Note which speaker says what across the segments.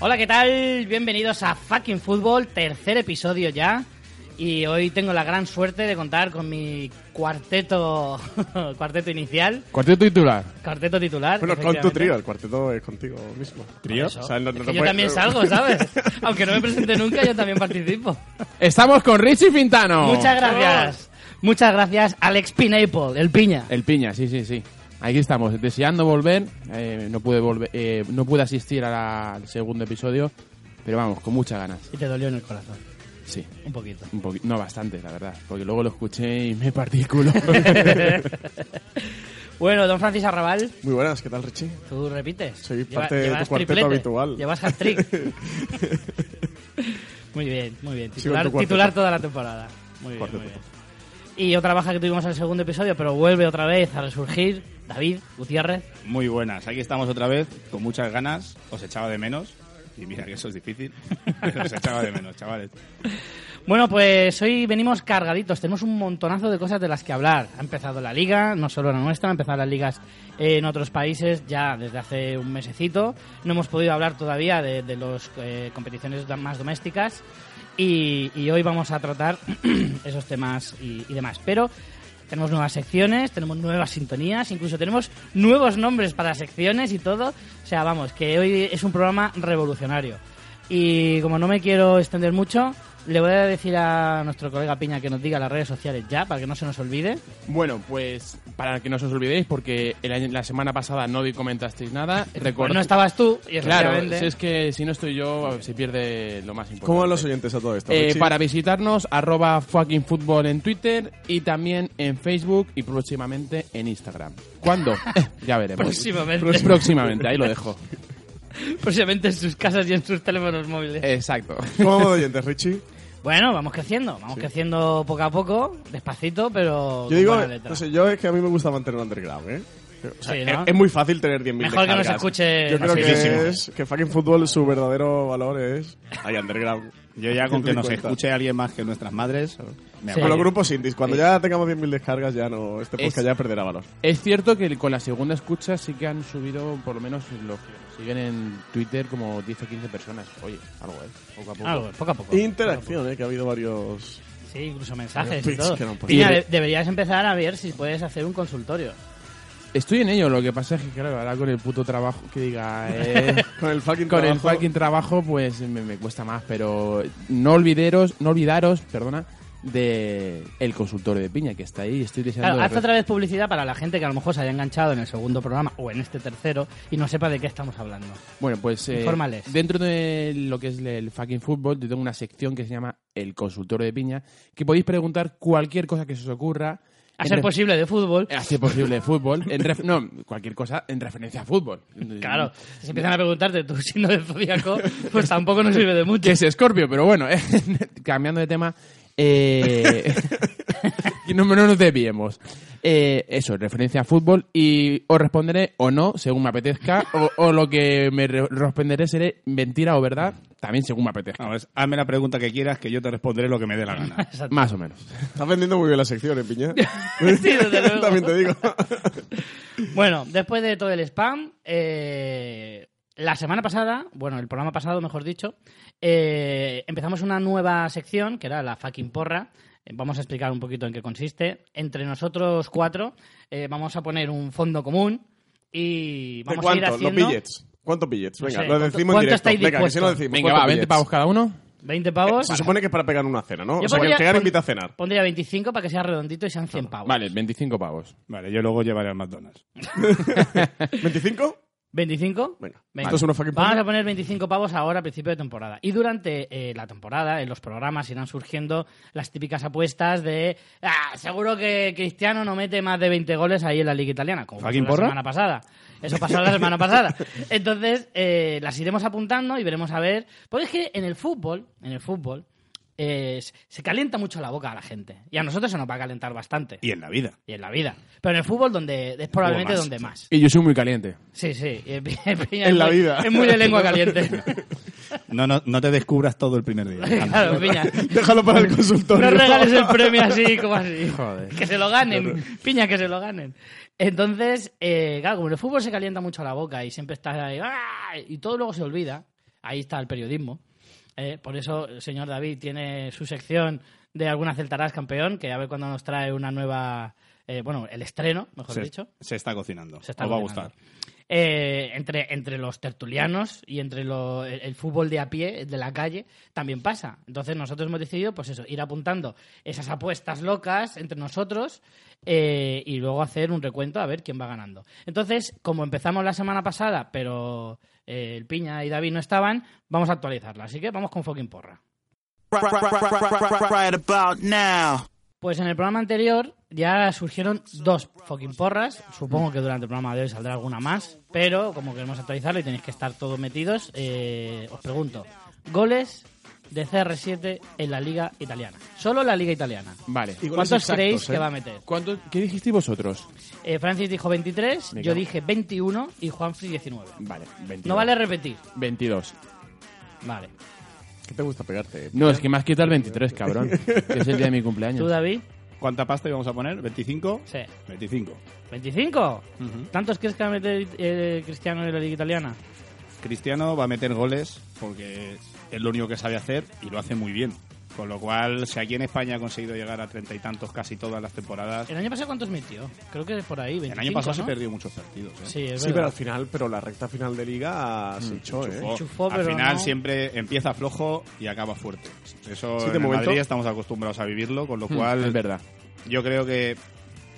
Speaker 1: Hola, ¿qué tal? Bienvenidos a Fucking Fútbol, tercer episodio ya. Y hoy tengo la gran suerte de contar con mi cuarteto cuarteto inicial,
Speaker 2: Cuarteto titular.
Speaker 1: cuarteto titular.
Speaker 3: Bueno, con tu
Speaker 1: efectivamente.
Speaker 3: trío, el cuarteto es contigo mismo.
Speaker 2: ¿Trío?
Speaker 1: Eso.
Speaker 3: O sea, no- no
Speaker 1: Es
Speaker 3: te
Speaker 1: que yo
Speaker 3: puedes-
Speaker 1: también salgo, ¿sabes? Aunque no me presente nunca, yo también participo.
Speaker 2: Estamos con Richie Fintano.
Speaker 1: Muchas gracias. Muchas gracias, Alex Pineapple, el piña.
Speaker 2: El piña, sí, sí, sí. Aquí estamos, deseando volver. Eh, no pude volver, eh, no pude asistir a la- al segundo episodio, pero vamos, con muchas ganas.
Speaker 1: Y te dolió en el corazón,
Speaker 2: Sí,
Speaker 1: un poquito.
Speaker 2: un poquito, no bastante, la verdad, porque luego lo escuché y me partí el culo.
Speaker 1: Bueno, don Francis Arrabal,
Speaker 3: Muy buenas, ¿qué tal, Richie?
Speaker 1: tú repites.
Speaker 3: Soy
Speaker 1: Lleva-
Speaker 3: parte de tu
Speaker 1: llevas
Speaker 3: cuarteto
Speaker 1: triplete,
Speaker 3: habitual.
Speaker 1: Llevas hat-trick. muy bien, muy bien.
Speaker 3: Sigo en
Speaker 1: Titular,
Speaker 3: tu cuarteto.
Speaker 1: titular toda la temporada. Muy bien, muy
Speaker 3: Cuarteto.
Speaker 1: bien. Y otra baja que tuvimos en el segundo episodio, pero vuelve otra vez a resurgir, David Gutiérrez.
Speaker 4: Muy buenas, aquí estamos otra vez con muchas ganas. Os echaba de menos. Y mira que eso es difícil. Pero os echaba de menos, chavales.
Speaker 1: Bueno, pues hoy venimos cargaditos. Tenemos un montonazo de cosas de las que hablar. Ha empezado la liga, no solo la nuestra, han empezado las ligas en otros países ya desde hace un mesecito. No hemos podido hablar todavía de, de las competiciones da- más domésticas. Y, y hoy vamos a tratar esos temas y, y demás. Pero tenemos nuevas secciones, tenemos nuevas sintonías, incluso tenemos nuevos nombres para secciones y todo. O sea, vamos, que hoy es un programa revolucionario. Y como no me quiero extender mucho, le voy a decir a nuestro colega Piña que nos diga las redes sociales ya, para que no se nos olvide.
Speaker 2: bueno, pues para que no os olvidéis, porque el año- la semana pasada no di- comentasteis nada.
Speaker 1: Pues
Speaker 2: Record...
Speaker 1: no estabas tú, y
Speaker 2: Claro,
Speaker 1: efectivamente-
Speaker 2: si es que si no estoy yo, se pierde lo más importante.
Speaker 3: ¿Cómo van los oyentes a todo esto?
Speaker 2: Eh,
Speaker 3: Richie?
Speaker 2: para visitarnos, arroba fucking fútbol en Twitter y también en Facebook y próximamente en Instagram. ¿Cuándo? ya veremos.
Speaker 1: Próximamente.
Speaker 2: Próxim- Próximamente, ahí lo dejo.
Speaker 1: Posiblemente en sus casas y en sus teléfonos móviles.
Speaker 2: Eh. Exacto.
Speaker 3: ¿Cómo van los oyentes, Richie?
Speaker 1: Pues Bueno, vamos creciendo, vamos creciendo poco a poco, despacito, pero.
Speaker 3: Yo
Speaker 1: con
Speaker 3: digo,
Speaker 1: buena letra.
Speaker 3: no sé, yo es que a mí me gusta mantener el underground, ¿eh? O sea,
Speaker 1: Sí,
Speaker 3: es-
Speaker 1: ¿no?
Speaker 3: es, muy fácil tener 10.000
Speaker 1: Ah. Mejor que no se
Speaker 3: descargas.
Speaker 1: escuche
Speaker 3: Yo creo
Speaker 1: facilísimo.
Speaker 3: que es que fucking fútbol su verdadero valor es hay underground.
Speaker 4: Yo ya con que nos
Speaker 3: 150.
Speaker 4: escuche alguien más que nuestras madres. Me
Speaker 1: Sí.
Speaker 3: Con
Speaker 4: apago.
Speaker 3: los grupos indies, cuando ya tengamos 10.000 descargas ya no este podcast
Speaker 2: Es-
Speaker 3: ya perderá valor.
Speaker 2: Es cierto que con la segunda escucha sí que han subido, por lo menos los que nos siguen en Twitter, como 10 o 15 personas. Oye, algo, ¿eh? Poco a poco.
Speaker 1: Algo, poco a poco.
Speaker 3: Interacción, eh, que ha habido varios
Speaker 1: Sí, incluso mensajes y
Speaker 3: Pitch,
Speaker 1: todo.
Speaker 3: que no puedo.
Speaker 1: Piña,
Speaker 2: Y-
Speaker 1: de- deberías empezar a ver si puedes hacer un consultorio.
Speaker 2: Estoy en ello, lo que pasa es que, claro, ahora con el puto trabajo que diga... eh,
Speaker 3: con el fucking
Speaker 2: con el
Speaker 3: trabajo.
Speaker 2: fucking trabajo pues me, me cuesta más, pero no olvideros, no olvidaros, perdona, de el consultorio de piña que está ahí, estoy deseando
Speaker 1: Claro,
Speaker 2: de
Speaker 1: haz
Speaker 2: re-
Speaker 1: otra vez publicidad para la gente que a lo mejor se haya enganchado en el segundo programa o en este tercero y no sepa de qué estamos hablando.
Speaker 2: Bueno, pues eh,
Speaker 1: Infórmales.
Speaker 2: dentro de lo que es el fucking fútbol, yo tengo una sección que se llama el consultorio de piña, que podéis preguntar cualquier cosa que se os ocurra.
Speaker 1: A
Speaker 2: en
Speaker 1: ser
Speaker 2: ref-
Speaker 1: posible de fútbol.
Speaker 3: Eh,
Speaker 2: a ser posible fútbol, en ref- no, cualquier cosa en referencia a fútbol.
Speaker 1: Claro,
Speaker 3: mm.
Speaker 1: si empiezan a preguntarte tu signo de zodiaco, pues tampoco nos sirve de mucho.
Speaker 2: que es Scorpio, pero bueno, eh, cambiando de tema, eh, que no, no nos desviemos. Eh, eso, referencia a fútbol y os responderé o no, según me apetezca, o, o lo que me re- responderé seré mentira o verdad, también según me apetezca.
Speaker 4: Vamos, hazme la pregunta que quieras que yo te responderé lo que me dé la gana.
Speaker 2: Más o menos.
Speaker 3: Estás vendiendo muy bien la sección, eh, piña.
Speaker 1: Sí, desde luego.
Speaker 3: También te digo.
Speaker 1: Bueno, después de todo el spam, eh, la semana pasada, bueno, el programa pasado, mejor dicho, eh, empezamos una nueva sección que era la fucking porra. Eh, Vamos a explicar un poquito en qué consiste. Entre nosotros cuatro eh, vamos a poner un fondo común y
Speaker 3: ¿De
Speaker 1: vamos a ir
Speaker 3: cuánto? Los
Speaker 1: haciendo
Speaker 3: billets. ¿Cuánto billets?
Speaker 1: No
Speaker 3: Venga,
Speaker 1: sé,
Speaker 3: lo
Speaker 1: ¿cuánto-
Speaker 3: decimos en
Speaker 1: cuánto
Speaker 3: directo.
Speaker 1: estáis
Speaker 3: Venga, que si
Speaker 1: dispuestos?
Speaker 3: lo decimos.
Speaker 2: Venga, va,
Speaker 3: ¿cuántos
Speaker 2: 20
Speaker 3: billets?
Speaker 2: pavos cada uno.
Speaker 1: 20
Speaker 3: Eh,
Speaker 1: pavos.
Speaker 3: Se supone que es para pegar una cena, ¿no?
Speaker 1: Yo
Speaker 3: o sea, que
Speaker 1: pondría-
Speaker 3: el que gana
Speaker 1: pon-
Speaker 3: invita a cenar.
Speaker 1: Pondría 25 para que sea redondito y sean 100 pavos.
Speaker 2: Vale, 25 pavos.
Speaker 4: Vale, yo luego llevaré al McDonald's.
Speaker 3: ¿25?
Speaker 1: 25.
Speaker 3: Venga.
Speaker 1: Venga.
Speaker 3: Esto es una fucking
Speaker 1: Vamos
Speaker 3: porra.
Speaker 1: a poner 25 pavos ahora a principio de temporada. Y durante eh, la temporada, en los programas, irán surgiendo las típicas apuestas de "Ah, seguro que Cristiano no mete más de 20 goles ahí en la Liga Italiana, como pasó
Speaker 4: ¿Fucking
Speaker 1: la
Speaker 4: porra?
Speaker 1: semana pasada. Eso pasó la semana pasada. Entonces, eh, las iremos apuntando y veremos a ver. Porque es que en el fútbol, en el fútbol, eh, se- se calienta mucho la boca a la gente. Y a nosotros se nos va a calentar bastante.
Speaker 4: Y en la vida.
Speaker 1: Y en la vida. Pero en el fútbol donde es probablemente
Speaker 4: más.
Speaker 1: donde más.
Speaker 2: Y yo soy muy caliente.
Speaker 1: Sí, sí. y el Pi- el Piña
Speaker 3: En
Speaker 1: es
Speaker 3: la
Speaker 1: muy-
Speaker 3: vida.
Speaker 1: Es muy de lengua caliente.
Speaker 4: No, no, no te descubras todo el primer día. Anda.
Speaker 1: claro, Piña.
Speaker 3: Déjalo para el consultorio.
Speaker 1: No regales el premio así como así.
Speaker 2: Joder.
Speaker 1: Que se lo ganen. Piña, que se lo ganen. Entonces, eh, claro, como en el fútbol se calienta mucho la boca y siempre está ahí, ¡ah! y todo luego se olvida. ahí está el periodismo. Eh, por eso, el señor David tiene su sección de alguna Celtarás campeón, que a ver cuando nos trae una nueva, eh, bueno, el estreno, mejor
Speaker 4: se,
Speaker 1: dicho.
Speaker 4: se está cocinando.
Speaker 1: Se está
Speaker 4: Os va a
Speaker 1: cocinando.
Speaker 4: gustar.
Speaker 1: Eh, entre, entre los tertulianos y entre lo- el, el fútbol de a pie, el de la calle, también pasa. Entonces nosotros hemos decidido, pues eso, ir apuntando esas apuestas locas entre nosotros eh, y luego hacer un recuento a ver quién va ganando. Entonces, como empezamos la semana pasada, pero eh, el Piña y David no estaban, vamos a actualizarla. Así que vamos con fucking porra.
Speaker 5: right, right, right, right, right, right, right about now.
Speaker 1: Pues en el programa anterior ya surgieron dos fucking porras. Supongo que durante el programa de hoy saldrá alguna más. Pero como queremos actualizarlo y tenéis que estar todos metidos, eh, os pregunto: goles de CR7 en la Liga Italiana. Solo la Liga Italiana.
Speaker 2: Vale.
Speaker 3: Y goles
Speaker 1: ¿Cuántos
Speaker 3: exactos,
Speaker 1: creéis
Speaker 3: ¿eh?
Speaker 1: que va a meter?
Speaker 2: ¿Cuánto, ¿Qué dijisteis vosotros?
Speaker 1: Eh, Francis dijo 23,
Speaker 2: Me
Speaker 1: yo
Speaker 2: cago.
Speaker 1: dije 21 y Juanfrey 19.
Speaker 2: Vale, 22.
Speaker 1: No vale repetir.
Speaker 2: 22.
Speaker 1: Vale.
Speaker 3: ¿Qué te gusta pegarte?
Speaker 2: No, es que me has quitado el 23, cabrón. que es el día de mi cumpleaños.
Speaker 1: ¿Tú, David?
Speaker 4: ¿Cuánta pasta íbamos a poner? ¿25?
Speaker 1: Sí.
Speaker 4: 25.
Speaker 1: ¿25? ¿Tantos crees que va a meter eh, Cristiano en la Liga Italiana?
Speaker 4: Cristiano va a meter goles porque es lo único que sabe hacer y lo hace muy bien. Con lo cual, si aquí en España ha conseguido llegar a treinta y tantos casi todas las temporadas,
Speaker 1: ¿El año pasado cuántos metió? Creo que por ahí, 25,
Speaker 4: el año pasado
Speaker 1: ¿no?
Speaker 4: se perdió muchos partidos. ¿eh?
Speaker 1: Sí, es
Speaker 3: Sí, pero
Speaker 1: verdad. Mm,
Speaker 3: al final, pero la recta final de liga se hinchó, ¿eh?
Speaker 4: Chufó.
Speaker 1: Chufó,
Speaker 4: Al
Speaker 1: pero
Speaker 4: final
Speaker 1: no.
Speaker 4: siempre empieza flojo y acaba fuerte. Eso
Speaker 3: Sí, de
Speaker 4: en el
Speaker 3: momento- Hmm,
Speaker 4: Madrid estamos acostumbrados a vivirlo, con lo
Speaker 2: Mm,
Speaker 4: cual
Speaker 2: Es verdad.
Speaker 4: yo creo que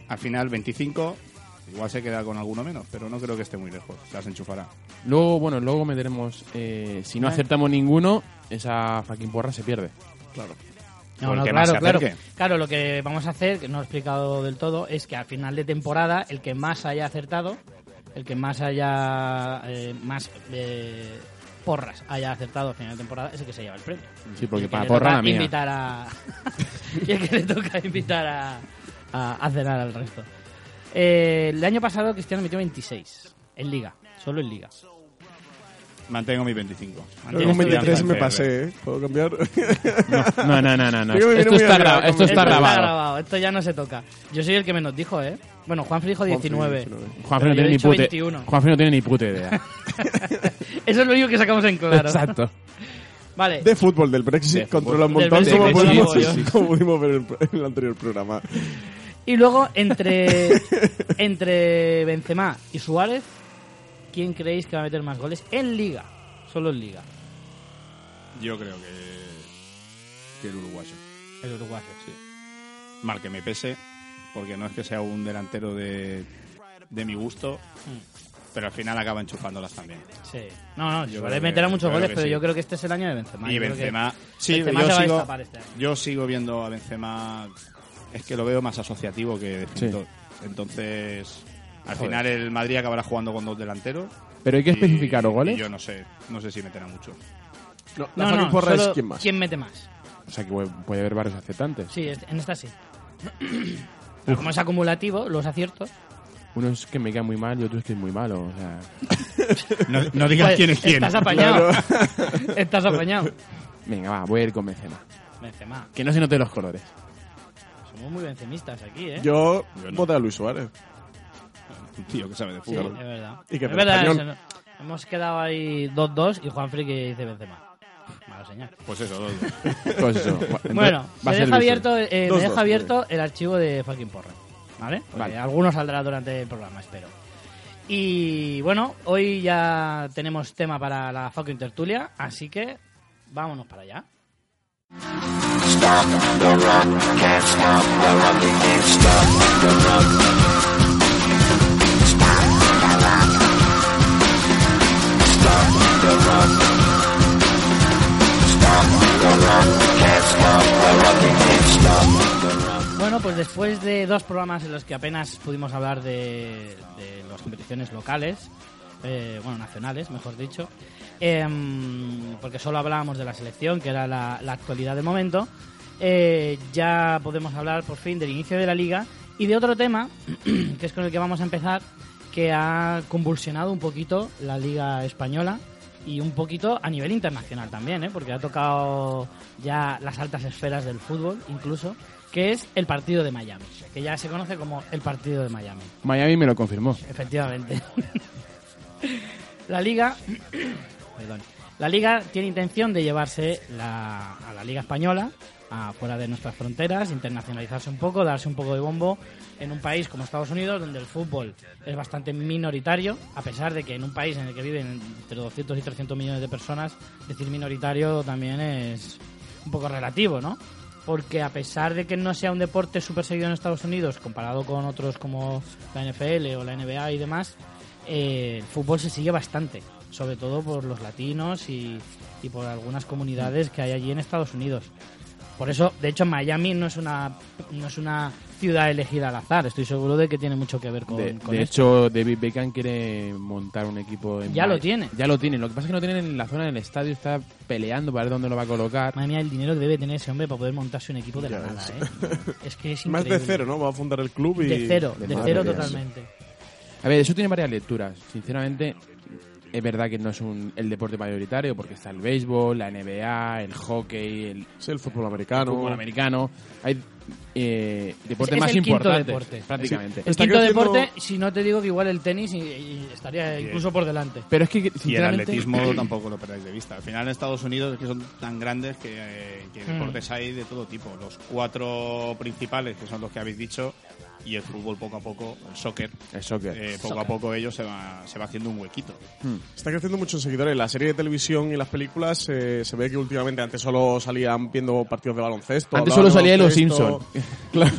Speaker 4: al final 25 igual se queda con alguno menos, pero no creo que esté muy lejos. Las enchufará.
Speaker 2: Luego, bueno, luego meteremos. Eh, si
Speaker 1: Ah.
Speaker 2: no acertamos ninguno, esa fucking porra se pierde.
Speaker 1: No,
Speaker 4: Porque
Speaker 1: no,
Speaker 4: más
Speaker 1: claro,
Speaker 4: se
Speaker 1: claro.
Speaker 4: acerque.
Speaker 1: Claro, lo que vamos a hacer, que no lo he explicado del todo, es que al final de temporada, el que más haya acertado, el que más haya. eh, más eh, porras haya acertado al final de temporada, es el que se lleva el premio.
Speaker 2: Sí,
Speaker 1: Y
Speaker 2: porque
Speaker 1: el que
Speaker 2: para
Speaker 1: le
Speaker 2: porra
Speaker 1: toca
Speaker 2: la mía.
Speaker 1: Invitar a... y el que le toca invitar a, a, a cenar al resto. Eh, el año pasado Cristiano metió 26 en Liga, solo en Liga.
Speaker 4: Mantengo mi 25.
Speaker 3: Creo que con
Speaker 4: Mantengo mi
Speaker 3: 23
Speaker 4: confianza
Speaker 3: me
Speaker 4: en
Speaker 3: pasé, ¿eh? ¿Puedo cambiar?
Speaker 2: No, no, no, no. no.
Speaker 3: Yo me viene
Speaker 2: Esto,
Speaker 3: muy
Speaker 2: está
Speaker 3: bien,
Speaker 2: grabado,
Speaker 3: con-
Speaker 2: esto está
Speaker 1: Esto
Speaker 2: grabado.
Speaker 1: Esto ya no se toca. Yo soy el que menos dijo, ¿eh? Bueno, Juanfri dijo 19.
Speaker 3: 19.
Speaker 2: Juanfrey no,
Speaker 1: Pero yo
Speaker 2: tiene
Speaker 1: he
Speaker 2: ni
Speaker 1: dicho
Speaker 2: puta-
Speaker 1: 21.
Speaker 2: Juanfrey no tiene ni puta idea.
Speaker 1: Eso es lo único que sacamos en claro.
Speaker 2: Exacto.
Speaker 1: Vale.
Speaker 3: De fútbol, del Brexit,
Speaker 2: De
Speaker 3: controla un
Speaker 1: fútbol.
Speaker 3: montón,
Speaker 1: Del
Speaker 3: como,
Speaker 1: Brexit,
Speaker 3: pudimos,
Speaker 1: sí, sí,
Speaker 3: como pudimos ver en el- en el anterior programa.
Speaker 1: Y luego, entre, entre Benzema y Suárez, ¿quién creéis que va a meter más goles en Liga? Solo en Liga.
Speaker 4: breve. Yo creo que, que el uruguayo.
Speaker 1: El uruguayo.
Speaker 4: Sí. Mal que me pese, porque no es que sea un delantero de, de mi gusto, pero al final acaba enchufándolas también.
Speaker 1: Sí. No, no,
Speaker 4: Yo
Speaker 1: Suárez
Speaker 4: creo que-
Speaker 1: meterá muchos
Speaker 4: yo creo
Speaker 1: goles,
Speaker 4: que
Speaker 1: pero
Speaker 4: sí.
Speaker 1: yo creo que este es el año de Benzema.
Speaker 4: y
Speaker 1: Yo creo que
Speaker 4: Benzema, sí,
Speaker 1: Benzema
Speaker 4: yo,
Speaker 1: se va a
Speaker 4: sigo,
Speaker 1: destapar este año.
Speaker 4: yo sigo viendo a Benzema, es que lo veo más asociativo que defensor. Entonces, al final el Madrid acabará jugando con dos delanteros.
Speaker 2: Pero hay que
Speaker 4: y-
Speaker 2: especificar los
Speaker 4: y
Speaker 2: goles.
Speaker 4: yo no sé, no sé si meterá mucho.
Speaker 3: No, la
Speaker 1: No,
Speaker 3: fucking
Speaker 1: no,
Speaker 3: porra es
Speaker 1: solo
Speaker 3: quién más.
Speaker 1: ¿Quién mete más?
Speaker 2: O sea que puede, puede haber varios aceptantes.
Speaker 1: Sí, este- en esta sí. Pero como es acumulativo, los aciertos.
Speaker 2: Uno es que me cae muy mal y otro es que es muy malo. O sea,
Speaker 4: No, no digas
Speaker 1: Pues,
Speaker 4: quién es quién.
Speaker 1: Estás apañado. estás apañado.
Speaker 2: venga, va, voy a ir con Benzema.
Speaker 1: Benzema.
Speaker 2: Que no se noten los colores.
Speaker 1: Somos muy bencemistas aquí, ¿eh?
Speaker 3: Yo
Speaker 4: Yo no.
Speaker 3: voté a Luis Suárez.
Speaker 4: Un tío que sabe de
Speaker 1: sí, es
Speaker 4: fútbol.
Speaker 1: verdad.
Speaker 3: Y que
Speaker 1: es
Speaker 3: el
Speaker 1: verdad
Speaker 3: español-
Speaker 1: eso, ¿no? Hemos quedado ahí 2-2 y Juan que dice Benzema. Mala señal.
Speaker 4: Pues eso, los dos.
Speaker 2: Pues eso. Entonces,
Speaker 1: Bueno,
Speaker 2: va a
Speaker 1: me
Speaker 2: ser
Speaker 1: deja,
Speaker 2: Luis.
Speaker 1: abierto, eh, me
Speaker 3: Dos,
Speaker 1: deja
Speaker 3: dos,
Speaker 1: abierto el archivo de fucking porra. ¿Vale? Porque
Speaker 2: Vale.
Speaker 1: alguno saldrá durante el programa, espero. Y bueno, hoy ya tenemos tema para la fucking tertulia, así que vámonos para allá. Bueno, pues después de dos programas en los que apenas pudimos hablar de, de las competiciones locales, eh, bueno, nacionales, mejor dicho, em, porque solo hablábamos de la selección, que era la, la actualidad del momento, eh, ya podemos hablar por fin del inicio de la liga y de otro tema, que es con el que vamos a empezar, que ha convulsionado un poquito la liga española y un poquito a nivel internacional también, ¿eh? porque ha tocado ya las altas esferas del fútbol incluso, que es el partido de Miami, que ya se conoce como el partido de Miami,
Speaker 2: Miami me lo confirmó.
Speaker 1: efectivamente. la liga, perdón, La liga tiene intención de llevarse la- a la liga española a fuera de nuestras fronteras, internacionalizarse un poco, darse un poco de bombo en un país como Estados Unidos, donde el fútbol es bastante minoritario, a pesar de que en un país en el que viven entre 200 y 300 millones de personas, decir minoritario también es un poco relativo, ¿no? Porque a pesar de que no sea un deporte súper seguido en Estados Unidos, comparado con otros como la NFL o la NBA y demás, eh, el fútbol se sigue bastante, sobre todo por los latinos y, y por algunas comunidades que hay allí en Estados Unidos. Por eso, de hecho, Miami no es una no es una ciudad elegida al azar. Estoy seguro de que tiene mucho que ver con,
Speaker 2: De,
Speaker 1: con
Speaker 2: de
Speaker 1: esto.
Speaker 2: hecho, David Beckham quiere montar un equipo. En
Speaker 1: Ya
Speaker 2: Madrid.
Speaker 1: lo tiene.
Speaker 2: Ya lo tiene. Lo que pasa es que no tiene en la zona del estadio. Está peleando para ver dónde lo va a colocar.
Speaker 1: Madre mía, el dinero que debe tener ese hombre para poder montarse un equipo de la
Speaker 3: Ya
Speaker 1: nada,
Speaker 3: ves.
Speaker 1: ¿eh? Es que es
Speaker 3: Más
Speaker 1: increíble.
Speaker 3: de cero, ¿no? Va a fundar el club y...
Speaker 1: De cero,
Speaker 2: de
Speaker 1: de cero
Speaker 2: madre.
Speaker 1: totalmente.
Speaker 2: A ver, eso tiene varias lecturas. Sinceramente, es verdad que no es un- el deporte mayoritario porque está el béisbol, la NBA, el hockey, el
Speaker 3: Sí, el fútbol
Speaker 4: Ah,
Speaker 3: americano.
Speaker 2: fútbol americano. Hay eh, deportes
Speaker 1: Es- es
Speaker 2: más
Speaker 1: el quinto
Speaker 2: importantes,
Speaker 1: deporte.
Speaker 2: prácticamente.
Speaker 1: El
Speaker 3: Está
Speaker 1: quinto
Speaker 3: creciendo-
Speaker 1: deporte, si no te digo que igual el tenis y- y estaría incluso por delante.
Speaker 2: Pero es que,
Speaker 4: Y el
Speaker 2: sinceramente,
Speaker 4: atletismo tampoco lo perdáis de vista. Al final en Estados Unidos es que son tan grandes que, eh, que deportes hay de todo tipo. Los cuatro principales, que son los que habéis dicho, y el fútbol poco a poco, el soccer,
Speaker 2: el soccer.
Speaker 4: eh, poco a poco ellos se va, se va haciendo un huequito.
Speaker 3: Está creciendo mucho en seguidores. La serie de televisión y las películas eh, se ve que últimamente antes solo salían viendo partidos de baloncesto.
Speaker 2: Antes
Speaker 3: hablaban
Speaker 2: solo
Speaker 3: de
Speaker 2: salía Los
Speaker 3: baloncesto.
Speaker 2: Simpson.
Speaker 3: Claro.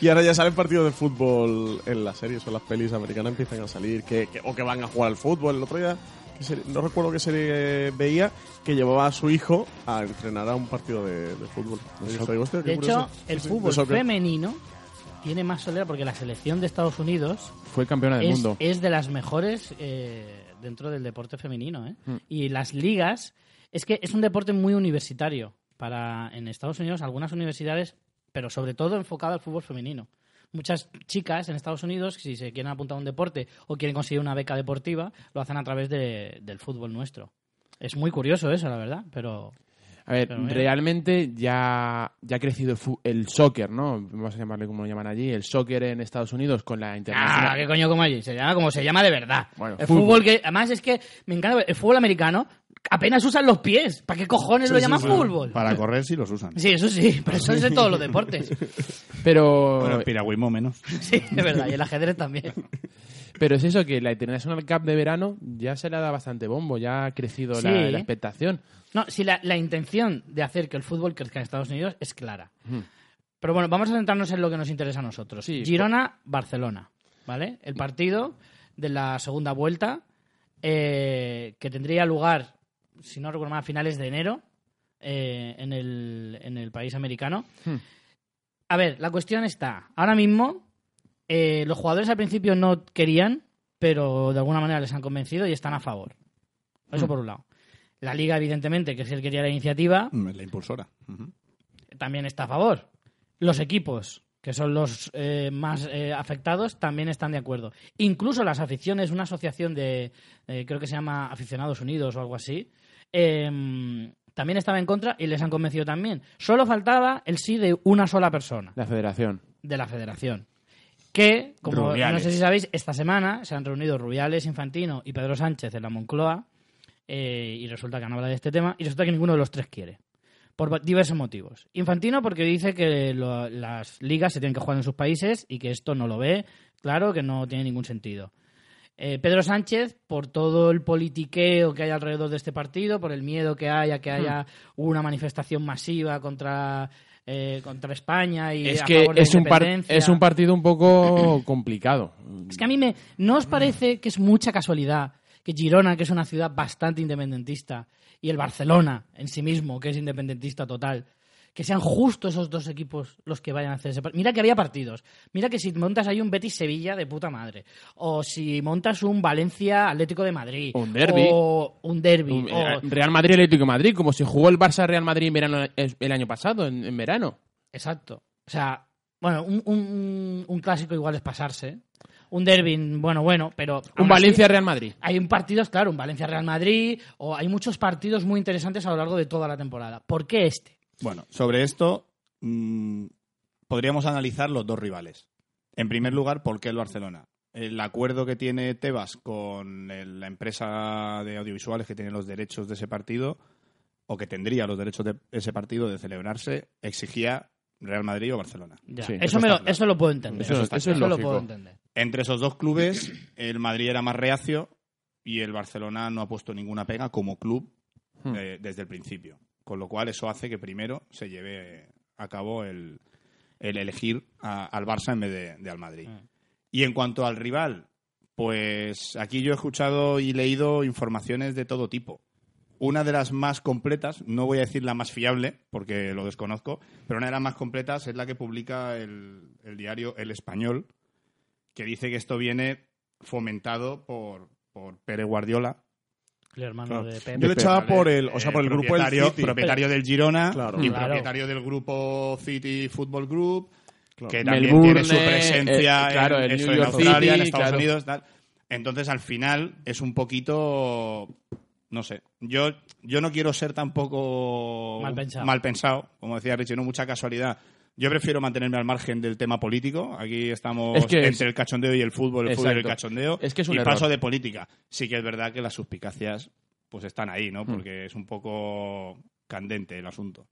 Speaker 3: y ahora ya salen partidos de fútbol en las series o las pelis americanas empiezan a salir. Que, que- o que van a jugar al fútbol. El otro día, ¿qué serie? no recuerdo qué serie veía, que llevaba a su hijo a entrenar a un partido de, de fútbol. Y yo digo, hostia, qué
Speaker 1: De hecho,
Speaker 3: curioso.
Speaker 1: el
Speaker 3: Sí, sí,
Speaker 1: fútbol
Speaker 3: de soccer.
Speaker 1: femenino tiene más solera porque la selección de Estados Unidos
Speaker 2: Fue
Speaker 3: Ah,
Speaker 2: campeona del
Speaker 1: es,
Speaker 2: mundo.
Speaker 1: es de las mejores eh, dentro del deporte femenino. ¿eh?
Speaker 3: Mm.
Speaker 1: Y las ligas, es que es un deporte muy universitario. Para, en Estados Unidos, algunas universidades, pero sobre todo enfocado al fútbol femenino. Muchas chicas en Estados Unidos, si se quieren apuntar a un deporte o quieren conseguir una beca deportiva, lo hacen a través de- del fútbol nuestro. Es muy curioso eso, la verdad, pero
Speaker 2: A ver,
Speaker 1: Pero mira.
Speaker 2: realmente ya, ya ha crecido el, fu- el soccer, ¿no? Vamos a llamarle como lo llaman allí. El soccer en Estados Unidos con la
Speaker 1: Ah,
Speaker 2: internacional.
Speaker 1: qué coño como allí. Se llama como se llama de verdad.
Speaker 2: Bueno,
Speaker 1: el
Speaker 2: fútbol.
Speaker 1: fútbol. que además es que me encanta el fútbol americano. Apenas usan los pies. ¿Para qué cojones lo llaman fútbol?
Speaker 4: Para correr sí los usan.
Speaker 1: Sí, eso sí. Pero eso es en todos los deportes.
Speaker 2: Pero,
Speaker 4: Bueno, el piragüismo menos.
Speaker 1: Sí, es verdad. Y el ajedrez también.
Speaker 2: pero es eso, que la International Cup de verano ya se le ha dado bastante bombo, ya ha crecido la,
Speaker 1: Sí.
Speaker 2: la expectación.
Speaker 1: No, si la, la intención de hacer que el fútbol crezca en Estados Unidos es clara. Pero bueno, vamos a centrarnos en lo que nos interesa a nosotros.
Speaker 2: Sí,
Speaker 1: Girona, Barcelona, ¿vale? El partido de la segunda vuelta eh, que tendría lugar, si no recuerdo mal, a finales de enero eh, en, el, en el país americano.
Speaker 2: Hmm.
Speaker 1: A ver, la cuestión está, ahora mismo eh, los jugadores al principio no querían, pero de alguna manera les han convencido y están a favor. Eso por un lado. La liga, evidentemente, que es el que quería la iniciativa,
Speaker 4: Mm, La impulsora. Ujú.
Speaker 1: también está a favor. Los equipos, que son los eh, más eh, afectados, también están de acuerdo. Incluso las aficiones, una asociación de, eh, creo que se llama Aficionados Unidos o algo así, em, también estaba en contra y les han convencido también. Solo faltaba el sí de una sola persona
Speaker 2: La federación.
Speaker 1: de la federación. Que, como
Speaker 4: Rubiales.
Speaker 1: no sé si sabéis, esta semana se han reunido Rubiales, Infantino y Pedro Sánchez en la Moncloa eh, y resulta que han hablado de este tema y resulta que ninguno de los tres quiere. Por va- diversos motivos. Infantino porque dice que lo- las ligas se tienen que jugar en sus países y que esto no lo ve, claro, que no tiene ningún sentido. Eh, Pedro Sánchez, por todo el politiqueo que hay alrededor de este partido, por el miedo que haya que
Speaker 2: Hmm.
Speaker 1: haya una manifestación masiva contra, eh, contra España y
Speaker 2: Es
Speaker 1: a
Speaker 2: que
Speaker 1: favor de la
Speaker 2: es un, par-
Speaker 1: independencia.
Speaker 2: es un partido un poco complicado.
Speaker 1: Es que a mí me, ¿no os parece que es mucha casualidad que Girona, que es una ciudad bastante independentista, y el Barcelona en sí mismo, que es independentista total, que sean justo esos dos equipos los que vayan a hacer ese partido? Mira que había partidos. Mira que si montas ahí un Betis-Sevilla de puta madre, o si montas un Valencia-Atlético de Madrid,
Speaker 2: O un derbi.
Speaker 1: o un derbi,
Speaker 2: Un- eh,
Speaker 1: o-
Speaker 2: Real Madrid Atlético de Madrid, como se jugó el Barça Real Madrid en verano es- el año pasado, en, en verano.
Speaker 1: Exacto. O sea, bueno, un, un- un clásico igual es pasarse. Un derbi, bueno, bueno, pero... aún
Speaker 2: Un
Speaker 1: así-
Speaker 2: Valencia Real Madrid.
Speaker 1: Hay un partidos, claro, un Valencia Real Madrid, o hay muchos partidos muy interesantes a lo largo de toda la temporada. ¿Por qué este?
Speaker 4: Bueno, sobre esto mm, podríamos analizar los dos rivales. En primer lugar, ¿por qué el Barcelona? el acuerdo que tiene Tebas con el- la empresa de audiovisuales que tiene los derechos de ese partido, o que tendría los derechos de ese partido de celebrarse, exigía Real Madrid o Barcelona.
Speaker 1: Ya,
Speaker 2: Sí,
Speaker 1: eso,
Speaker 4: eso
Speaker 1: me
Speaker 4: está
Speaker 1: lo,
Speaker 4: claro.
Speaker 1: eso lo puedo entender.
Speaker 2: Eso- eso es
Speaker 1: lo
Speaker 2: lógico.
Speaker 1: puedo entender.
Speaker 4: Entre esos dos clubes, el Madrid era más reacio y el Barcelona no ha puesto ninguna pega como club
Speaker 2: Hmm.
Speaker 4: eh, desde el principio. Con lo cual, eso hace que primero se lleve a cabo el, el elegir a- al Barça en vez de, de al Madrid.
Speaker 1: Hmm.
Speaker 4: Y en cuanto al rival, pues aquí yo he escuchado y leído informaciones de todo tipo. Una de las más completas, no voy a decir la más fiable, porque lo desconozco, pero una de las más completas es la que publica el, el diario El Español, que dice que esto viene fomentado por, por Pere Guardiola.
Speaker 1: El hermano
Speaker 3: Claro.
Speaker 1: de
Speaker 3: Yo le
Speaker 1: Pepe.
Speaker 3: echaba
Speaker 4: ¿vale?
Speaker 3: por el, o sea,
Speaker 4: Eh,
Speaker 3: por el grupo del
Speaker 4: propietario,
Speaker 3: City.
Speaker 4: propietario del Girona
Speaker 3: Claro.
Speaker 4: y
Speaker 1: Claro.
Speaker 4: propietario del grupo City Football Group,
Speaker 3: Claro.
Speaker 4: que también
Speaker 2: Melbourne,
Speaker 4: tiene su presencia
Speaker 2: eh, claro,
Speaker 4: en,
Speaker 2: el
Speaker 4: eso
Speaker 2: New
Speaker 4: en
Speaker 2: York
Speaker 4: Australia,
Speaker 2: City,
Speaker 4: en Estados
Speaker 2: claro.
Speaker 4: Unidos. tal. Entonces, al final, es un poquito. No sé. Yo, yo no quiero ser tampoco
Speaker 1: Mal pensado.
Speaker 4: pensado, como decía Richie, no mucha casualidad. Yo prefiero mantenerme al margen del tema político. Aquí estamos
Speaker 2: Es que
Speaker 4: entre
Speaker 2: es-
Speaker 4: el cachondeo y el fútbol, el fútbol y el
Speaker 2: Exacto.
Speaker 4: cachondeo.
Speaker 2: Es que es un
Speaker 4: y
Speaker 2: error.
Speaker 4: paso de política. Sí que es verdad que las suspicacias pues están ahí, ¿no? Porque es un poco candente el asunto.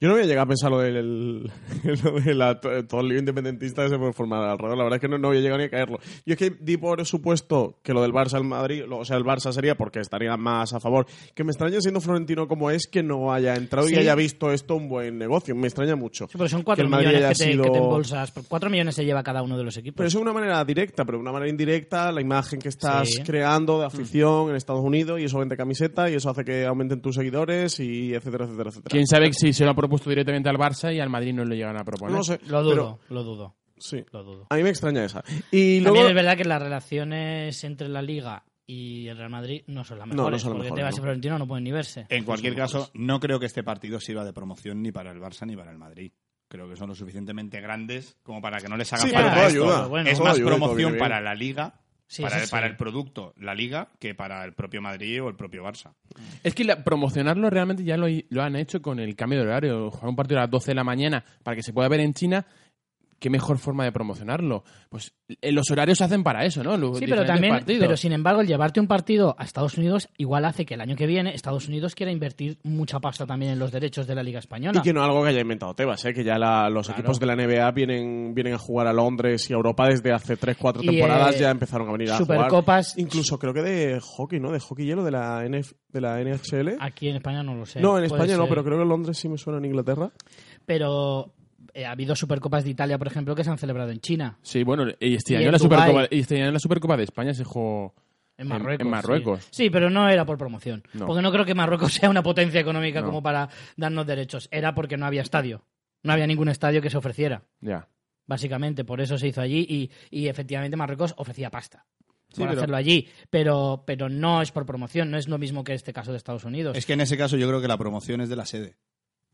Speaker 3: Yo no voy a llegar a pensar lo del el- lo de la- to- todo el lío independentista que se puede formar alrededor. La verdad es que no, no voy a llegar ni a caerlo. Yo es que di por supuesto que lo del Barça al Madrid, lo- o sea, el Barça sería porque estaría más a favor. Que me extraña siendo florentino como es que no haya entrado
Speaker 1: Sí.
Speaker 3: y haya visto esto un buen negocio. Me extraña mucho.
Speaker 1: Sí, pero son
Speaker 3: que
Speaker 1: 4
Speaker 3: el Madrid
Speaker 1: millones que te,
Speaker 3: haya
Speaker 1: que te
Speaker 3: sido-
Speaker 1: embolsas. 4 millones se lleva cada uno de los equipos.
Speaker 3: Pero eso de una manera directa, pero de una manera indirecta, la imagen que estás
Speaker 1: Sí. Mm.
Speaker 3: creando de afición en Estados Unidos y eso vende camiseta y eso hace que aumenten tus seguidores y etcétera, etcétera, etcétera.
Speaker 2: Quién sabe si se lo ha propuesto directamente al Barça y al Madrid no lo llegan a proponer.
Speaker 3: No lo sé.
Speaker 1: lo
Speaker 3: pero-
Speaker 1: dudo, lo dudo,
Speaker 3: sí.
Speaker 1: lo dudo.
Speaker 3: A mí me extraña esa. Y luego,
Speaker 1: También es verdad que las relaciones entre la Liga y el Real Madrid no son las
Speaker 3: No,
Speaker 1: mejores.
Speaker 3: no son las
Speaker 1: porque
Speaker 3: mejores,
Speaker 1: Tebas y
Speaker 3: no.
Speaker 1: Florentino no pueden ni verse.
Speaker 4: En cualquier caso, no creo que este partido sirva de promoción ni para el Barça ni para el Madrid. Creo que son lo suficientemente grandes como para que no les hagan
Speaker 3: Sí,
Speaker 1: pero
Speaker 4: falta
Speaker 1: todo
Speaker 4: esto.
Speaker 1: ayuda. Pero bueno,
Speaker 4: es
Speaker 1: todo
Speaker 4: más
Speaker 3: ayuda y todo
Speaker 4: promoción
Speaker 3: viene
Speaker 4: para
Speaker 3: bien.
Speaker 4: la Liga,
Speaker 1: Sí,
Speaker 4: para,
Speaker 1: eso
Speaker 4: el, para
Speaker 1: sí.
Speaker 4: el producto, la Liga, que para el propio Madrid o el propio Barça.
Speaker 2: Es que la- promocionarlo realmente ya lo, hi- lo han hecho con el cambio de horario. Jugar un partido a las 12 de la mañana para que se pueda ver en China. ¿Qué mejor forma de promocionarlo? Pues eh, los horarios se hacen para eso, ¿no? Los
Speaker 1: Sí, pero
Speaker 2: Pues diferentes
Speaker 1: también,
Speaker 2: partidos.
Speaker 1: pero sin embargo, el llevarte un partido a Estados Unidos igual hace que el año que viene Estados Unidos quiera invertir mucha pasta también en los derechos de la Liga Española.
Speaker 3: Y que no algo que haya inventado Tebas, ¿eh? que ya la- los equipos de la NBA vienen, vienen a jugar a Londres y a Europa desde hace 3-4
Speaker 1: Y,
Speaker 3: temporadas,
Speaker 1: eh,
Speaker 3: ya empezaron a venir a jugar.
Speaker 1: Supercopas,
Speaker 3: Incluso creo que de hockey, ¿no? De hockey hielo de la, NF de la NHL.
Speaker 1: aquí en España no lo sé.
Speaker 3: no, en
Speaker 1: Ah, puede
Speaker 3: España no,
Speaker 1: ser.
Speaker 3: pero creo que en Londres sí me suena en Inglaterra.
Speaker 1: Pero, eh, ha habido Supercopas de Italia, por ejemplo, que se han celebrado en China,
Speaker 2: Sí, bueno, y este,
Speaker 1: Y
Speaker 2: año
Speaker 1: en
Speaker 2: la
Speaker 1: Dubái.
Speaker 2: Supercopa, y este año la Supercopa de España se jugó...
Speaker 1: en
Speaker 2: En-
Speaker 1: Marruecos.
Speaker 2: en Marruecos.
Speaker 1: Sí. Sí, pero no era por promoción.
Speaker 2: No.
Speaker 1: Porque no creo que Marruecos sea una potencia económica
Speaker 2: No.
Speaker 1: como para darnos derechos. Era porque no había estadio. No había ningún estadio que se ofreciera.
Speaker 2: Ya.
Speaker 1: básicamente. Por eso se hizo allí y, y efectivamente Marruecos ofrecía pasta
Speaker 3: Sí,
Speaker 1: por
Speaker 3: pero-
Speaker 1: hacerlo allí. Pero, pero no es por promoción, no es lo mismo que este caso de Estados Unidos.
Speaker 4: Es que en ese caso yo creo que la promoción es de la sede.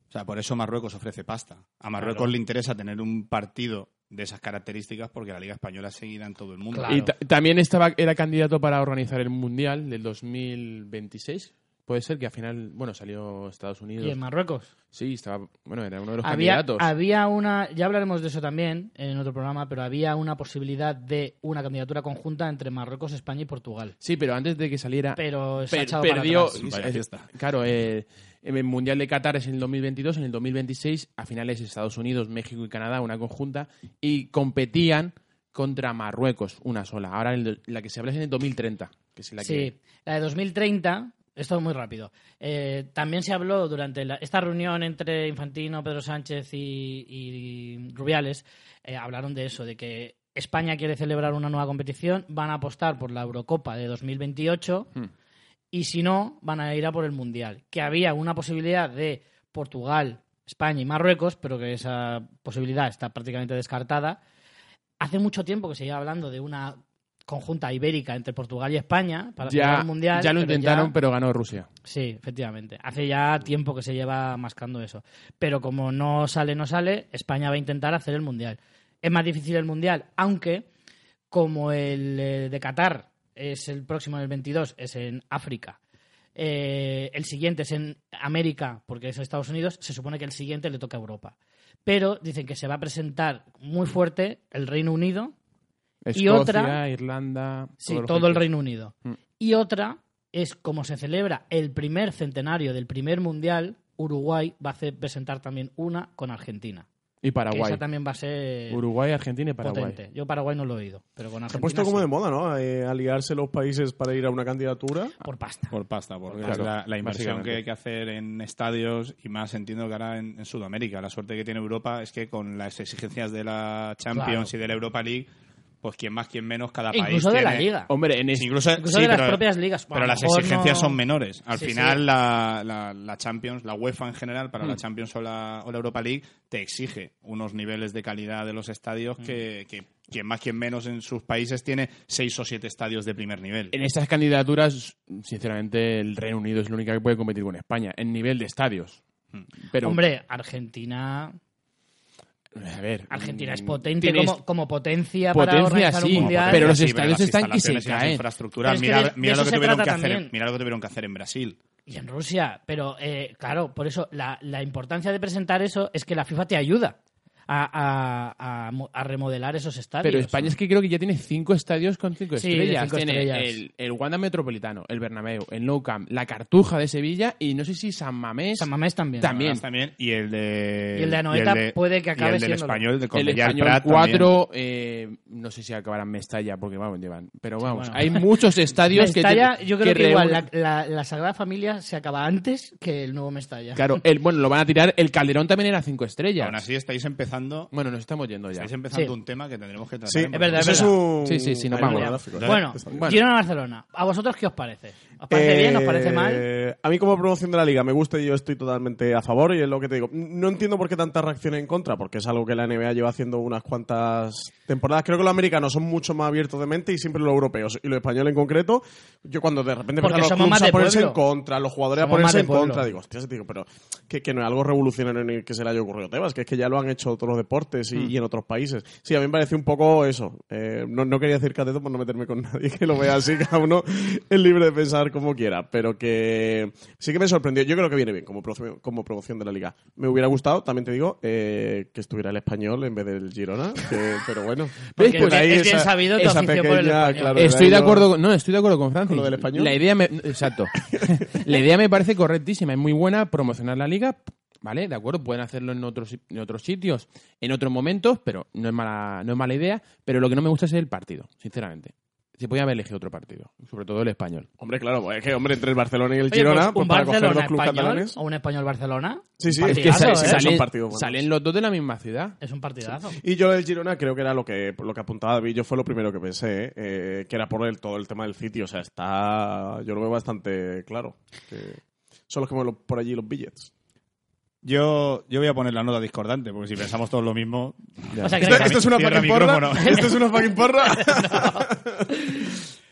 Speaker 4: O sea, por eso Marruecos ofrece pasta. A Marruecos
Speaker 1: Claro.
Speaker 4: le interesa tener un partido de esas características porque la Liga Española es seguida en todo el mundo.
Speaker 1: Claro.
Speaker 2: Y ta- también estaba, era candidato para organizar el Mundial del 2026. Puede ser que al final, bueno, salió Estados Unidos.
Speaker 1: Y en Marruecos.
Speaker 2: Sí, estaba, bueno, era uno de los
Speaker 1: Había,
Speaker 2: candidatos.
Speaker 1: había una, ya hablaremos de eso también en otro programa, pero había una posibilidad de una candidatura conjunta entre Marruecos, España y Portugal.
Speaker 2: Sí, pero antes de que saliera...
Speaker 1: Pero se ha
Speaker 2: per-
Speaker 1: echado para
Speaker 2: perdió...
Speaker 1: atrás.
Speaker 4: Vaya
Speaker 2: es-
Speaker 4: fiesta.
Speaker 2: Claro, eh, en el Mundial de Qatar es en el 2022, en el 2026 a finales Estados Unidos, México y Canadá, una conjunta, y competían contra Marruecos, una sola. Ahora en el- la que se habla es en el 2030, que es la que...
Speaker 1: Sí, la de 2030, esto es muy rápido. Eh, también se habló durante la- esta reunión entre Infantino, Pedro Sánchez y, y Rubiales, eh, hablaron de eso, de que España quiere celebrar una nueva competición, van a apostar por la Eurocopa de 2028
Speaker 2: Hmm.
Speaker 1: y si no, van a ir a por el Mundial. Que había una posibilidad de Portugal, España y Marruecos, pero que esa posibilidad está prácticamente descartada. Hace mucho tiempo que se lleva hablando de una conjunta ibérica entre Portugal y España para jugar
Speaker 2: Ya,
Speaker 1: el Mundial.
Speaker 2: ya lo
Speaker 1: pero
Speaker 2: intentaron,
Speaker 1: ya-
Speaker 2: pero ganó Rusia.
Speaker 1: Sí, efectivamente. Hace ya tiempo que se lleva mascando eso. Pero como no sale, no sale, España va a intentar hacer el Mundial. Es más difícil el Mundial, aunque como el eh, de Qatar es el próximo, el 22, es en África. eh, el siguiente es en América, porque es Estados Unidos. Se supone que el siguiente le toca a Europa. Pero dicen que se va a presentar muy fuerte el Reino Unido
Speaker 2: Escocia,
Speaker 1: otra-
Speaker 2: Irlanda.
Speaker 1: Sí,
Speaker 2: todos los
Speaker 1: todo el
Speaker 2: países.
Speaker 1: Reino Unido.
Speaker 2: Mm.
Speaker 1: Y otra es como se celebra el primer centenario del primer mundial, Uruguay va a hacer- presentar también una con Argentina.
Speaker 2: Y
Speaker 1: Que
Speaker 2: Paraguay.
Speaker 1: esa también va a ser
Speaker 2: Uruguay, Argentina y Paraguay.
Speaker 1: potente. Yo Paraguay no lo he oído, pero con
Speaker 3: Se ha
Speaker 1: Argentina
Speaker 3: puesto como
Speaker 1: sí,
Speaker 3: de moda, ¿no? Eh, aliarse los países para ir a una candidatura.
Speaker 1: por pasta.
Speaker 4: Por pasta, porque
Speaker 2: Claro,
Speaker 4: es la, la inversión
Speaker 2: básicamente.
Speaker 4: que hay que hacer en estadios y más entiendo que ahora en, en Sudamérica. La suerte que tiene Europa es que con las exigencias de la Champions y de la Europa League, pues quien más, quien menos, cada país.
Speaker 1: Incluso de la
Speaker 4: tiene-
Speaker 1: liga.
Speaker 2: Hombre, en
Speaker 4: Sí, Incluso,
Speaker 1: Incluso
Speaker 4: sí,
Speaker 1: de las
Speaker 4: pero-
Speaker 1: propias ligas. A
Speaker 4: Pero
Speaker 1: lo
Speaker 4: las
Speaker 1: mejor
Speaker 4: exigencias
Speaker 1: no-
Speaker 4: son menores. Al
Speaker 1: Sí,
Speaker 4: final,
Speaker 1: sí. Mm.
Speaker 4: La, la- la Champions, la UEFA en general, para la Champions o la, o la Europa League, te exige unos niveles de calidad de los estadios
Speaker 1: Mm.
Speaker 4: que, que quien más, quien menos en sus países tiene seis o siete estadios de primer nivel.
Speaker 2: en estas candidaturas, sinceramente, el Reino Unido es la única que puede competir con España en nivel de estadios.
Speaker 4: Hmm.
Speaker 2: Pero,
Speaker 1: Hombre, Argentina,
Speaker 2: a ver.
Speaker 1: Argentina
Speaker 2: mm,
Speaker 1: es potente
Speaker 2: tienes
Speaker 1: como, como potencia, para
Speaker 2: Potencia,
Speaker 1: organizar
Speaker 2: sí,
Speaker 1: un mundial.
Speaker 2: pero los
Speaker 4: Sí,
Speaker 2: estadios
Speaker 4: las
Speaker 2: están y se
Speaker 4: instalaciones las
Speaker 2: caen.
Speaker 1: Pero es
Speaker 4: infraestructuras,
Speaker 1: que
Speaker 4: mira,
Speaker 1: de-
Speaker 4: mira
Speaker 1: de eso
Speaker 4: lo que
Speaker 1: se
Speaker 4: tuvieron que
Speaker 1: trata
Speaker 4: hacer,
Speaker 1: también.
Speaker 4: mira lo que tuvieron que hacer en Brasil.
Speaker 1: Y en Rusia, pero eh, claro, por eso la, la importancia de presentar eso es que la FIFA te ayuda a, a- a mo- a remodelar esos estadios.
Speaker 2: Pero España es que creo que ya tiene cinco estadios con cinco
Speaker 1: Sí, de
Speaker 2: estrellas.
Speaker 1: cinco
Speaker 2: tiene
Speaker 1: estrellas.
Speaker 2: El, el Wanda Metropolitano, el Bernabéu, el Nou Camp, la Cartuja de Sevilla y no sé si San Mamés.
Speaker 1: San Mamés también.
Speaker 2: También.
Speaker 4: Además, también. Y el de.
Speaker 1: Y el de Anoeta puede que
Speaker 4: y
Speaker 1: acabe
Speaker 4: el del
Speaker 1: siéndolo.
Speaker 4: español, de
Speaker 2: el
Speaker 4: Cornellá,
Speaker 2: español
Speaker 4: Prat también.
Speaker 2: 4, eh, no sé si acabarán Mestalla, porque vamos, llevan. Pero vamos,
Speaker 1: bueno.
Speaker 2: hay muchos estadios
Speaker 1: Mestalla,
Speaker 2: que. te-
Speaker 1: yo creo que, igual la,
Speaker 2: reúnen-
Speaker 1: la- la Sagrada Familia se acaba antes que el nuevo Mestalla.
Speaker 2: Claro, el, bueno, lo van a tirar. El Calderón también era cinco estrellas.
Speaker 4: Aún así estáis empezando
Speaker 2: Bueno, nos estamos yendo ya.
Speaker 4: Estáis empezando
Speaker 1: Sí.
Speaker 4: un tema que tendremos que tratar.
Speaker 3: Sí,
Speaker 4: en
Speaker 1: es verdad, es
Speaker 3: Eso
Speaker 1: verdad.
Speaker 3: un-
Speaker 2: Sí, sí, sí, nos
Speaker 3: hay un
Speaker 2: vamos.
Speaker 3: monográfico, ¿eh?
Speaker 1: Bueno,
Speaker 3: Está bien.
Speaker 2: Bueno.
Speaker 1: Girona Barcelona. ¿A vosotros qué os parece? ¿Os parece bien? ¿Os parece mal?
Speaker 3: Eh, A mí como promoción de la liga me gusta y yo estoy totalmente a favor y es lo que te digo. No entiendo por qué tantas reacciones en contra, porque es algo que la NBA lleva haciendo unas cuantas temporadas. Creo que los americanos son mucho más abiertos de mente y siempre los europeos y los españoles en concreto. Yo cuando de repente
Speaker 1: Porque
Speaker 3: empezaron los
Speaker 1: somos
Speaker 3: clubs
Speaker 1: más de
Speaker 3: a ponerse en
Speaker 1: pueblo.
Speaker 3: contra, los jugadores
Speaker 1: Somos
Speaker 3: a
Speaker 1: más
Speaker 3: ponerse
Speaker 1: de
Speaker 3: en
Speaker 1: pueblo.
Speaker 3: contra, digo, hostia, digo, pero que, que no es algo revolucionario ni que se le haya ocurrido a Tebas, que es que ya lo han hecho otros deportes y,
Speaker 1: Hmm.
Speaker 3: y en otros países. Sí, a mí me parece un poco eso. Eh, no, no quería decir cateto por no meterme con nadie que lo vea así, cada uno es libre de pensar como quiera, pero que sí que me sorprendió. Yo creo que viene bien como, promoción- como promoción de la liga. Me hubiera gustado, también te digo, eh, que estuviera el español en vez del Girona, que- pero bueno.
Speaker 1: Porque
Speaker 3: Por ahí
Speaker 1: es bien
Speaker 3: esa-
Speaker 1: sabido tu
Speaker 3: esa
Speaker 1: afición por el
Speaker 3: pequeña,
Speaker 1: español.
Speaker 3: claro,
Speaker 2: Estoy de
Speaker 3: yo-
Speaker 2: acuerdo con, no, estoy de acuerdo con Francis.
Speaker 3: ¿Con lo del español?
Speaker 2: La idea me, exacto. la idea me parece correctísima, es muy buena promocionar la liga, ¿vale? De acuerdo, pueden hacerlo en otros en otros sitios, en otros momentos, pero no es mala no es mala idea, pero lo que no me gusta es el partido, sinceramente. Se podía haber elegido otro partido, sobre todo el español.
Speaker 3: Hombre, claro, pues es que hombre, entre el Barcelona y el
Speaker 1: Oye, pues,
Speaker 3: Girona, pues,
Speaker 1: un
Speaker 3: para coger dos
Speaker 1: Barcelona
Speaker 3: clubes
Speaker 1: español
Speaker 3: catalanes.
Speaker 1: o un español Barcelona
Speaker 3: Sí, sí,
Speaker 1: Es
Speaker 2: Es
Speaker 1: que
Speaker 2: que
Speaker 1: Partidazo,
Speaker 2: sal-
Speaker 1: ¿eh?
Speaker 2: salen,
Speaker 3: son partidos buenos.
Speaker 2: salen los dos de la misma ciudad.
Speaker 1: es un partidazo.
Speaker 3: Y yo del Girona creo que era lo que lo que apuntaba David, yo fue lo primero que pensé, ¿eh? Eh, que era por el, todo el tema del sitio, o sea, está, yo lo veo bastante claro. que son los que mueven lo- por allí los billets.
Speaker 4: Yo, yo voy a poner la nota discordante, porque si pensamos todos lo mismo.
Speaker 1: O sea, que
Speaker 3: Esta,
Speaker 1: cami-
Speaker 3: esta es una
Speaker 4: Cierra
Speaker 3: fucking porra.
Speaker 4: micrófono.
Speaker 3: Esto es una fucking porra.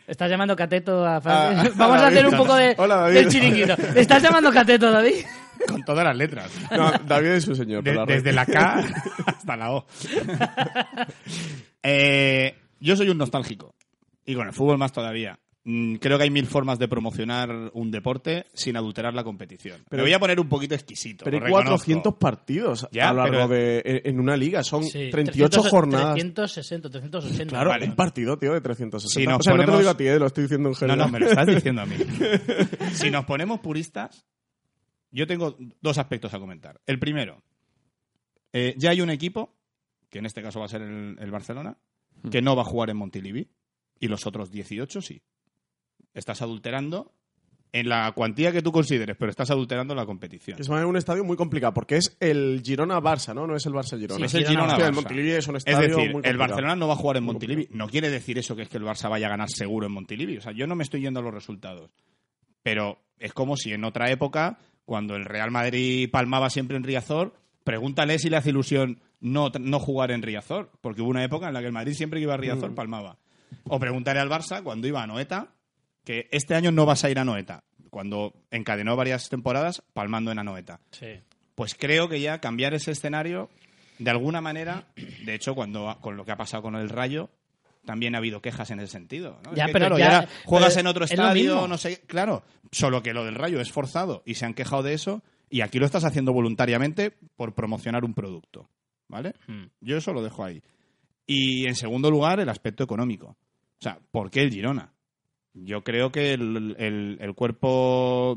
Speaker 1: ¿Estás llamando cateto a
Speaker 3: Ah,
Speaker 1: Fran?
Speaker 3: hola,
Speaker 1: Vamos a hacer
Speaker 3: David.
Speaker 1: un poco de,
Speaker 3: Hola, David.
Speaker 1: del chiringuito. ¿Le ¿Estás llamando cateto, David?
Speaker 4: Con todas las letras.
Speaker 3: No, David es su señor.
Speaker 4: De-
Speaker 3: pero la-
Speaker 4: desde la K hasta la O. Eh, yo soy un nostálgico. Y con el fútbol más todavía. Mm, Creo que hay mil formas de promocionar un deporte sin adulterar la competición. Pero
Speaker 3: Pero-
Speaker 4: voy a poner un poquito exquisito.
Speaker 3: Pero
Speaker 4: lo
Speaker 3: hay
Speaker 4: reconozco.
Speaker 3: 400 partidos
Speaker 4: Ya,
Speaker 3: a lo largo
Speaker 4: pero-
Speaker 3: de en, en una liga, son
Speaker 1: Sí,
Speaker 3: 38
Speaker 1: 300,
Speaker 3: jornadas.
Speaker 1: 360, 380.
Speaker 3: Claro,
Speaker 4: Vale.
Speaker 3: un partido, tío, de 360.
Speaker 4: Si nos
Speaker 3: o sea, no te
Speaker 4: ponemos-
Speaker 3: lo digo a ti, eh, lo estoy diciendo en
Speaker 4: No,
Speaker 3: general.
Speaker 4: no, me lo estás diciendo a mí. si nos ponemos puristas, yo tengo dos aspectos a comentar. El primero, eh, ya hay un equipo, que en este caso va a ser el, el Barcelona, que no va a jugar en Montilivi y los otros 18 sí. Estás adulterando en la cuantía que tú consideres, pero estás adulterando la competición.
Speaker 3: Que se va a un estadio muy complicado, porque es el Girona-Barça, ¿no? No es el
Speaker 1: Sí,
Speaker 3: Barça-Girona.
Speaker 4: es el
Speaker 1: Girona-Barça.
Speaker 4: Girona
Speaker 3: Hostia, el Montilivi es un
Speaker 4: Es
Speaker 3: estadio
Speaker 4: decir,
Speaker 3: muy
Speaker 4: el
Speaker 3: complicado.
Speaker 4: Barcelona no va a jugar en
Speaker 3: Muy
Speaker 4: Montilivi. No quiere decir eso que es que el Barça vaya a ganar seguro en Montilivi. O sea, yo no me estoy yendo a los resultados. Pero es como si en otra época, cuando el Real Madrid palmaba siempre en Riazor, pregúntale si le hace ilusión no, tra- no jugar en Riazor. Porque hubo una época en la que el Madrid siempre que iba a
Speaker 3: Mm.
Speaker 4: Riazor palmaba. O pregúntale al Barça cuando iba a Noeta, que este año no vas a ir a Noeta. Cuando encadenó varias temporadas palmando en Anoeta
Speaker 1: Sí.
Speaker 4: pues creo que ya cambiar ese escenario, de alguna manera, de hecho, cuando con lo que ha pasado con el Rayo, también ha habido quejas en ese sentido. ¿no?
Speaker 1: Ya,
Speaker 4: Es que,
Speaker 1: pero
Speaker 4: claro,
Speaker 1: ya-
Speaker 4: ahora juegas
Speaker 1: pero
Speaker 4: en otro
Speaker 1: es lo mismo.
Speaker 4: estadio, no sé, claro, solo que lo del Rayo es forzado y se han quejado de eso y aquí lo estás haciendo voluntariamente por promocionar un producto, ¿vale?
Speaker 1: Hmm.
Speaker 4: Yo eso lo dejo ahí. Y en segundo lugar, el aspecto económico. O sea, ¿por qué el Girona? Yo creo que el, el- el cuerpo.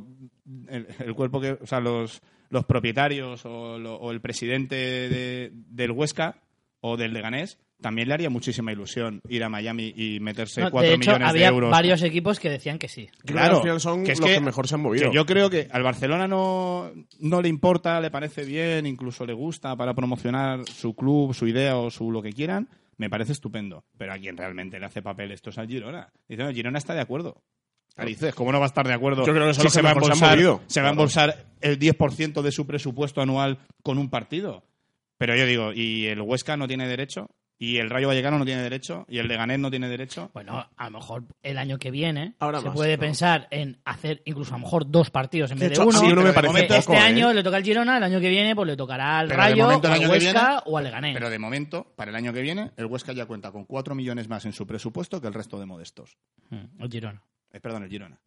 Speaker 4: El, el cuerpo que. O sea, los, los propietarios o, lo- o el presidente de- del Huesca o del Leganés también le haría muchísima ilusión ir a Miami y meterse
Speaker 1: No,
Speaker 4: cuatro
Speaker 1: de hecho,
Speaker 4: millones
Speaker 1: había
Speaker 4: de euros.
Speaker 1: varios equipos que decían que sí.
Speaker 3: Yo creo que al final son
Speaker 4: es
Speaker 3: los que mejor se han movido.
Speaker 4: que yo creo que al Barcelona no, no le importa, le parece bien, incluso le gusta para promocionar su club, su idea o su lo que quieran. Me parece estupendo. Pero a quien realmente le hace papel esto es al Girona. Dice, no, Girona está de acuerdo. Narices, ¿cómo no va a estar de acuerdo?
Speaker 3: Yo creo que son
Speaker 4: si
Speaker 3: los
Speaker 4: se
Speaker 3: que
Speaker 4: va a
Speaker 3: mejor se han
Speaker 4: embolsar,
Speaker 3: movido.
Speaker 4: se va a embolsar el 10% de su presupuesto anual con un partido. Pero yo digo, ¿y el Huesca no tiene derecho? ¿Y el Rayo Vallecano no tiene derecho? ¿Y el Leganés no tiene derecho?
Speaker 1: Bueno, a lo mejor el año que viene
Speaker 3: Ahora
Speaker 1: se
Speaker 3: más,
Speaker 1: puede
Speaker 3: ¿no?
Speaker 1: pensar en hacer incluso a lo mejor dos partidos en vez de
Speaker 3: hecho,
Speaker 1: uno.
Speaker 3: sí, uno me
Speaker 1: Porque
Speaker 3: parece
Speaker 1: este
Speaker 3: poco, ¿eh?
Speaker 1: año le toca al Girona, el año que viene pues le tocará al
Speaker 4: Pero de
Speaker 1: Rayo,
Speaker 4: momento el
Speaker 1: al
Speaker 4: año que viene-
Speaker 1: Huesca o al Leganés.
Speaker 4: Pero de momento, para el año que viene, el Huesca ya cuenta con 4 millones más en su presupuesto que el resto de modestos.
Speaker 1: Mm, o Girona.
Speaker 4: Eh, perdón, el Girona.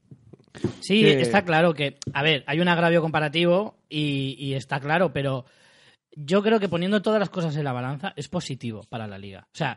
Speaker 1: Sí,
Speaker 3: que-
Speaker 1: está claro que, a ver, hay un agravio comparativo y, y está claro, pero yo creo que poniendo todas las cosas en la balanza es positivo para la liga. O sea,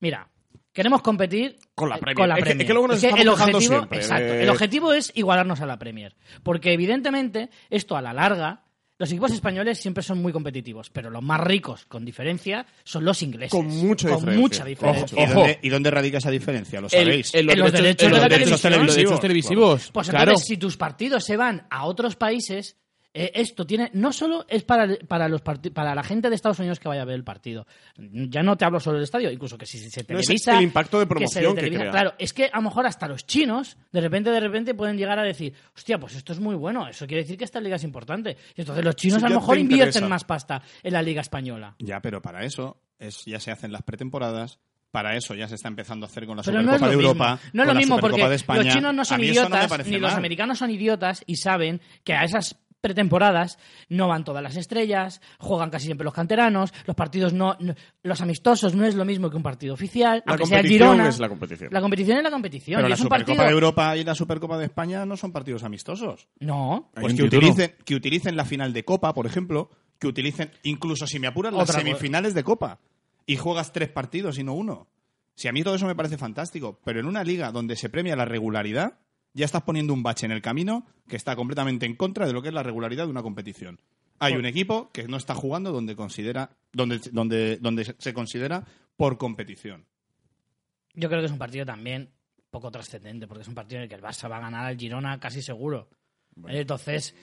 Speaker 1: mira, queremos competir
Speaker 3: Con la
Speaker 1: eh,
Speaker 3: Premier.
Speaker 1: Con la
Speaker 3: Es que-
Speaker 1: Premier.
Speaker 3: es que luego nos estamos
Speaker 1: el
Speaker 3: quejando
Speaker 1: objetivo,
Speaker 3: siempre eh.
Speaker 1: exacto,
Speaker 3: de-
Speaker 1: el objetivo es igualarnos a la Premier, porque evidentemente esto a la larga los equipos españoles siempre son muy competitivos, pero los más ricos, con diferencia, son los ingleses.
Speaker 3: Con mucha diferencia.
Speaker 1: mucha diferencia.
Speaker 2: Ojo,
Speaker 4: ¿Y,
Speaker 2: ojo.
Speaker 4: dónde, y dónde radica esa diferencia? ¿Lo sabéis?
Speaker 1: el- En los derechos
Speaker 2: en
Speaker 1: de la televisión.
Speaker 2: derechos televisivos. Los derechos televisivos,
Speaker 1: Pues
Speaker 2: claro.
Speaker 1: entonces, si tus partidos se van a otros países, eh, esto tiene no solo es para, el- para, los parti- para la gente de Estados Unidos que vaya a ver el partido. Ya no te hablo solo del estadio, incluso que si se
Speaker 3: No, es
Speaker 1: televisa...
Speaker 3: el impacto de
Speaker 1: que se
Speaker 3: promoción que
Speaker 1: televisa-
Speaker 3: crea.
Speaker 1: Claro, es que a lo mejor hasta los chinos, de repente, de repente pueden llegar a decir, hostia, pues esto es muy bueno, eso quiere decir que esta liga es importante. Y entonces los chinos
Speaker 3: Sí,
Speaker 1: a lo
Speaker 3: ya
Speaker 1: mejor
Speaker 3: te
Speaker 1: invierten
Speaker 3: interesa.
Speaker 1: más pasta en la liga española.
Speaker 4: Ya, pero para eso es, ya se hacen las pretemporadas. Para eso ya se está empezando a hacer con la
Speaker 1: Pero no
Speaker 4: Supercopa
Speaker 1: es lo
Speaker 4: de
Speaker 1: mismo.
Speaker 4: Europa.
Speaker 1: No es
Speaker 4: con
Speaker 1: lo
Speaker 4: la
Speaker 1: mismo
Speaker 4: Supercopa
Speaker 1: porque
Speaker 4: de España.
Speaker 1: los chinos no son
Speaker 4: A mí eso no me
Speaker 1: idiotas,
Speaker 4: parece
Speaker 1: ni los
Speaker 4: mal.
Speaker 1: americanos son idiotas y saben que a esas pretemporadas no van todas las estrellas, juegan casi siempre los canteranos, los partidos no, no- los amistosos no es lo mismo que un partido oficial,
Speaker 3: La
Speaker 1: aunque sea el
Speaker 3: competición
Speaker 1: Girona.
Speaker 3: es la competición.
Speaker 1: La competición es la competición.
Speaker 4: Pero
Speaker 1: y
Speaker 4: la
Speaker 1: es un
Speaker 4: Supercopa
Speaker 1: partido...
Speaker 4: de Europa y la Supercopa de España no son partidos amistosos.
Speaker 1: No.
Speaker 4: Pues que utilicen, que utilicen la final de Copa, por ejemplo, que utilicen, incluso si me apuran, las
Speaker 1: Otra cosa.
Speaker 4: semifinales de Copa. Y juegas tres partidos y no uno. Si a mí todo eso me parece fantástico, pero en una liga donde se premia la regularidad, ya estás poniendo un bache en el camino que está completamente en contra de lo que es la regularidad de una competición. Hay un equipo que no está jugando donde considera, donde, donde, donde se considera por competición.
Speaker 1: Yo creo que es un partido también poco trascendente, porque es un partido en el que el Barça va a ganar al Girona casi seguro. Entonces,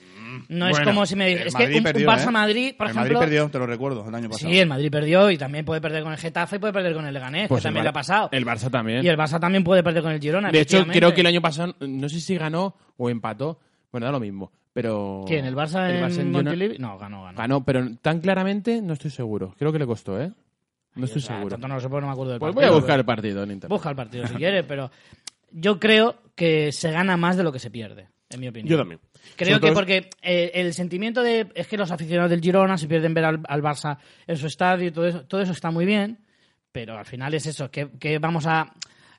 Speaker 1: no es
Speaker 4: Mm, Bueno,
Speaker 1: como si me
Speaker 4: el
Speaker 1: dices, es que
Speaker 4: Madrid
Speaker 1: un,
Speaker 4: perdió, ¿eh?
Speaker 1: Barça-Madrid, por
Speaker 4: el
Speaker 1: ejemplo,
Speaker 4: Madrid perdió, te lo recuerdo, el año pasado.
Speaker 1: Sí, el Madrid perdió y también puede perder con el Getafe y puede perder con el Leganés,
Speaker 2: Pues
Speaker 1: que también
Speaker 2: el
Speaker 1: le
Speaker 2: Bar-
Speaker 1: ha pasado.
Speaker 2: El Barça también.
Speaker 1: Y el Barça también puede perder con el Girona.
Speaker 2: De hecho,
Speaker 1: Ah, efectivamente.
Speaker 2: creo que el año pasado, no sé si ganó o empató, bueno, da lo mismo, pero...
Speaker 1: ¿Quién? ¿El Barça en
Speaker 2: Barça en Girona-
Speaker 1: Montilivi? No, ganó, ganó.
Speaker 2: Ganó, pero tan claramente no estoy seguro. Creo que le costó, ¿eh? No
Speaker 1: O
Speaker 2: estoy
Speaker 1: sea,
Speaker 2: seguro.
Speaker 1: tanto no lo sé porque no me acuerdo del
Speaker 2: Pues voy a
Speaker 1: partido. ¿eh?
Speaker 2: buscar el partido en internet.
Speaker 1: Busca el partido si quieres, pero yo creo que se gana más de lo que se pierde, en mi opinión.
Speaker 3: Yo también.
Speaker 1: Creo
Speaker 3: Sobre
Speaker 1: que
Speaker 3: todo-
Speaker 1: porque eh, el sentimiento de es que los aficionados del Girona se pierden ver al, al Barça en su estadio y todo eso, todo eso está muy bien, pero al final es eso, que, que vamos a,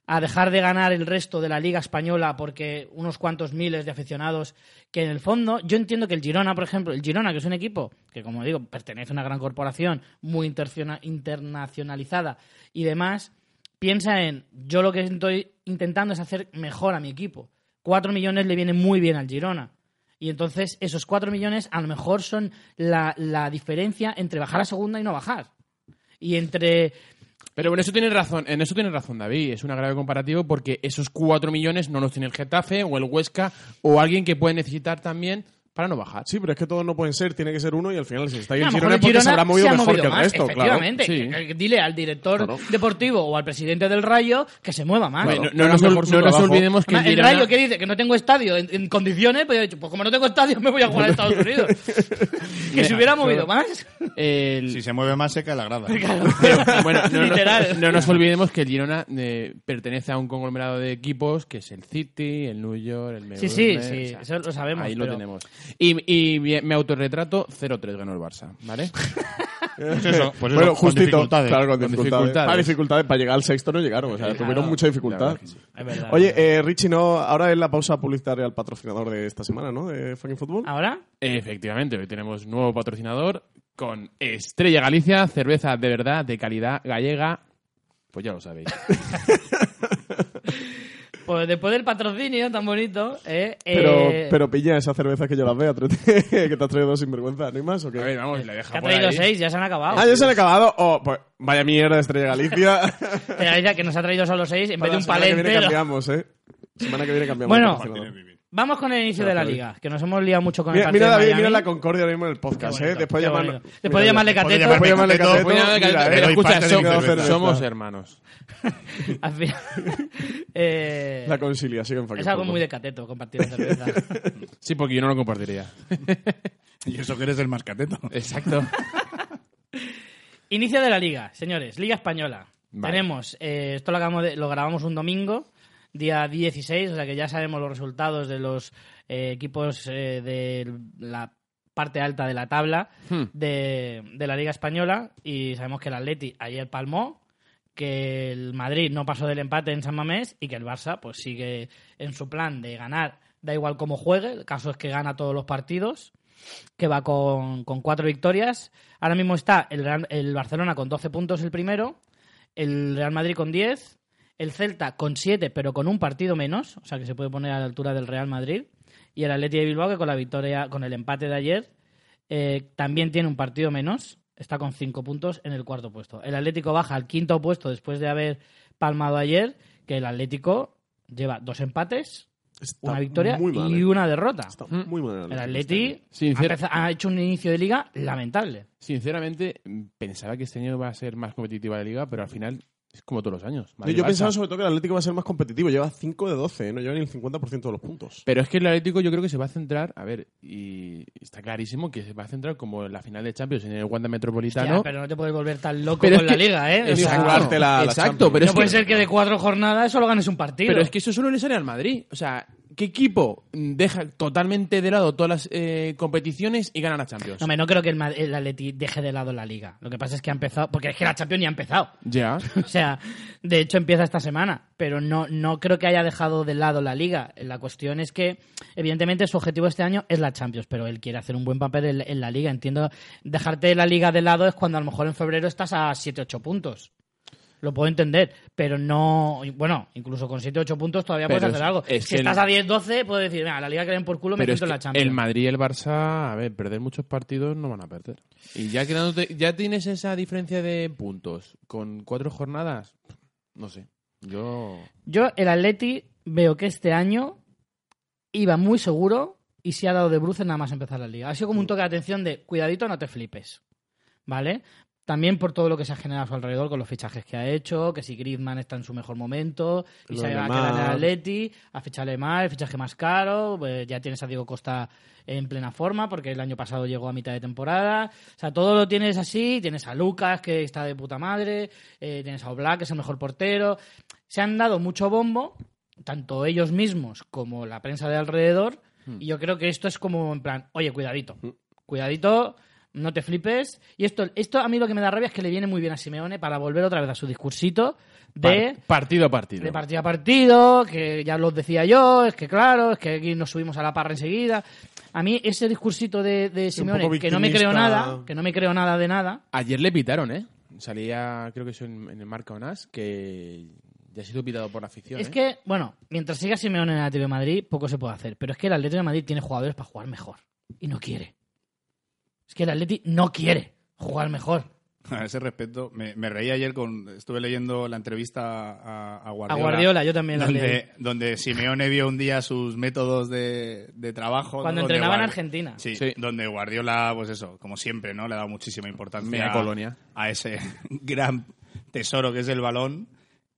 Speaker 1: a dejar de ganar el resto de la Liga Española porque unos cuantos miles de aficionados que en el fondo, yo entiendo que el Girona, por ejemplo, el Girona, que es un equipo que, como digo, pertenece a una gran corporación muy interciona- internacionalizada y demás, piensa en yo lo que estoy intentando es hacer mejor a mi equipo. Cuatro millones le viene muy bien al Girona. Y entonces esos cuatro millones a lo mejor son la, la diferencia entre bajar a segunda y no bajar. Y entre...
Speaker 2: Pero en eso tienes razón, en eso tienes razón, David. Es un agravio comparativo porque esos 4 millones no los tiene el Getafe o el Huesca o alguien que puede necesitar también para no bajar.
Speaker 3: Sí, pero es que todos no pueden ser, tiene que ser uno y al final si está ahí
Speaker 1: a
Speaker 3: el
Speaker 1: lo mejor
Speaker 3: Girona es porque se habrá movido
Speaker 1: ha
Speaker 3: mejor que el
Speaker 1: más,
Speaker 3: resto, claro.
Speaker 1: efectivamente.
Speaker 2: sí.
Speaker 1: Eh, Dile al director
Speaker 3: Claro.
Speaker 1: deportivo o al presidente del Rayo que se mueva más.
Speaker 2: Bueno,
Speaker 3: Claro,
Speaker 2: no,
Speaker 3: haga
Speaker 2: nos,
Speaker 3: mejor
Speaker 2: ol-
Speaker 3: su
Speaker 2: no nos
Speaker 3: trabajo.
Speaker 2: olvidemos que el
Speaker 1: Además, el
Speaker 2: Girona-
Speaker 1: Rayo que dice que no tengo estadio en, en condiciones, pues yo he dicho, pues como no tengo estadio me voy a jugar a Estados Unidos. que se hubiera movido más.
Speaker 2: el-
Speaker 4: Si se mueve más, se cae la grada.
Speaker 2: bueno, no, nos-
Speaker 1: Literal.
Speaker 2: no nos olvidemos que el Girona eh, pertenece a un conglomerado de equipos que es el City, el New York, el
Speaker 1: Sí,
Speaker 2: Melbourne.
Speaker 1: sí,
Speaker 2: o
Speaker 1: sí,
Speaker 2: sea,
Speaker 1: eso lo sabemos.
Speaker 2: Ahí lo
Speaker 1: pero-
Speaker 2: tenemos. Y, y mi, mi autorretrato, 0-3 ganó el Barça, ¿vale?
Speaker 4: Pues eso, pues eso,
Speaker 3: Bueno,
Speaker 4: con
Speaker 3: justito,
Speaker 4: dificultades.
Speaker 3: claro, con,
Speaker 2: Con
Speaker 3: dificultades.
Speaker 2: dificultades.
Speaker 3: Para dificultades, para llegar al sexto no llegaron, o sea, tuvieron mucha
Speaker 2: La
Speaker 3: dificultad.
Speaker 2: verdad que sí.
Speaker 1: Es verdad.
Speaker 3: Oye, eh, Richie, no, ahora es la pausa publicitaria al patrocinador de esta semana, ¿no? De Fucking Football.
Speaker 1: ¿Ahora?
Speaker 2: Efectivamente, hoy tenemos nuevo patrocinador con Estrella Galicia, cerveza de verdad, de calidad gallega, Pues ya lo sabéis.
Speaker 1: Pues después del patrocinio tan bonito, eh,
Speaker 3: Pero,
Speaker 1: eh,
Speaker 3: pero pilla esas cervezas que yo las veo, que te has traído dos sinvergüenza, ¿no hay más o
Speaker 2: A
Speaker 3: qué?
Speaker 2: ver, vamos, la deja
Speaker 1: que ha
Speaker 2: por
Speaker 1: traído
Speaker 2: ahí.
Speaker 1: seis, ya se han acabado.
Speaker 3: Ah, ya se han acabado. Oh, pues vaya mierda de Estrella Galicia.
Speaker 1: Te avisa que nos ha traído solo seis en vez de
Speaker 3: Para la
Speaker 1: un
Speaker 3: semana que
Speaker 1: palete.
Speaker 3: viene
Speaker 1: lo-
Speaker 3: cambiamos, ¿eh? Semana que viene cambiamos.
Speaker 1: Bueno.
Speaker 3: el patrocinador.
Speaker 1: Vamos con el inicio de la liga, que nos hemos liado mucho con
Speaker 3: Mira,
Speaker 1: el partido de
Speaker 3: mira, David,
Speaker 1: Miami.
Speaker 3: mira la concordia ahora mismo en el
Speaker 1: Qué
Speaker 3: podcast,
Speaker 1: bonito,
Speaker 3: ¿eh? Después
Speaker 1: qué
Speaker 3: de llamarlo-
Speaker 1: bonito. Después de llamarle
Speaker 4: Podría
Speaker 1: cateto,
Speaker 3: Después
Speaker 4: llamarme
Speaker 3: de llamarle
Speaker 4: Cateto,
Speaker 3: cateto,
Speaker 4: voy a-
Speaker 3: mira,
Speaker 4: Cateto,
Speaker 3: eh,
Speaker 4: doy
Speaker 2: Escucha,
Speaker 4: parte de
Speaker 2: so-
Speaker 4: mi cerveza.
Speaker 2: somos eh, hermanos.
Speaker 1: al final, eh,
Speaker 3: La conciliación. fucking
Speaker 1: es algo
Speaker 3: fútbol.
Speaker 1: muy de cateto compartir cerveza.
Speaker 2: Sí, porque yo no lo compartiría.
Speaker 4: Y eso que eres el más cateto.
Speaker 2: Exacto.
Speaker 1: inicio de la liga, señores, Liga Española.
Speaker 2: Vale.
Speaker 1: Tenemos, eh, esto lo, acabamos de- lo grabamos un domingo, día 16, o sea que ya sabemos los resultados de los eh, equipos eh, de la parte alta de la tabla
Speaker 2: Hmm.
Speaker 1: de, de la Liga Española y sabemos que el Atleti ayer palmó, que el Madrid no pasó del empate en San Mamés y que el Barça pues sigue en su plan de ganar, da igual cómo juegue, el caso es que gana todos los partidos, que va con, con cuatro victorias. Ahora mismo está el, Real- el Barcelona con 12 puntos el primero, el Real Madrid con 10, el Celta con 7 pero con un partido menos, o sea que se puede poner a la altura del Real Madrid. Y el Atleti de Bilbao, que con la victoria, con el empate de ayer, eh, también tiene un partido menos, está con cinco puntos en el cuarto puesto. El Atlético baja al quinto puesto después de haber palmado ayer, que el Atlético lleva dos empates,
Speaker 3: Está
Speaker 1: una victoria
Speaker 3: muy mal,
Speaker 1: y
Speaker 3: eh.
Speaker 1: una derrota.
Speaker 3: Está muy mal.
Speaker 1: El Atleti
Speaker 2: Sí,
Speaker 1: ha,
Speaker 2: cierto.
Speaker 1: empeza- ha hecho un inicio de liga lamentable.
Speaker 2: Sinceramente, pensaba que este año iba a ser más competitiva la liga, pero al final es como todos los años.
Speaker 3: Yo,
Speaker 2: Madrid-Barça.
Speaker 3: yo pensaba sobre todo que el Atlético va a ser más competitivo. Lleva 5 de 12, ¿eh? no lleva ni el 50% de los puntos.
Speaker 2: Pero es que el Atlético yo creo que se va a centrar, a ver, y está clarísimo que se va a centrar como en la final de Champions en el Wanda
Speaker 1: Hostia,
Speaker 2: Metropolitano.
Speaker 1: pero no te puedes volver tan loco
Speaker 2: Pero
Speaker 1: con
Speaker 2: es
Speaker 1: la
Speaker 2: que-
Speaker 1: liga, ¿eh? O
Speaker 2: en
Speaker 1: sea,
Speaker 2: el-
Speaker 1: no
Speaker 3: jugarte la- la
Speaker 2: Exacto,
Speaker 3: Champions.
Speaker 2: pero es
Speaker 1: puede
Speaker 2: que-
Speaker 1: ser que de cuatro jornadas solo ganes un partido.
Speaker 2: Pero es que eso solo le sale al Madrid. O sea, ¿qué equipo deja totalmente de lado todas las eh, competiciones y gana la Champions?
Speaker 1: No, hombre, no creo que el, Mad- el Atleti deje de lado la liga. Lo que pasa es que ha empezado, porque es que la Champions ni ha empezado.
Speaker 2: Ya.
Speaker 1: O sea, de hecho empieza esta semana, pero no, no creo que haya dejado de lado la liga. La cuestión es que, evidentemente, su objetivo este año es la Champions, pero él quiere hacer un buen papel en, en la liga. Entiendo, dejarte la liga de lado es cuando a lo mejor en febrero estás a 7-8 puntos. Lo puedo entender, pero no. y Bueno, incluso con 7-8 puntos todavía
Speaker 2: Pero
Speaker 1: puedes hacer
Speaker 2: es-
Speaker 1: algo.
Speaker 2: es
Speaker 1: si
Speaker 2: que el-
Speaker 1: estás a 10-12, puedo decir, mira, la liga que le den por culo, me
Speaker 2: Pero es
Speaker 1: centro en la
Speaker 2: que
Speaker 1: Champions.
Speaker 2: el Madrid y el Barça, a ver, perder muchos partidos no van a perder. Y ya quedándote, ya tienes esa diferencia de puntos con cuatro jornadas, no sé. Yo
Speaker 1: Yo, el Atleti, veo que este año iba muy seguro y se ha dado de bruces nada más empezar la liga. Ha sido como
Speaker 3: Mm.
Speaker 1: un toque de atención de cuidadito, no te flipes. ¿Vale? También por todo lo que se ha generado a su alrededor con los fichajes que ha hecho, que si Griezmann está en su mejor momento y
Speaker 3: Lo
Speaker 1: se
Speaker 3: de
Speaker 1: va a
Speaker 3: Lemar.
Speaker 1: quedar en el Atleti, a ficharle más, el fichaje más caro, pues ya tienes a Diego Costa en plena forma porque el año pasado llegó a mitad de temporada. O sea, todo lo tienes así, tienes a Lucas que está de puta madre, eh, tienes a Oblak que es el mejor portero. Se han dado mucho bombo, tanto ellos mismos como la prensa de alrededor, y yo creo que esto es como en plan, oye, cuidadito, cuidadito, no te flipes. Y esto, esto a mí lo que me da rabia es que le viene muy bien a Simeone para volver otra vez a su discursito de...
Speaker 2: par- partido a partido.
Speaker 1: De partido a partido, que ya los decía yo, es que claro, es que aquí nos subimos a la parra enseguida. A mí ese discursito de, de
Speaker 3: un poco
Speaker 1: Simeone, que no me creo
Speaker 3: victimista.
Speaker 1: nada, que no me creo nada de nada,
Speaker 2: Ayer le pitaron, ¿eh? Salía, creo que eso en, en el marca Onas, que ya ha sido pitado por la afición.
Speaker 1: es
Speaker 2: ¿eh?
Speaker 1: que, bueno, mientras siga Simeone en el Atlético de Madrid, poco se puede hacer. Pero es que el Atlético de Madrid tiene jugadores para jugar mejor. Y no quiere. Es que el Atlético no quiere jugar mejor.
Speaker 4: A ese respecto, me, me reí ayer con. Estuve leyendo la entrevista a, a
Speaker 1: A
Speaker 4: Guardiola.
Speaker 1: Guardiola, yo también la leí.
Speaker 4: donde, donde Simeone vio un día sus métodos de, de trabajo.
Speaker 1: Cuando
Speaker 4: ¿no? Donde
Speaker 1: entrenaba en
Speaker 4: Guardi-
Speaker 1: Argentina.
Speaker 4: Sí,
Speaker 2: Sí.
Speaker 4: donde Guardiola, pues eso, como siempre, ¿no? Le ha dado muchísima importancia
Speaker 2: Mea
Speaker 4: a,
Speaker 2: colonia.
Speaker 4: a ese gran tesoro que es el balón.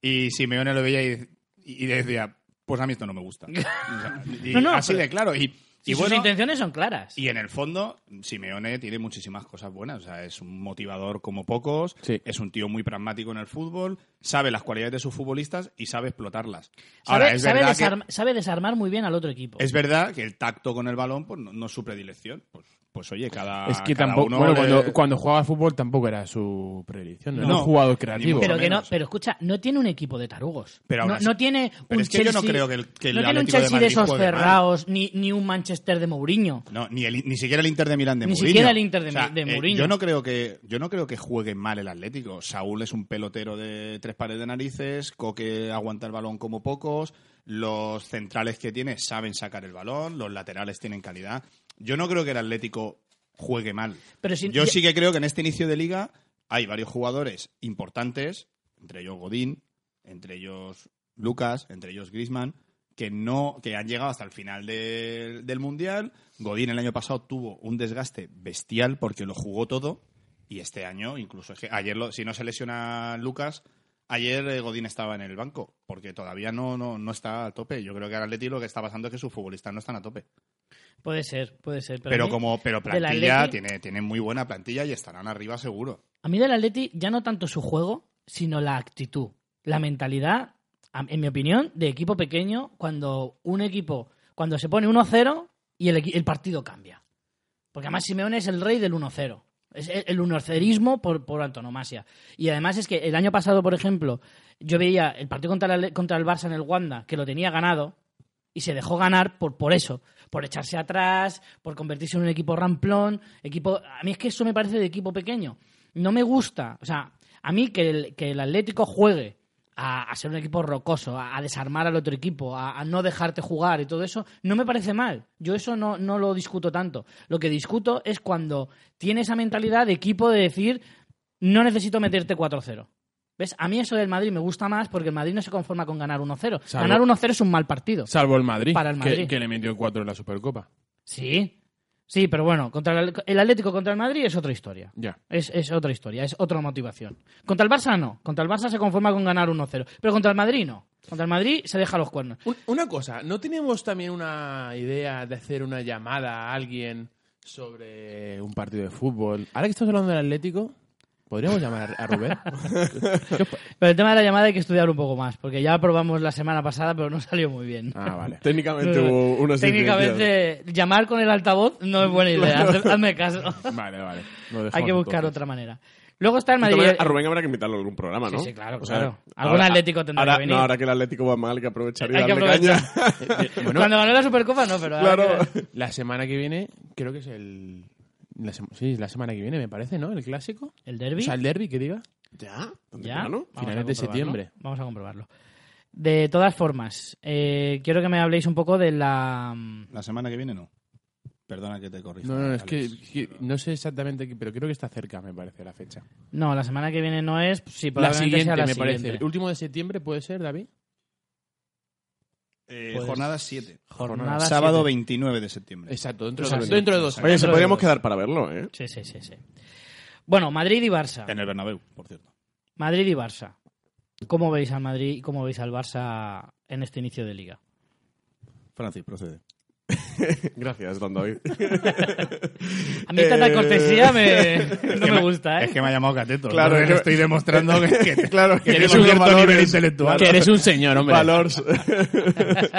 Speaker 4: Y Simeone lo veía y, y decía, pues a mí esto no me gusta. O sea, y
Speaker 1: No, no,
Speaker 4: así
Speaker 1: pero-
Speaker 4: de claro. Y, y
Speaker 1: Y sus
Speaker 4: bueno,
Speaker 1: intenciones son claras.
Speaker 4: y en el fondo, Simeone tiene muchísimas cosas buenas. O sea, es un motivador como pocos,
Speaker 2: Sí.
Speaker 4: es un tío muy pragmático en el fútbol, sabe las cualidades de sus futbolistas y sabe explotarlas.
Speaker 1: Sabe,
Speaker 4: Ahora, es
Speaker 1: sabe
Speaker 4: verdad,
Speaker 1: desarm-
Speaker 4: que,
Speaker 1: sabe desarmar muy bien al otro equipo.
Speaker 4: es verdad que el tacto con el balón pues, no, no es su predilección. Pues, pues pues oye, cada.
Speaker 2: Es que
Speaker 4: cada
Speaker 2: tampoco.
Speaker 4: uno
Speaker 2: Bueno,
Speaker 4: le-
Speaker 2: cuando, cuando jugaba al fútbol tampoco era su predicción. No, era
Speaker 4: No.
Speaker 2: un jugador creativo.
Speaker 1: Pero, que no,
Speaker 4: menos.
Speaker 1: pero escucha, no tiene un equipo de tarugos.
Speaker 4: Pero aún
Speaker 1: no,
Speaker 4: así-
Speaker 1: no tiene
Speaker 4: Pero
Speaker 1: un
Speaker 4: es que yo no
Speaker 1: Chelsea,
Speaker 4: creo que el- que el
Speaker 1: no tiene un
Speaker 4: Atlético de
Speaker 1: Chelsea de,
Speaker 4: Madrid
Speaker 1: esos
Speaker 4: juegue mal.
Speaker 1: cerrados, ni, ni un Manchester de Mourinho.
Speaker 4: No, ni, el- ni siquiera el Inter de Milán de
Speaker 1: Ni
Speaker 4: Mourinho.
Speaker 1: siquiera el Inter de Mi- de
Speaker 4: eh,
Speaker 1: Mourinho.
Speaker 4: yo, no creo que, yo no creo que juegue mal el Atlético. Saúl es un pelotero de tres pares de narices, Coque aguanta el balón como pocos, los centrales que tiene saben sacar el balón, los laterales tienen calidad. Yo no creo que el Atlético juegue mal.
Speaker 1: Pero si-
Speaker 4: yo
Speaker 1: ya-
Speaker 4: sí que creo que en este inicio de liga hay varios jugadores importantes, entre ellos Godín, entre ellos Lucas, entre ellos Grisman, que no, que han llegado hasta el final del- del mundial. Godín el año pasado tuvo un desgaste bestial porque lo jugó todo y este año incluso es que ayer lo- si no se lesiona Lucas ayer eh, Godín estaba en el banco porque todavía no no no está a tope. Yo creo que al Atleti lo que está pasando es que sus futbolistas no están a tope.
Speaker 1: Puede ser, puede ser. Pero,
Speaker 4: Pero,
Speaker 1: a mí-
Speaker 4: como pero
Speaker 1: del
Speaker 4: plantilla
Speaker 1: Atleti-
Speaker 4: tiene tiene muy buena plantilla y estarán arriba seguro.
Speaker 1: A mí del Atleti ya no tanto su juego, sino la actitud, la mentalidad, a- en mi opinión, de equipo pequeño cuando un equipo, cuando se pone 1-0 y el, equi- el partido cambia. Porque además Simeone es el rey del 1-0. Es el el 1-0ismo por, por antonomasia. Y además es que el año pasado, por ejemplo, yo veía el partido contra el, Ale- contra el Barça en el Wanda, que lo tenía ganado, y se dejó ganar por, por eso, por echarse atrás, por convertirse en un equipo ramplón, equipo a mí es que eso me parece de equipo pequeño. No me gusta, o sea, a mí que el, que el Atlético juegue a, a ser un equipo rocoso, a, a desarmar al otro equipo, a, a no dejarte jugar y todo eso, no me parece mal. Yo eso no, no lo discuto tanto. Lo que discuto es cuando tiene esa mentalidad de equipo de decir, no necesito meterte 4-0. ¿Ves? A mí eso del Madrid me gusta más porque el Madrid no se conforma con ganar 1-0.
Speaker 2: Salvo-
Speaker 1: Ganar 1-0 es un mal partido.
Speaker 2: Salvo el Madrid,
Speaker 1: Para el
Speaker 2: que-
Speaker 1: Madrid.
Speaker 2: Que, le metió cuatro en la Supercopa.
Speaker 1: Sí, sí, pero bueno, contra el, el Atlético contra el Madrid es otra historia.
Speaker 2: Ya.
Speaker 1: Es, es otra historia, es otra motivación. Contra el Barça no, contra el Barça se conforma con ganar 1-0, pero contra el Madrid no. Contra el Madrid se deja los cuernos.
Speaker 2: Un- Una cosa, ¿no tenemos también una idea de hacer una llamada a alguien sobre un partido de fútbol? Ahora que estás hablando del Atlético, ¿podríamos llamar a Rubén? ¿Qué os pa-
Speaker 1: Pero el tema de la llamada hay que estudiar un poco más, porque ya probamos la semana pasada, pero no salió muy bien.
Speaker 2: ah, vale.
Speaker 3: Técnicamente hubo unas incidencias.
Speaker 1: Eh, Técnicamente, llamar con el altavoz no es buena idea, hazme- hazme caso.
Speaker 2: Vale, vale. Lo dejamos
Speaker 1: hay que buscar
Speaker 2: entonces.
Speaker 1: otra manera. Luego está el
Speaker 3: De todas
Speaker 1: Madrid.
Speaker 3: maneras, A Rubén habrá que invitarlo a algún programa,
Speaker 1: Sí,
Speaker 3: ¿no?
Speaker 1: sí, claro,
Speaker 3: O sea,
Speaker 1: claro. Algún Atlético tendrá
Speaker 3: ahora-
Speaker 1: que venir.
Speaker 3: No, ahora que el Atlético va mal, hay que aprovechar y
Speaker 1: Hay que
Speaker 3: darle caña.
Speaker 2: Bueno,
Speaker 1: Cuando ganó la Supercopa no, pero... ahora
Speaker 3: Claro.
Speaker 1: que-
Speaker 2: la semana que viene, creo que es el. la sema- sí, la semana que viene, me parece, ¿no? El clásico.
Speaker 1: ¿El derby?
Speaker 2: O sea, el derby, que diga.
Speaker 3: ¿Ya? ¿Tan
Speaker 1: ¿Ya? Vamos a
Speaker 3: temprano?
Speaker 2: Finales de
Speaker 1: comprobarlo.
Speaker 2: septiembre.
Speaker 1: Vamos a comprobarlo. De todas formas, eh, quiero que me habléis un poco de la... mm,
Speaker 4: La semana que viene no. Perdona que te corrija.
Speaker 2: No, no, es que,
Speaker 4: Alex.
Speaker 2: que no sé exactamente, qué- pero creo que está cerca, me parece, la fecha.
Speaker 1: No, la semana que viene no es... pues Sí,
Speaker 2: La
Speaker 1: probablemente
Speaker 2: siguiente,
Speaker 1: sea la
Speaker 2: me
Speaker 1: siguiente.
Speaker 2: parece. El último de septiembre puede ser, David.
Speaker 4: Eh,
Speaker 1: Pues-
Speaker 4: jornada 7.
Speaker 1: Jornada
Speaker 4: Sábado
Speaker 1: siete.
Speaker 4: 29 de septiembre.
Speaker 2: Exacto, dentro,
Speaker 1: Pues
Speaker 2: de,
Speaker 1: así.
Speaker 2: dentro de dos
Speaker 3: Oye,
Speaker 2: años.
Speaker 3: se podríamos quedar para verlo, ¿eh?
Speaker 1: Sí, sí, sí, sí. Bueno, Madrid y Barça.
Speaker 4: En el Bernabéu, por cierto.
Speaker 1: Madrid y Barça. ¿Cómo veis al Madrid y cómo veis al Barça en este inicio de liga?
Speaker 4: Francis, procede.
Speaker 3: Gracias, don David.
Speaker 1: A mí esta
Speaker 3: Eh,
Speaker 1: tan cortesía me... no me gusta, ¿eh?
Speaker 4: Es que me ha llamado cateto.
Speaker 3: Claro,
Speaker 4: Entonces
Speaker 3: es que-
Speaker 4: estoy demostrando que, que-
Speaker 3: claro,
Speaker 4: que tienes
Speaker 3: son
Speaker 4: un
Speaker 3: los
Speaker 4: cierto nivel
Speaker 3: valores.
Speaker 4: intelectual.
Speaker 2: Que eres un señor, hombre.
Speaker 3: Valores.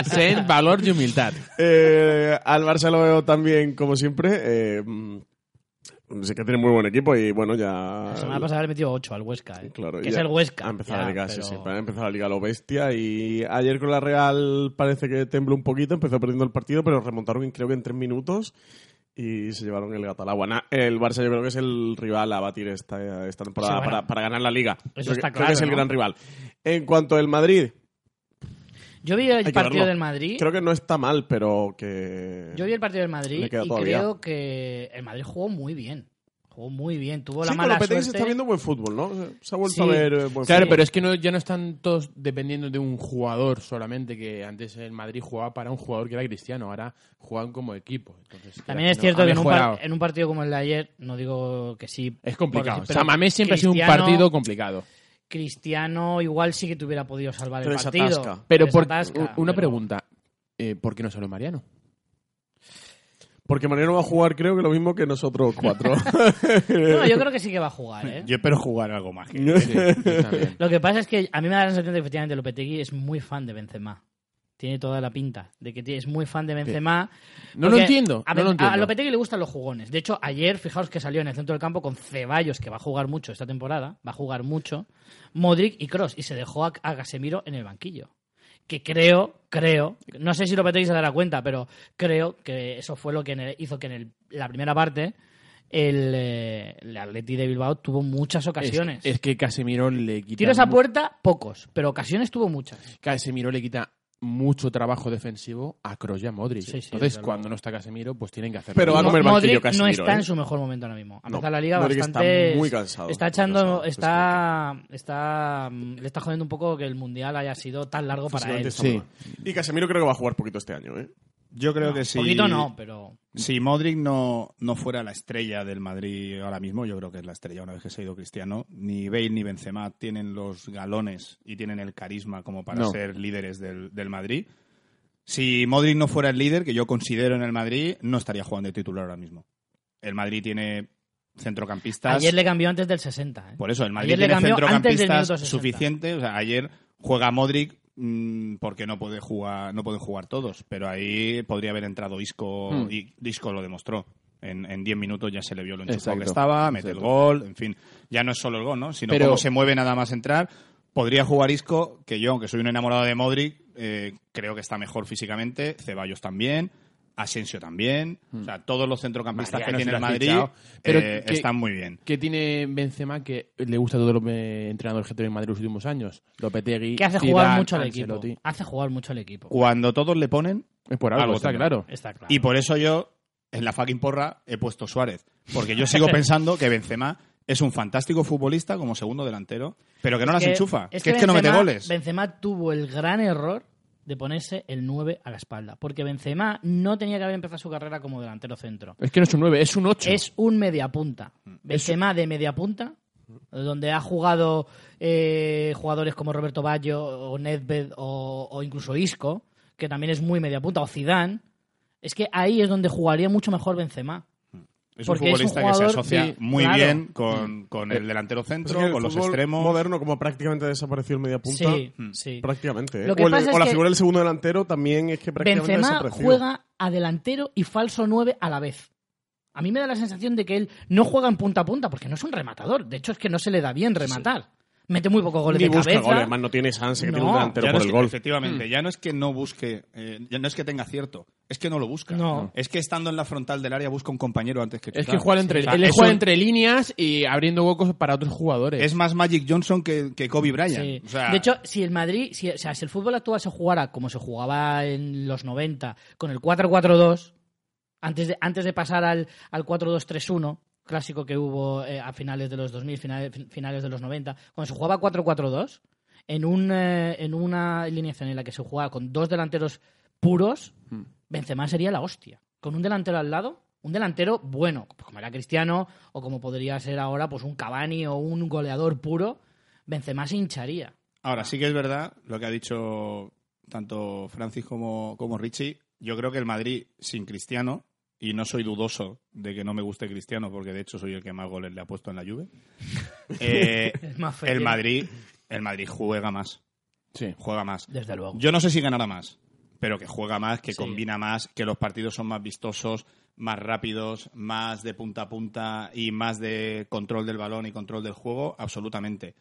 Speaker 2: Zen, valor y humildad.
Speaker 3: Eh, al Barça lo veo también, como siempre. Eh, mm, sé que tiene muy buen equipo y bueno, ya.
Speaker 1: La semana pasada le he metido 8 al Huesca, ¿eh?
Speaker 3: Claro,
Speaker 1: que es
Speaker 3: ya
Speaker 1: el Huesca.
Speaker 3: Ha empezado
Speaker 1: ya,
Speaker 3: la liga, sí,
Speaker 1: pero-
Speaker 3: sí, ha empezado la liga lo bestia y ayer con la Real parece que tembló un poquito, empezó perdiendo el partido, pero remontaron creo que en tres minutos y se llevaron el gato al agua. Nah, el Barça yo creo que es el rival a batir esta, esta temporada
Speaker 1: Sí, bueno.
Speaker 3: para, para ganar la liga. creo,
Speaker 1: está
Speaker 3: que- creo que es
Speaker 1: claro,
Speaker 3: el
Speaker 1: ¿no?
Speaker 3: gran rival. En cuanto al Madrid,
Speaker 1: Yo vi el
Speaker 3: que
Speaker 1: partido
Speaker 3: verlo.
Speaker 1: del Madrid...
Speaker 3: creo que no está mal, pero que...
Speaker 1: Yo vi el partido del Madrid
Speaker 3: Le queda
Speaker 1: y
Speaker 3: todavía.
Speaker 1: creo que el Madrid jugó muy bien. Jugó muy bien, tuvo la
Speaker 3: Sí, con
Speaker 1: mala
Speaker 3: Lopetegui
Speaker 1: suerte.
Speaker 3: se está viendo buen fútbol, ¿no? Se ha vuelto
Speaker 1: Sí.
Speaker 3: a ver eh, buen
Speaker 2: Claro,
Speaker 3: fútbol.
Speaker 2: pero es que no, ya no están todos dependiendo de un jugador solamente, que antes el Madrid jugaba para un jugador que era cristiano, ahora juegan como equipo. Entonces,
Speaker 1: También es
Speaker 2: quieras
Speaker 1: cierto que en
Speaker 2: no,
Speaker 1: un,
Speaker 2: ha
Speaker 1: par- eh,
Speaker 2: mejorado.
Speaker 1: en un partido como el de ayer, no digo que sí.
Speaker 2: Es complicado.
Speaker 1: porque-
Speaker 2: O
Speaker 1: pero
Speaker 2: sea, Mamés siempre ha sido
Speaker 1: Cristiano-
Speaker 2: un partido complicado.
Speaker 1: Cristiano igual sí que te hubiera podido salvar
Speaker 3: Pero
Speaker 1: el
Speaker 3: se
Speaker 1: partido.
Speaker 3: atasca.
Speaker 2: Pero
Speaker 1: se
Speaker 2: por,
Speaker 1: atasca,
Speaker 2: una
Speaker 1: pero-
Speaker 2: pregunta, eh, ¿por qué no salió Mariano?
Speaker 3: Porque Mariano va a jugar creo que lo mismo que nosotros cuatro.
Speaker 1: No, yo creo que sí que va a jugar, ¿eh?
Speaker 4: Yo espero jugar algo más.
Speaker 2: Sí, yo también.
Speaker 1: Lo que pasa es que a mí me da la sensación de que efectivamente Lopetegui es muy fan de Benzema. Tiene toda la pinta de que es muy fan de Benzema.
Speaker 2: No lo
Speaker 1: porque
Speaker 2: entiendo,
Speaker 1: A,
Speaker 2: no lo entiendo.
Speaker 1: a Lopetegui le gustan los jugones. De hecho, ayer, fijaos que salió en el centro del campo con Ceballos, que va a jugar mucho esta temporada, va a jugar mucho, Modric y Cross, y se dejó a, a Casemiro en el banquillo. Que creo, creo, no sé si Lopetegui se dará cuenta, pero creo que eso fue lo que en el- hizo que en el- la primera parte el, eh, el Atleti de Bilbao tuvo muchas ocasiones.
Speaker 2: Es, es que Casemiro le quita.
Speaker 1: Tiros a
Speaker 2: mu-
Speaker 1: puerta, pocos, pero ocasiones tuvo muchas.
Speaker 2: Casemiro le quita mucho trabajo defensivo a Kroos y a Modric.
Speaker 1: Sí, sí,
Speaker 2: Entonces,
Speaker 1: desde
Speaker 2: cuando no está Casemiro, pues tienen que hacer
Speaker 3: Pero va a
Speaker 1: Mo-
Speaker 3: comer banquillo
Speaker 1: Modric
Speaker 3: Casemiro,
Speaker 1: no está
Speaker 3: ¿eh?
Speaker 1: en su mejor momento ahora mismo. Ha
Speaker 3: No,
Speaker 1: empezado la liga
Speaker 3: Modric está
Speaker 1: bastante.
Speaker 3: muy cansado,
Speaker 1: Está
Speaker 3: muy
Speaker 1: echando.
Speaker 3: cansado,
Speaker 1: está, está. mm, Le está jodiendo un poco que el mundial haya sido tan largo para él.
Speaker 3: Físicamente está
Speaker 2: Sí.
Speaker 3: mal. Y Casemiro creo que va a jugar poquito este año, ¿eh?
Speaker 4: Yo creo que
Speaker 1: Un
Speaker 4: sí.
Speaker 1: poquito no, pero.
Speaker 4: Si Modric no, no fuera la estrella del Madrid ahora mismo, yo creo que es la estrella una vez que se ha ido Cristiano, ni Bale ni Benzema tienen los galones y tienen el carisma como para
Speaker 2: No.
Speaker 4: ser líderes del, del Madrid. Si Modric no fuera el líder, que yo considero en el Madrid, no estaría jugando de titular ahora mismo. El Madrid tiene centrocampistas.
Speaker 1: Ayer le cambió antes del 60. ¿eh?
Speaker 4: Por eso, el Madrid
Speaker 1: Ayer le
Speaker 4: tiene
Speaker 1: cambió antes del minuto
Speaker 4: centrocampistas
Speaker 1: 60.
Speaker 4: suficientes. O sea, ayer juega Modric mm, porque no puede jugar, no pueden jugar todos, pero ahí podría haber entrado Isco
Speaker 2: Hmm.
Speaker 4: y Isco lo demostró. En en 10 minutos ya se le vio lo enchufado que
Speaker 2: Exacto.
Speaker 4: estaba, mete el
Speaker 2: Exacto.
Speaker 4: gol, en fin. Ya no es solo el gol, ¿no? Sino
Speaker 2: Pero-
Speaker 4: cómo se mueve nada más entrar. Podría jugar Isco, que yo, aunque soy un enamorado de Modric, eh, creo que está mejor físicamente. Ceballos también. Asensio también. O sea, todos los centrocampistas
Speaker 2: Hmm. Mariano,
Speaker 4: que
Speaker 2: si
Speaker 4: tiene
Speaker 2: lo
Speaker 4: el
Speaker 2: has
Speaker 4: Madrid
Speaker 2: fichado. Pero
Speaker 4: eh,
Speaker 2: que-
Speaker 4: están muy bien.
Speaker 2: ¿Qué tiene Benzema que le gusta a todos los eh, entrenadores que tiene en Madrid los últimos años? Lopetegui,
Speaker 1: Que hace
Speaker 2: Zidane,
Speaker 1: jugar mucho al equipo.
Speaker 2: Ancelotti.
Speaker 1: Hace jugar mucho al equipo.
Speaker 4: Cuando todos le ponen,
Speaker 2: Es por algo,
Speaker 4: Algo
Speaker 2: está
Speaker 4: tendrá.
Speaker 2: claro.
Speaker 1: Está claro.
Speaker 4: Y por eso yo, en la fucking porra, he puesto Suárez. Porque yo sigo pensando que Benzema es un fantástico futbolista como segundo delantero, pero que no las
Speaker 1: que-
Speaker 4: enchufa.
Speaker 1: es
Speaker 4: que, es que no mete
Speaker 1: Benzema-
Speaker 4: goles.
Speaker 1: Benzema tuvo el gran error de ponerse el 9 a la espalda. Porque Benzema no tenía que haber empezado su carrera como delantero centro.
Speaker 2: Es que no es un 9, es un 8.
Speaker 1: Es un mediapunta.
Speaker 3: Mm.
Speaker 1: Benzema de mediapunta, donde ha jugado eh, jugadores como Roberto Baggio o Nedved o, o incluso Isco, que también es muy mediapunta, o Zidane. Es que ahí es donde jugaría mucho mejor Benzema.
Speaker 4: Es un
Speaker 1: porque es un
Speaker 4: futbolista que
Speaker 1: jugador-
Speaker 4: se asocia
Speaker 1: sí,
Speaker 4: muy
Speaker 1: claro.
Speaker 4: bien con, con el delantero
Speaker 3: Pues Es
Speaker 4: centro,
Speaker 3: que el
Speaker 4: con los
Speaker 3: fútbol
Speaker 4: extremos.
Speaker 3: moderno, como prácticamente desapareció el media punta.
Speaker 1: Sí, sí.
Speaker 3: Prácticamente. ¿eh?
Speaker 1: Lo que
Speaker 3: o el-
Speaker 1: pasa
Speaker 3: o
Speaker 1: es
Speaker 3: la
Speaker 1: que
Speaker 3: figura del segundo delantero también es que prácticamente
Speaker 1: Benzema
Speaker 3: desapareció.
Speaker 1: juega a delantero y falso 9 a la vez. A mí me da la sensación de que él no juega en punta a punta porque no es un rematador. De hecho, es que no se le da bien rematar. Mete muy pocos goles
Speaker 3: Ni
Speaker 1: de
Speaker 3: busca
Speaker 1: cabeza.
Speaker 3: goles, más no tiene esa ansia que
Speaker 1: No.
Speaker 3: tiene un delantero
Speaker 4: Ya no
Speaker 3: por
Speaker 4: es
Speaker 3: el
Speaker 4: que-
Speaker 3: gol.
Speaker 1: Mm.
Speaker 4: Efectivamente, ya no es que no busque, eh, ya no es que tenga cierto, es que no lo busca.
Speaker 1: No.
Speaker 4: Es que estando en la frontal del área busca un compañero antes que
Speaker 2: Es que
Speaker 4: chutar.
Speaker 2: juega entre,
Speaker 4: O sea,
Speaker 2: él
Speaker 4: es
Speaker 2: juega
Speaker 4: un-
Speaker 2: entre líneas y abriendo huecos para otros jugadores.
Speaker 4: Es más Magic Johnson que, que Kobe Bryant.
Speaker 1: Sí.
Speaker 4: O sea,
Speaker 1: de hecho, si el Madrid, si, o sea, si el fútbol actual se jugara como se jugaba en los 90, con el 4-4-2, antes de, antes de pasar al, al 4-2-3-1, clásico que hubo eh, a finales de los 2000, finales, fin- finales de los 90, cuando se jugaba 4-4-2, en, un, eh, en una alineación en la que se jugaba con dos delanteros puros,
Speaker 4: Hmm.
Speaker 1: Benzema sería la hostia. Con un delantero al lado, un delantero bueno, pues como era Cristiano o como podría ser ahora pues un Cavani o un goleador puro, Benzema se hincharía.
Speaker 4: Ahora, sí que es verdad lo que ha dicho tanto Francis como, como Richie. Yo creo que el Madrid sin Cristiano, y no soy dudoso de que no me guste Cristiano, porque de hecho soy el que más goles le ha puesto en la Juve, eh,
Speaker 1: Es más feo.
Speaker 4: el, Madrid, el Madrid juega más,
Speaker 2: Sí.
Speaker 4: juega más.
Speaker 1: Desde luego.
Speaker 4: Yo no sé si ganará más, pero que juega más, que
Speaker 1: Sí.
Speaker 4: combina más, que los partidos son más vistosos, más rápidos, más de punta a punta y más de control del balón y control del juego, absolutamente.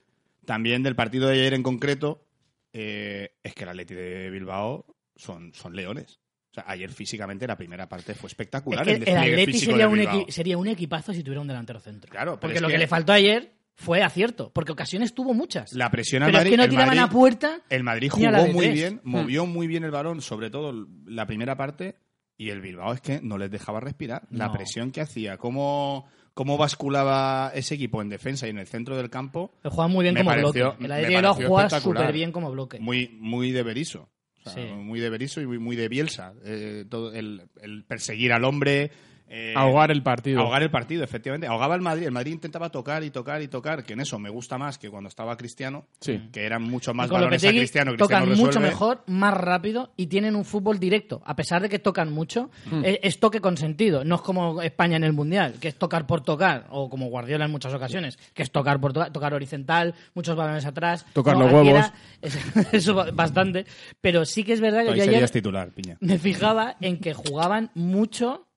Speaker 4: También del partido de ayer en concreto, eh, es que el Atleti de Bilbao son, son leones. O sea, ayer físicamente la primera parte fue
Speaker 1: Es
Speaker 4: espectacular.
Speaker 1: que
Speaker 4: el,
Speaker 1: el,
Speaker 4: despliegue
Speaker 1: Atleti
Speaker 4: físico
Speaker 1: sería
Speaker 4: de
Speaker 1: un,
Speaker 4: Bilbao.
Speaker 1: equi- sería un equipazo si tuviera un delantero centro.
Speaker 4: Claro, pero
Speaker 1: porque
Speaker 4: es
Speaker 1: lo que,
Speaker 4: que-
Speaker 1: le faltó ayer fue acierto, porque ocasiones tuvo muchas.
Speaker 4: La presión al
Speaker 1: pero es
Speaker 4: Madrid,
Speaker 1: que no
Speaker 4: el
Speaker 1: tiraban
Speaker 4: Madrid- eh,
Speaker 1: a puerta.
Speaker 4: El Madrid
Speaker 1: Ni a la Hmm.
Speaker 4: jugó
Speaker 1: de
Speaker 4: muy
Speaker 1: tres.
Speaker 4: bien, movió muy bien el balón, sobre todo la primera parte, y el Bilbao es que no les dejaba respirar. La
Speaker 1: No.
Speaker 4: presión que hacía, cómo, cómo basculaba ese equipo en defensa y en el centro del campo,
Speaker 1: Juegan muy bien
Speaker 4: Me
Speaker 1: como
Speaker 4: pareció-
Speaker 1: bloque. El
Speaker 4: me
Speaker 1: Atleti de Bilbao
Speaker 4: pareció
Speaker 1: juega
Speaker 4: espectacular.
Speaker 1: súper bien como bloque.
Speaker 4: muy, muy de Berizzo. O sea,
Speaker 1: Sí.
Speaker 4: Muy de Berizzo y muy, muy de Bielsa. Eh, todo el, el perseguir al hombre, eh,
Speaker 2: Ahogar el partido.
Speaker 4: Ahogar el partido, efectivamente. Ahogaba el Madrid. El Madrid intentaba tocar y tocar y tocar, que en eso me gusta más que cuando estaba Cristiano,
Speaker 2: Sí.
Speaker 4: que eran mucho
Speaker 1: Y
Speaker 4: más
Speaker 1: con
Speaker 4: balones a
Speaker 1: Lopetegui
Speaker 4: Cristiano. Cristiano
Speaker 1: tocan mucho
Speaker 4: resuelve.
Speaker 1: mejor, más rápido y tienen un fútbol directo. A pesar de que tocan mucho,
Speaker 4: Mm.
Speaker 1: eh, es, es toque con sentido. No es como España en el Mundial, que es tocar por tocar, o como Guardiola en muchas ocasiones, que es tocar por tocar, tocar horizontal, muchos balones atrás.
Speaker 2: Tocar los
Speaker 1: aquí
Speaker 2: huevos.
Speaker 1: era- es- eso ba- bastante. Pero sí que es verdad que
Speaker 4: Ahí
Speaker 1: yo
Speaker 4: serías
Speaker 1: ayer
Speaker 4: titular, piña.
Speaker 1: me fijaba en que jugaban mucho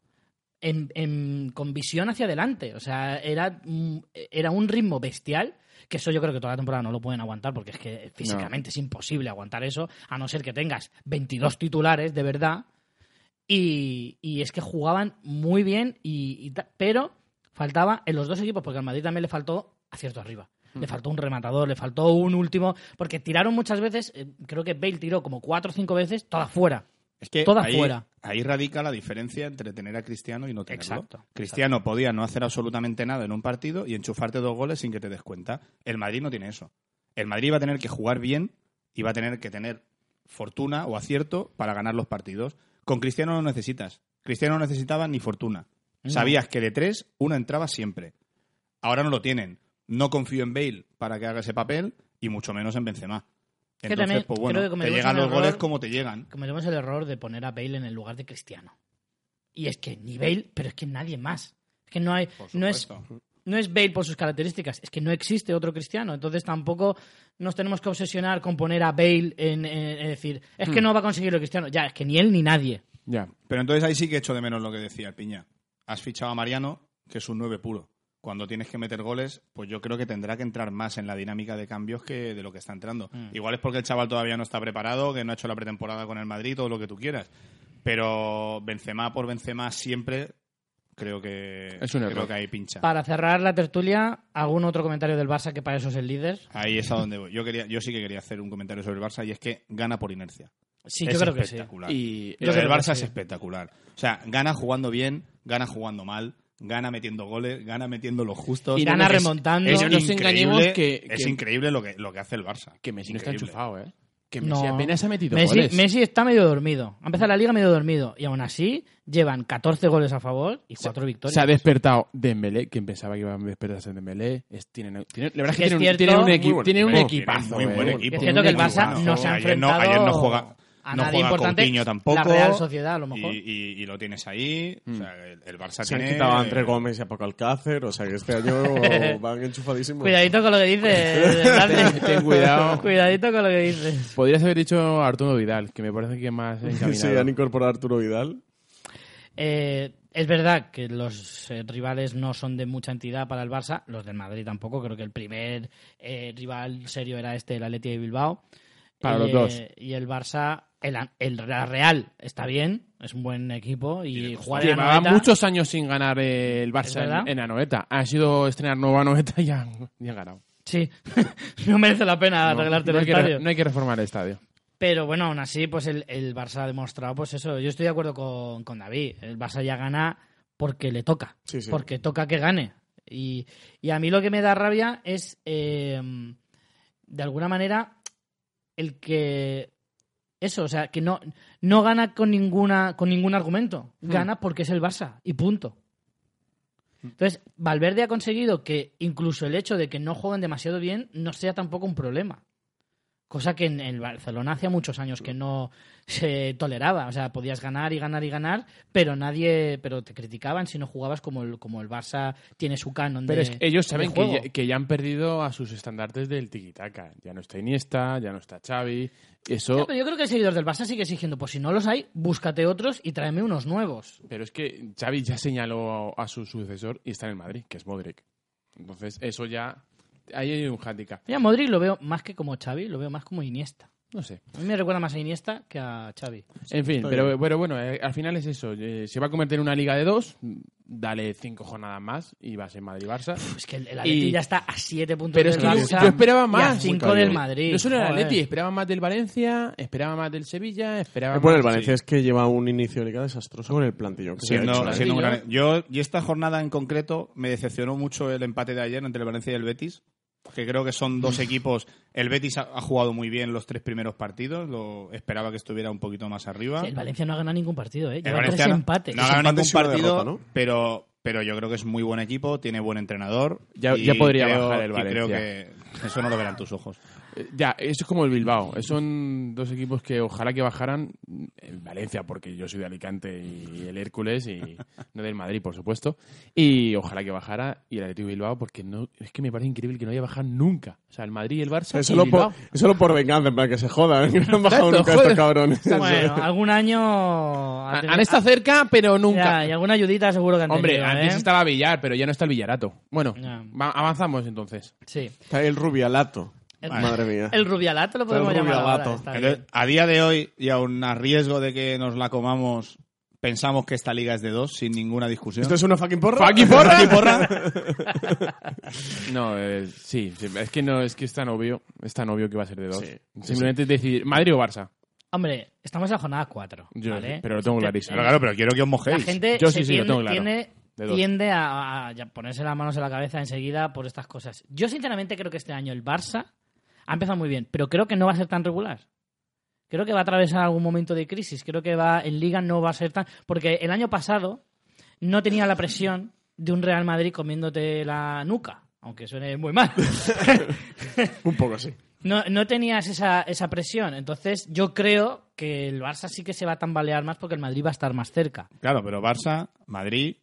Speaker 1: en- en- con visión hacia adelante. O sea, era, mm, era un ritmo bestial. Que eso yo creo que toda la temporada no lo pueden aguantar porque es que físicamente es imposible aguantar eso, a no ser que tengas 22 titulares de verdad. Y, y es que jugaban muy bien, y, y ta- pero faltaba en los dos equipos, porque al Madrid también le faltó acierto arriba. Le faltó un rematador, le faltó un último, porque tiraron muchas veces, eh, creo que Bale tiró como cuatro o cinco veces, todas fuera.
Speaker 4: Es que
Speaker 1: Toda
Speaker 4: ahí,
Speaker 1: fuera.
Speaker 4: ahí radica la diferencia entre tener a Cristiano y no tenerlo.
Speaker 1: Exacto, exacto.
Speaker 4: Cristiano podía no hacer absolutamente nada en un partido y enchufarte dos goles sin que te des cuenta. El Madrid no tiene eso. El Madrid va a tener que jugar bien y va a tener que tener fortuna o acierto para ganar los partidos. Con Cristiano no necesitas. Cristiano no necesitaba ni fortuna.
Speaker 1: No.
Speaker 4: Sabías que de tres, una entraba siempre. Ahora no lo tienen. No confío en Bale para que haga ese papel y mucho menos en Benzema.
Speaker 1: Que también
Speaker 4: Entonces, pues
Speaker 1: creo que
Speaker 4: bueno, te
Speaker 1: cometemos
Speaker 4: llegan
Speaker 1: un
Speaker 4: los goles
Speaker 1: error-
Speaker 4: como te llegan.
Speaker 1: Cometemos el error de poner a Bale en el lugar de Cristiano. Y es que ni Bale, pero es que nadie más. Es que no hay,
Speaker 4: Por
Speaker 1: no es
Speaker 4: supuesto.
Speaker 1: no es Bale por sus características, es que no existe otro cristiano. Entonces tampoco nos tenemos que obsesionar con poner a Bale en, en- en decir, es
Speaker 2: Hmm.
Speaker 1: que no va a conseguir lo cristiano. Ya, es que ni él ni nadie.
Speaker 2: Ya.
Speaker 4: Pero entonces ahí sí que echo de menos lo que decía el Piña. Has fichado a Mariano, que es un 9 puro. Cuando tienes que meter goles, pues yo creo que tendrá que entrar más en la dinámica de cambios que de lo que está entrando.
Speaker 1: Mm.
Speaker 4: Igual es porque el chaval todavía no está preparado, que no ha hecho la pretemporada con el Madrid, todo lo que tú quieras. Pero Benzema por Benzema siempre creo que,
Speaker 2: Es un
Speaker 4: creo
Speaker 2: error.
Speaker 4: que ahí pincha.
Speaker 1: Para cerrar la tertulia, algún otro comentario del Barça que para eso es el líder.
Speaker 4: Ahí es a donde voy. Yo, quería, yo sí que quería hacer un comentario sobre el Barça y es que gana por inercia.
Speaker 1: Sí,
Speaker 4: Es
Speaker 1: yo creo que sí.
Speaker 4: espectacular.
Speaker 2: Y eh,
Speaker 1: Yo
Speaker 4: Lo
Speaker 1: creo
Speaker 4: del
Speaker 1: que
Speaker 4: Barça es
Speaker 1: sí.
Speaker 4: espectacular. O sea, gana jugando bien, gana jugando mal, gana metiendo goles, gana metiendo los justos.
Speaker 1: Y gana
Speaker 4: Es-
Speaker 1: remontando.
Speaker 4: Es,
Speaker 2: No nos
Speaker 4: increíble-
Speaker 2: engañemos que-
Speaker 4: es
Speaker 2: que-
Speaker 4: increíble lo que, lo que hace el Barça.
Speaker 2: que Messi no está
Speaker 4: Increíble.
Speaker 2: enchufado, ¿eh? Que Messi
Speaker 1: No.
Speaker 2: apenas ha metido goles.
Speaker 1: Messi, Messi está medio dormido. Ha empezado la liga medio dormido. Y aún así, llevan 14 goles a favor y 4 victorias.
Speaker 2: Se ha despertado Dembélé, quien pensaba que iba a despertarse en Dembélé. Es, tienen, tienen- la verdad
Speaker 1: Sí
Speaker 2: es
Speaker 1: que
Speaker 2: que
Speaker 1: es
Speaker 2: tienen, tienen un,
Speaker 1: cierto.
Speaker 2: equi-
Speaker 1: Muy
Speaker 4: buen
Speaker 2: tienen un
Speaker 4: equipo,
Speaker 2: equipazo.
Speaker 4: tienen muy buen
Speaker 2: eh.
Speaker 4: equipo.
Speaker 1: Es
Speaker 2: Tienen
Speaker 1: cierto
Speaker 2: un
Speaker 1: que el Barça
Speaker 2: equipazo.
Speaker 1: no se ha
Speaker 4: Ayer no-
Speaker 1: enfrentado
Speaker 4: ayer no juega-
Speaker 1: a
Speaker 4: no
Speaker 1: nadie
Speaker 4: juega
Speaker 1: importante.
Speaker 4: Coutinho tampoco.
Speaker 1: La Real Sociedad, a lo
Speaker 4: Y,
Speaker 1: mejor.
Speaker 4: y- y lo tienes ahí. O sea, el, el Barça
Speaker 3: Se han
Speaker 4: tiene-
Speaker 3: quitado a André Gómez y a Paco Alcácer, o sea que este año van enchufadísimos.
Speaker 1: Cuidadito con lo que dices. Dante.
Speaker 2: Ten- ten cuidado.
Speaker 1: Cuidadito con lo que dices.
Speaker 2: Podrías haber dicho Arturo Vidal, que me parece que es más encaminado.
Speaker 3: Sí, han incorporado a Arturo Vidal.
Speaker 1: Eh, es verdad que los eh, rivales no son de mucha entidad para el Barça, los del Madrid tampoco. Creo que el primer eh, rival serio era este, el Atleti de Bilbao.
Speaker 2: Para los
Speaker 1: Eh,
Speaker 2: dos.
Speaker 1: Y el Barça, el, el Real está bien, es un buen equipo y jugar en la
Speaker 2: Llevaba
Speaker 1: Anoeta-
Speaker 2: muchos años sin ganar el
Speaker 1: ¿Es
Speaker 2: Barça
Speaker 1: verdad?
Speaker 2: en, en Anoeta. Ha sido estrenar nueva Anoeta y han, y han ganado.
Speaker 1: Sí, no merece la pena
Speaker 2: No,
Speaker 1: arreglarte
Speaker 2: no
Speaker 1: el
Speaker 2: hay que re-
Speaker 1: estadio.
Speaker 2: no hay que reformar el estadio.
Speaker 1: Pero bueno, aún así, pues el, el Barça ha demostrado, pues eso, yo estoy de acuerdo con, con David, el Barça ya gana porque le toca,
Speaker 3: Sí, sí.
Speaker 1: porque toca que gane. Y, y a mí lo que me da rabia es, eh, de alguna manera, el que... Eso, o sea, que no, no gana con, ninguna, con ningún argumento,
Speaker 2: Hmm.
Speaker 1: gana porque es el Barça y punto. Entonces, Valverde ha conseguido que incluso el hecho de que no jueguen demasiado bien no sea tampoco un problema. Cosa que en el Barcelona hacía muchos años que no se toleraba. O sea, podías ganar y ganar y ganar, pero nadie, pero te criticaban si no jugabas como el, como el Barça tiene su canon
Speaker 2: Pero
Speaker 1: de
Speaker 2: es que ellos
Speaker 1: de
Speaker 2: saben que
Speaker 1: juego.
Speaker 2: ya, que ya han perdido a sus estandartes del tiquitaca. Ya no está Iniesta, ya no está Xavi.
Speaker 1: Ya,
Speaker 2: Eso,
Speaker 1: pero yo creo que el seguidor del Barça sigue exigiendo, pues si no los hay, búscate otros y tráeme unos nuevos.
Speaker 2: pero es que Xavi ya señaló a, a su sucesor y está en el Madrid, que es Modric. Entonces, eso ya. Ahí hay un handicap.
Speaker 1: Ya Modric lo veo más que como Xavi, lo veo más como Iniesta.
Speaker 2: No sé.
Speaker 1: A mí me recuerda más a Iniesta que a Xavi.
Speaker 2: En fin,
Speaker 3: Está
Speaker 2: pero
Speaker 3: bien.
Speaker 2: bueno, bueno, eh, al final es eso. Eh, se va a convertir en una liga de dos. Dale cinco jornadas más y va a ser Madrid-Barça.
Speaker 1: Pues que el, el Atleti
Speaker 2: Y-
Speaker 1: ya está a 7 puntos
Speaker 2: Pero es
Speaker 1: del
Speaker 2: que yo,
Speaker 1: Barça
Speaker 2: yo esperaba más.
Speaker 1: Y a 5 del Madrid.
Speaker 2: No solo el
Speaker 1: Joder.
Speaker 2: Atleti, esperaba más del Valencia, esperaba más del Sevilla, esperaba
Speaker 3: Bueno, el
Speaker 2: más-
Speaker 3: Valencia es que lleva un inicio de liga desastroso con el plantillo. Que se ha
Speaker 4: Siendo-
Speaker 3: hecho, ¿eh?
Speaker 4: siendo un gran- yo, y esta jornada en concreto me decepcionó mucho el empate de ayer entre el Valencia y el Betis, que creo que son dos equipos. El Betis ha, ha jugado muy bien los tres primeros partidos, lo esperaba que estuviera un poquito más arriba.
Speaker 1: Sí, el Valencia no ha ganado ningún partido, ¿eh?
Speaker 4: El
Speaker 1: Lleva tres
Speaker 4: Valencia no-
Speaker 1: empates.
Speaker 4: No ha ganado
Speaker 3: Empates
Speaker 4: ningún
Speaker 3: y una
Speaker 4: partido,
Speaker 3: derrota, ¿no?
Speaker 4: pero, pero yo creo que es muy buen equipo, tiene buen entrenador.
Speaker 2: Ya-
Speaker 4: y
Speaker 2: ya podría
Speaker 4: creo-
Speaker 2: bajar el
Speaker 4: y
Speaker 2: Valencia.
Speaker 4: creo que eso no lo verán tus ojos.
Speaker 2: Eh, Ya, eso es como el Bilbao. Eh, Son dos equipos que ojalá que bajaran. El Valencia, porque yo soy de Alicante y el Hércules, y no del Madrid, por supuesto. Y ojalá que bajara. Y el Atlético de Bilbao, porque no es que me parece increíble que no haya bajado nunca. O sea, el Madrid y el Barça.
Speaker 3: Es
Speaker 2: y
Speaker 3: solo,
Speaker 2: Bilbao.
Speaker 3: por, es solo por venganza, en plan que se jodan. que no han bajado
Speaker 2: Exacto,
Speaker 3: nunca
Speaker 2: joder.
Speaker 3: estos cabrones.
Speaker 1: Bueno, algún año... ha
Speaker 2: Han,
Speaker 1: tenido-
Speaker 2: han estado cerca, pero
Speaker 1: Ya,
Speaker 2: nunca.
Speaker 1: y alguna ayudita seguro que han
Speaker 2: Hombre,
Speaker 1: tenido,
Speaker 2: antes
Speaker 1: ¿eh?
Speaker 2: estaba Villar, pero ya no está el Villarato. Bueno,
Speaker 1: Ya.
Speaker 2: va- avanzamos entonces.
Speaker 1: Sí.
Speaker 3: Está el rubialato.
Speaker 1: El-
Speaker 3: Madre mía.
Speaker 1: El rubialato lo podemos
Speaker 3: El
Speaker 1: llamar ahora,
Speaker 3: rubialato.
Speaker 1: está
Speaker 4: Entonces,
Speaker 1: bien.
Speaker 4: a día de hoy, y aun a riesgo de que nos la comamos, pensamos que esta liga es de dos, sin ninguna discusión.
Speaker 3: ¿Esto es una fucking porra?
Speaker 2: ¡Faki porra! No, eh, sí, sí, es que no, es que es tan obvio, es tan obvio que va a ser de dos.
Speaker 3: Sí, sí,
Speaker 2: Simplemente decidir Madrid o Barça.
Speaker 1: Hombre, estamos en la jornada 4,
Speaker 2: Yo- Pero lo tengo clarísimo.
Speaker 4: Pero claro, pero quiero que os mojéis.
Speaker 1: La gente
Speaker 2: Yo
Speaker 1: se
Speaker 2: sí, sí, lo
Speaker 1: tiende,
Speaker 2: tengo claro.
Speaker 1: tiene-
Speaker 2: De dos.
Speaker 1: tiende a, a- a ponerse las manos en la cabeza enseguida por estas cosas. Yo sinceramente creo que este año el Barça ha empezado muy bien, pero creo que no va a ser tan regular. Creo que va a atravesar algún momento de crisis. Creo que va en Liga no va a ser tan... Porque el año pasado no tenía la presión de un Real Madrid comiéndote la nuca, aunque suene muy mal.
Speaker 3: Un poco así.
Speaker 1: No, no tenías esa, esa presión. Entonces, yo creo que el Barça sí que se va a tambalear más porque el Madrid va a estar más cerca.
Speaker 4: Claro, pero Barça, Madrid,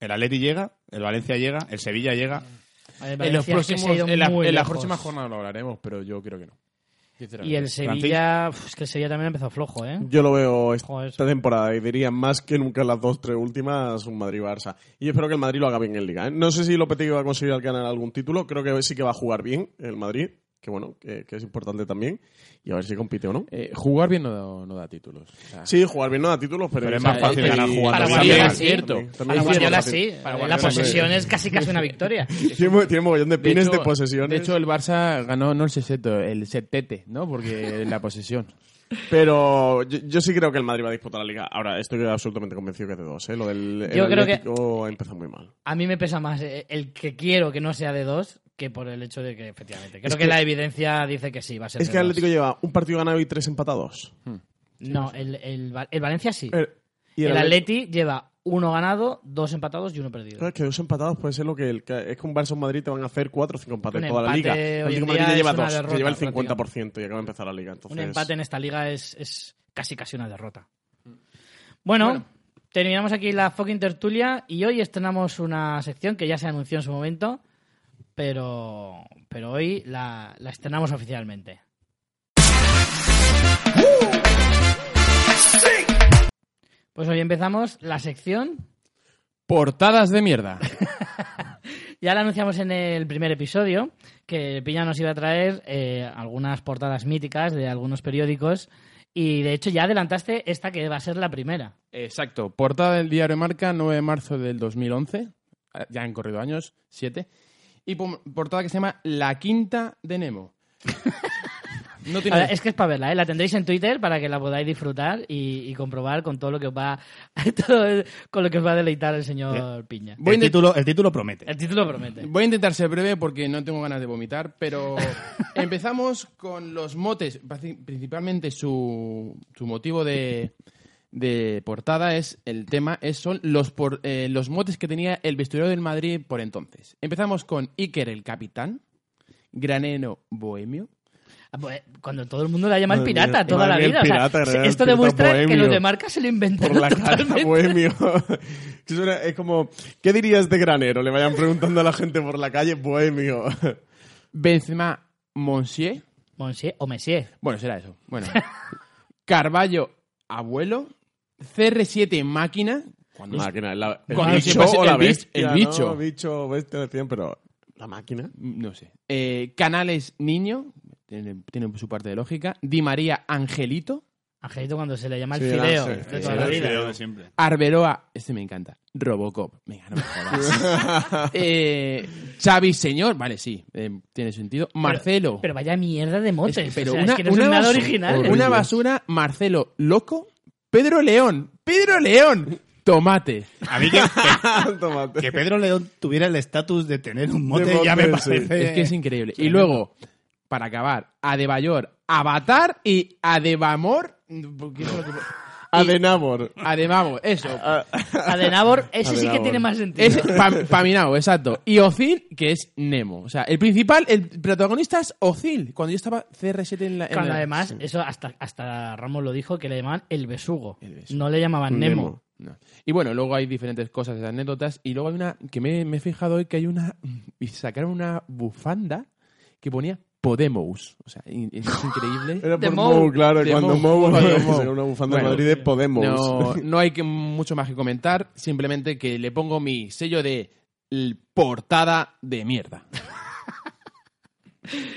Speaker 4: el Atleti llega, el Valencia llega, el Sevilla llega.
Speaker 1: El
Speaker 2: en,
Speaker 1: Valencia
Speaker 2: los
Speaker 1: es que se ha
Speaker 2: próximos,
Speaker 1: ido
Speaker 2: en, la-
Speaker 1: muy
Speaker 2: en las
Speaker 1: lejos.
Speaker 2: próximas jornadas lo hablaremos, pero yo creo que no.
Speaker 1: Y el
Speaker 2: Sinceramente.
Speaker 1: Sevilla, uf, es que el Sevilla también ha empezado flojo, ¿eh?
Speaker 3: Yo lo veo esta
Speaker 1: Joder.
Speaker 3: temporada y diría más que nunca las dos, tres últimas un Madrid-Barça. Y yo espero que el Madrid lo haga bien en Liga. ¿eh? No sé si Lopetegui va a conseguir ganar algún título. Creo que sí que va a jugar bien el Madrid, que bueno, que, que es importante también. Y a ver si compite o no.
Speaker 2: Eh, jugar bien no da, no da títulos. O sea,
Speaker 3: Sí, jugar bien no da títulos, pero,
Speaker 4: Pero es
Speaker 3: o sea,
Speaker 4: más fácil
Speaker 3: y-
Speaker 4: ganar jugando
Speaker 1: Para
Speaker 4: bien.
Speaker 1: Guardiola
Speaker 2: También es
Speaker 1: sí.
Speaker 2: cierto.
Speaker 1: Para
Speaker 3: es
Speaker 1: Guardiola
Speaker 3: cierto.
Speaker 1: sí,
Speaker 2: Para
Speaker 1: la
Speaker 2: Guardiola,
Speaker 1: posesión es casi casi una victoria.
Speaker 3: Tiene, tiene mogollón de
Speaker 2: De
Speaker 3: pines
Speaker 2: hecho-
Speaker 3: de posesiones.
Speaker 2: De hecho, el Barça ganó no el seseto, el setete, ¿no? Porque la posesión.
Speaker 3: Pero yo, yo sí creo que el Madrid va a disputar la liga. Ahora, estoy absolutamente convencido que es de dos. ¿eh? Lo del el
Speaker 1: Yo creo que-
Speaker 3: Atlético ha empezado muy mal.
Speaker 1: A mí me pesa más eh, el que quiero que no sea de dos que por el hecho de que, efectivamente, creo
Speaker 3: Es
Speaker 1: que,
Speaker 3: que-
Speaker 1: la evidencia dice que sí, va a ser
Speaker 3: Es
Speaker 1: de
Speaker 3: que
Speaker 1: dos.
Speaker 3: el
Speaker 1: Mm.
Speaker 3: Atlético lleva un partido ganado y tres empatados.
Speaker 1: No, el, el, Va- el Valencia sí.
Speaker 3: Eh, y
Speaker 1: el
Speaker 3: Atlético-
Speaker 1: Atleti lleva uno ganado, dos empatados y uno perdido.
Speaker 3: Claro, es que dos empatados puede ser lo que, el, que- es que un Barça o un Madrid te van a hacer cuatro o cinco empates
Speaker 1: Un
Speaker 3: en toda la
Speaker 1: empate
Speaker 3: liga.
Speaker 1: hoy en
Speaker 3: El Atlético de
Speaker 1: día
Speaker 3: Madrid ya
Speaker 1: es
Speaker 3: lleva
Speaker 1: una
Speaker 3: dos,
Speaker 1: derrota,
Speaker 3: que lleva el 50% y acaba de empezar la liga. Entonces,
Speaker 1: Un empate en esta liga es, es casi casi una derrota. Bueno, terminamos aquí la fucking tertulia y hoy estrenamos una sección que ya se anunció en su momento, pero, pero hoy la, la estrenamos oficialmente. Pues hoy empezamos la sección,
Speaker 2: Portadas de mierda.
Speaker 1: ya la anunciamos en el primer episodio, que Piña nos iba a traer eh, algunas portadas míticas de algunos periódicos y de hecho ya adelantaste esta que va a ser la primera.
Speaker 2: Exacto. Portada del diario Marca, 9 de marzo del 2011. Ah, Ya han corrido años, 7. Y pom- portada que se llama La Quinta de Nemo. No tiene...
Speaker 1: Ahora, es que es para verla, ¿eh? la tendréis en Twitter para que la podáis disfrutar y, y comprobar con todo lo que os va todo- con lo que os va a deleitar el
Speaker 3: Eh.
Speaker 1: señor Piña.
Speaker 2: Voy
Speaker 4: el,
Speaker 2: de-
Speaker 4: título, el título promete.
Speaker 1: El título promete.
Speaker 2: Voy a intentar ser breve porque no tengo ganas de vomitar, pero empezamos con los motes. Princi- Principalmente su, su motivo de, de portada es el tema, es, son los, por- eh, los motes que tenía el vestuario del Madrid por entonces. Empezamos con Iker el capitán, Graneno Bohemio,
Speaker 1: Ah, pues, Cuando todo el mundo la llama el
Speaker 3: Madre
Speaker 1: pirata
Speaker 3: mía,
Speaker 1: toda la
Speaker 3: madre
Speaker 1: vida.
Speaker 3: mía, el
Speaker 1: o sea,
Speaker 3: pirata,
Speaker 1: se-
Speaker 3: el
Speaker 1: esto
Speaker 3: pirata
Speaker 1: demuestra que
Speaker 3: bohemio.
Speaker 1: los de marca se lo inventaron.
Speaker 3: Por la pues. cara,
Speaker 1: totalmente.
Speaker 3: bohemio. Que suena- es como, ¿qué dirías de granero? Le vayan preguntando a la gente por la calle, bohemio.
Speaker 2: Benzema Monsier,
Speaker 1: Monsieur o Messier.
Speaker 2: bueno, será eso, bueno, Carballo Abuelo, CR7 Máquina, cuando
Speaker 3: máquina, la- el,
Speaker 2: Cuando
Speaker 3: bicho
Speaker 2: siempre es
Speaker 3: o la
Speaker 2: Pues, el bis-
Speaker 3: bestia,
Speaker 2: el
Speaker 3: ¿no?
Speaker 2: bicho.
Speaker 3: bicho, bestia, decían, pero la máquina.
Speaker 2: no sé. Eh, Canales Niño, tiene, tiene su parte de lógica. Di María Angelito.
Speaker 1: Angelito cuando se le llama el
Speaker 3: Sí, era-
Speaker 1: fideo
Speaker 3: sí,
Speaker 1: de
Speaker 3: sí,
Speaker 1: toda
Speaker 3: era
Speaker 1: la
Speaker 3: el
Speaker 1: vida.
Speaker 3: fideo.
Speaker 4: siempre.
Speaker 2: Arbeloa, este me encanta. Robocop, venga, no me jodas. eh, Xavi Señor, vale, sí, eh, tiene sentido. Marcelo.
Speaker 1: Pero vaya mierda de motes.
Speaker 2: Es que- pero
Speaker 1: o sea, es que no son nada
Speaker 2: basura,
Speaker 1: originales.
Speaker 2: una basura. Marcelo Loco. Pedro León. Pedro León. Tomate.
Speaker 4: A mí que, que-
Speaker 3: Tomate.
Speaker 4: que Pedro León tuviera el estatus de tener un mote,
Speaker 3: De mote,
Speaker 4: ya me
Speaker 3: sí.
Speaker 4: parece.
Speaker 2: Es que es increíble. Y luego, para acabar, Adebayor, Avatar y Adebamor. ¿Qué es lo que-
Speaker 3: Ah, Adenamor.
Speaker 2: Adebamor, eso.
Speaker 1: Adenabor, ese sí que
Speaker 3: Adenauer.
Speaker 1: tiene más sentido.
Speaker 2: Es pa- Paminao, exacto. Y Ozil, que es Nemo. O sea, el principal, el protagonista es Ozil. Cuando yo estaba CR7 en la. en
Speaker 1: Cuando
Speaker 2: la-
Speaker 1: además, eso hasta, hasta Ramos lo dijo, que le llamaban el besugo. No le llamaban Nemo.
Speaker 3: Nemo.
Speaker 2: No. Y bueno, luego hay diferentes cosas, anécdotas. Y luego hay una que me, me he fijado hoy que hay una. Y sacaron una bufanda que ponía Podemos. O sea, y- es increíble.
Speaker 3: Era
Speaker 1: De
Speaker 3: por
Speaker 1: Mou.
Speaker 3: Mou, claro,
Speaker 2: De
Speaker 3: cuando
Speaker 2: Mou.
Speaker 3: Mou
Speaker 2: Cuando Mou.
Speaker 3: era una bufanda
Speaker 2: Bueno,
Speaker 3: de Madrid de Podemos.
Speaker 2: No, no hay que, mucho más que comentar. Simplemente que le pongo mi sello de l- portada de mierda.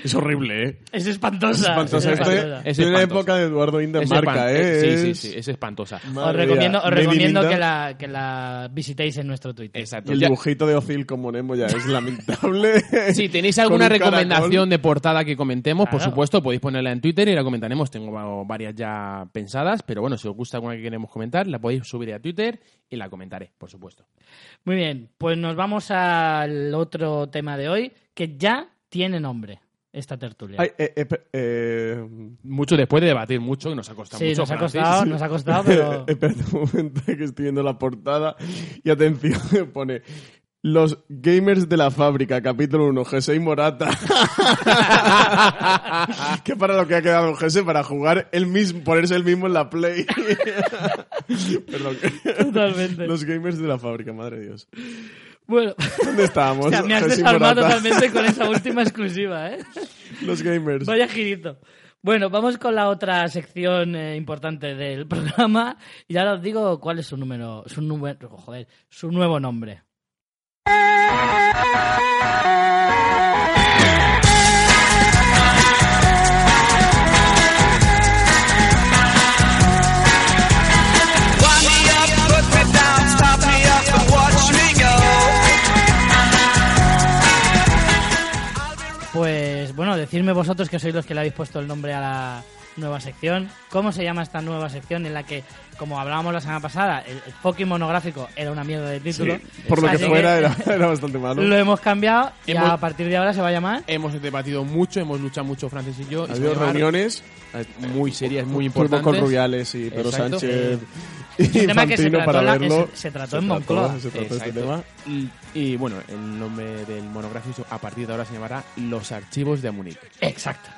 Speaker 3: Es horrible, ¿eh?
Speaker 1: Es espantosa.
Speaker 3: Espantosa.
Speaker 1: Ah, es
Speaker 2: Estoy-
Speaker 1: espantosa.
Speaker 2: Es
Speaker 3: Es una
Speaker 2: espantosa.
Speaker 3: época de Eduardo Inda
Speaker 2: Es
Speaker 3: marca,
Speaker 2: espan-
Speaker 3: ¿eh?
Speaker 2: Sí,
Speaker 3: Es- Mm.
Speaker 2: sí, sí, es espantosa.
Speaker 3: Madre
Speaker 1: Os recomiendo, os
Speaker 3: mía. Made in
Speaker 1: recomiendo que,
Speaker 3: India.
Speaker 1: la, que la visitéis en nuestro Twitter.
Speaker 2: Exacto.
Speaker 3: Y el
Speaker 2: Ya-
Speaker 3: dibujito de Ozil como Nemo ya es lamentable.
Speaker 2: Si tenéis alguna
Speaker 3: Con un caracol.
Speaker 2: recomendación de portada que comentemos, por
Speaker 1: Claro.
Speaker 2: supuesto, podéis ponerla en Twitter y la comentaremos. Tengo va- varias ya pensadas, pero bueno, si os gusta alguna que queremos comentar, la podéis subir a Twitter y la comentaré, por supuesto.
Speaker 1: Muy bien, pues nos vamos al otro tema de hoy, que ya tiene nombre esta tertulia.
Speaker 3: Ay, eh, eh, pe- eh,
Speaker 2: Mucho después de debatir mucho, que nos ha costado
Speaker 1: sí,
Speaker 2: mucho.
Speaker 1: nos ha
Speaker 2: Francis.
Speaker 1: costado, nos ha costado, pero...
Speaker 3: Espera un momento que estoy viendo la portada y atención, pone Los gamers de la fábrica, capítulo 1, José y Morata. que para lo que ha quedado José para jugar el mismo, ponerse el mismo en la play. Perdón.
Speaker 1: Totalmente.
Speaker 3: Los gamers de la fábrica, madre de Dios.
Speaker 1: Bueno,
Speaker 3: ¿Dónde estábamos?
Speaker 1: o sea, me has
Speaker 3: José y
Speaker 1: desarmado
Speaker 3: Morata.
Speaker 1: totalmente con esa última exclusiva, ¿eh?
Speaker 3: Los gamers.
Speaker 1: Vaya girito. Bueno, vamos con la otra sección eh, importante del programa y ahora os digo cuál es su número, su número, joder, su nuevo nombre.
Speaker 5: Wind me up, put me down, stop me up and watch me go.
Speaker 1: Pues bueno, decirme vosotros que sois los que le habéis puesto el nombre a la nueva sección. ¿Cómo se llama esta nueva sección en la que, como hablábamos la semana pasada, el, el Pokémon monográfico era una mierda de título?
Speaker 3: Por lo que
Speaker 1: Así
Speaker 3: fuera, era, era bastante malo.
Speaker 1: Lo hemos cambiado y
Speaker 2: Hemos-
Speaker 1: a partir de ahora se va a llamar.
Speaker 2: Hemos debatido mucho, hemos luchado mucho, Francis y yo. y se va a
Speaker 3: Había
Speaker 2: llevar
Speaker 3: reuniones.
Speaker 2: muy serias, muy
Speaker 3: Fuimos
Speaker 2: importantes.
Speaker 3: con Rubiales y Pedro
Speaker 2: Exacto.
Speaker 3: Sánchez. Y
Speaker 1: Eh, un tema que se
Speaker 3: Infantino
Speaker 1: trató
Speaker 3: para
Speaker 1: la-
Speaker 3: verlo.
Speaker 1: se- se trató en Moncloa.
Speaker 3: Se trató este
Speaker 2: Exacto.
Speaker 3: tema.
Speaker 2: Y, y, bueno, el nombre del monográfico a partir de ahora se llamará Los Archivos de Amunic.
Speaker 1: Exacto.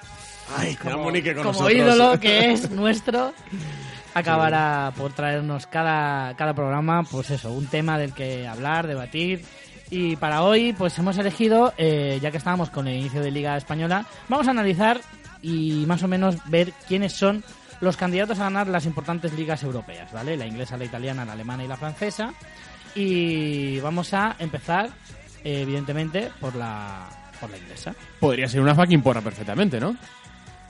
Speaker 3: Ay, como,
Speaker 1: como ídolo que es nuestro, acabará por traernos cada, cada programa, pues eso, un tema del que hablar, debatir. Y para hoy, pues hemos elegido, eh, ya que estábamos con el inicio de Liga Española, vamos a analizar y más o menos ver quiénes son los candidatos a ganar las importantes ligas europeas, ¿vale? La inglesa, la italiana, la alemana y la francesa. Y vamos a empezar, eh, evidentemente, por la, por la inglesa.
Speaker 2: Podría ser una fucking porra perfectamente, ¿no?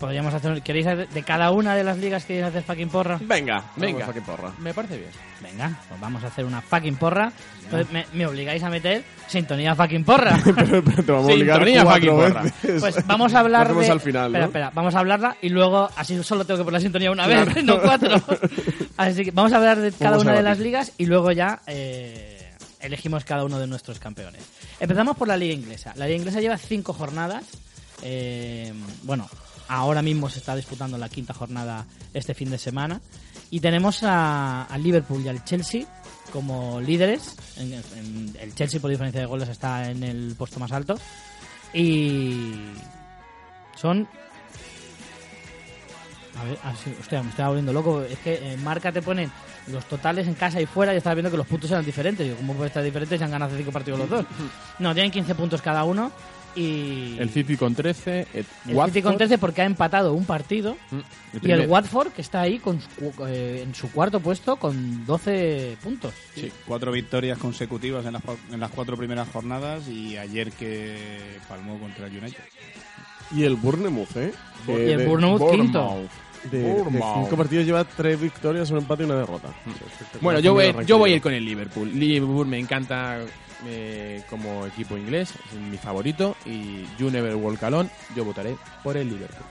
Speaker 1: Podríamos hacer. ¿Queréis hacer- de cada una de las ligas queréis hacer fucking porra?
Speaker 3: Venga,
Speaker 2: Venga.
Speaker 3: venga. Qué porra.
Speaker 2: Me parece bien.
Speaker 1: Venga, pues vamos a hacer una fucking porra. Entonces me, me obligáis a meter sintonía fucking porra.
Speaker 3: Pero, pero te vamos a obligar
Speaker 2: Sintonía,
Speaker 3: cuatro
Speaker 2: fucking porra.
Speaker 3: veces.
Speaker 1: Pues vamos a hablar
Speaker 3: Lo hacemos
Speaker 1: de-
Speaker 3: al final,
Speaker 1: espera,
Speaker 3: ¿no?
Speaker 1: espera, vamos a hablarla y luego así solo tengo que poner la sintonía una vez, no cuatro. Así que vamos a hablar de cada
Speaker 3: Vamos a
Speaker 1: una de las
Speaker 3: debatir.
Speaker 1: ligas y luego ya eh, elegimos cada uno de nuestros campeones. Empezamos por la liga inglesa. La liga inglesa lleva cinco jornadas. Eh, bueno, ahora mismo se está disputando la quinta jornada este fin de semana y tenemos a, al Liverpool y al Chelsea como líderes. En- en- el Chelsea por diferencia de goles está en el puesto más alto y son. A ver, así, hostia, me estaba volviendo loco. Es que en marca te ponen los totales en casa y fuera. Yo estaba viendo que los puntos eran diferentes. Digo, ¿cómo puede estar diferente si han ganado hace cinco partidos los dos? No, tienen 15 puntos cada uno. Y.
Speaker 2: El City con 13. El,
Speaker 1: el City con 13 porque ha empatado un partido.
Speaker 2: Mm,
Speaker 1: Y el
Speaker 2: primer-
Speaker 1: Watford, que está ahí con, su- eh, en su cuarto puesto con 12 puntos.
Speaker 4: Sí, cuatro victorias consecutivas en las, pa- en las cuatro primeras jornadas y ayer que palmó contra el United.
Speaker 3: Y el Bournemouth, ¿eh?
Speaker 1: Y
Speaker 3: Eh,
Speaker 1: el
Speaker 3: de-
Speaker 1: Bournemouth quinto.
Speaker 2: Bournemouth.
Speaker 3: De, de
Speaker 2: Bournemouth.
Speaker 3: cinco partidos lleva tres victorias, un empate y una derrota.
Speaker 1: Mm.
Speaker 2: Bueno, yo voy, yo voy a ir con el Liverpool. Liverpool me encanta eh, como equipo inglés, es mi favorito. Y You Never Walk Alone, yo votaré por el Liverpool.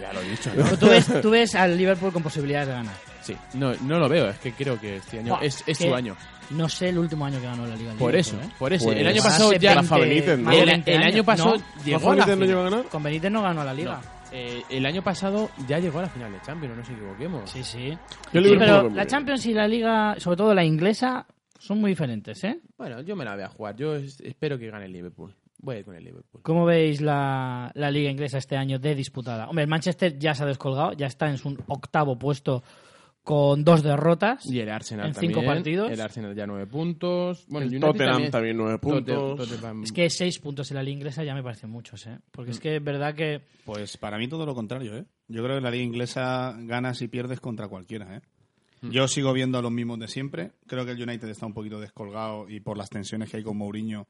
Speaker 2: Ya lo he dicho,
Speaker 1: Pero tú ves, tú ves al Liverpool con posibilidades de ganar.
Speaker 2: Sí, no, no lo veo, es que creo que este año
Speaker 1: Buah,
Speaker 2: es, es
Speaker 1: que
Speaker 2: su año.
Speaker 1: No sé el último año que ganó la Liga. el
Speaker 2: Por eso,
Speaker 1: Liverpool, ¿eh?
Speaker 2: por eso.
Speaker 3: Pues
Speaker 2: el año
Speaker 3: hace
Speaker 2: pasado ya...
Speaker 3: Rafa Benítez, ¿no?
Speaker 1: más de
Speaker 2: El-
Speaker 1: 20
Speaker 2: el año
Speaker 1: años.
Speaker 2: pasado
Speaker 1: No,
Speaker 2: llegó
Speaker 3: ¿Rafa
Speaker 2: a la
Speaker 3: Benítez no
Speaker 2: final.
Speaker 3: llegó a ganar?
Speaker 1: con Benítez no ganó la Liga.
Speaker 2: Eh, el año pasado ya llegó a la final de Champions, no nos equivoquemos.
Speaker 1: Sí, sí.
Speaker 3: Yo el
Speaker 1: Sí,
Speaker 3: Liverpool lo
Speaker 1: pero
Speaker 3: veo muy
Speaker 1: la
Speaker 3: bien.
Speaker 1: Champions y la Liga, sobre todo la inglesa, son muy diferentes, ¿eh?
Speaker 2: Bueno, yo me la voy a jugar. Yo es- espero que gane el Liverpool. Voy a ir con el Liverpool.
Speaker 1: ¿Cómo veis la, la liga inglesa este año de disputada? Hombre, el Manchester ya se ha descolgado, ya está en su octavo puesto con dos derrotas.
Speaker 2: Y el Arsenal
Speaker 1: En
Speaker 2: también.
Speaker 1: cinco partidos.
Speaker 2: El Arsenal ya nueve puntos. Bueno, el United
Speaker 3: Tottenham también nueve
Speaker 2: Totte-
Speaker 3: puntos.
Speaker 2: Tottenham-
Speaker 1: Es que seis puntos en la liga inglesa ya me parecen muchos, ¿eh? Porque es que es verdad que...
Speaker 4: Pues para mí todo lo contrario, ¿eh? Yo creo que la liga inglesa ganas y pierdes contra cualquiera, ¿eh?
Speaker 3: Hmm.
Speaker 4: Yo sigo viendo a los mismos de siempre. Creo que el United está un poquito descolgado y por las tensiones que hay con Mourinho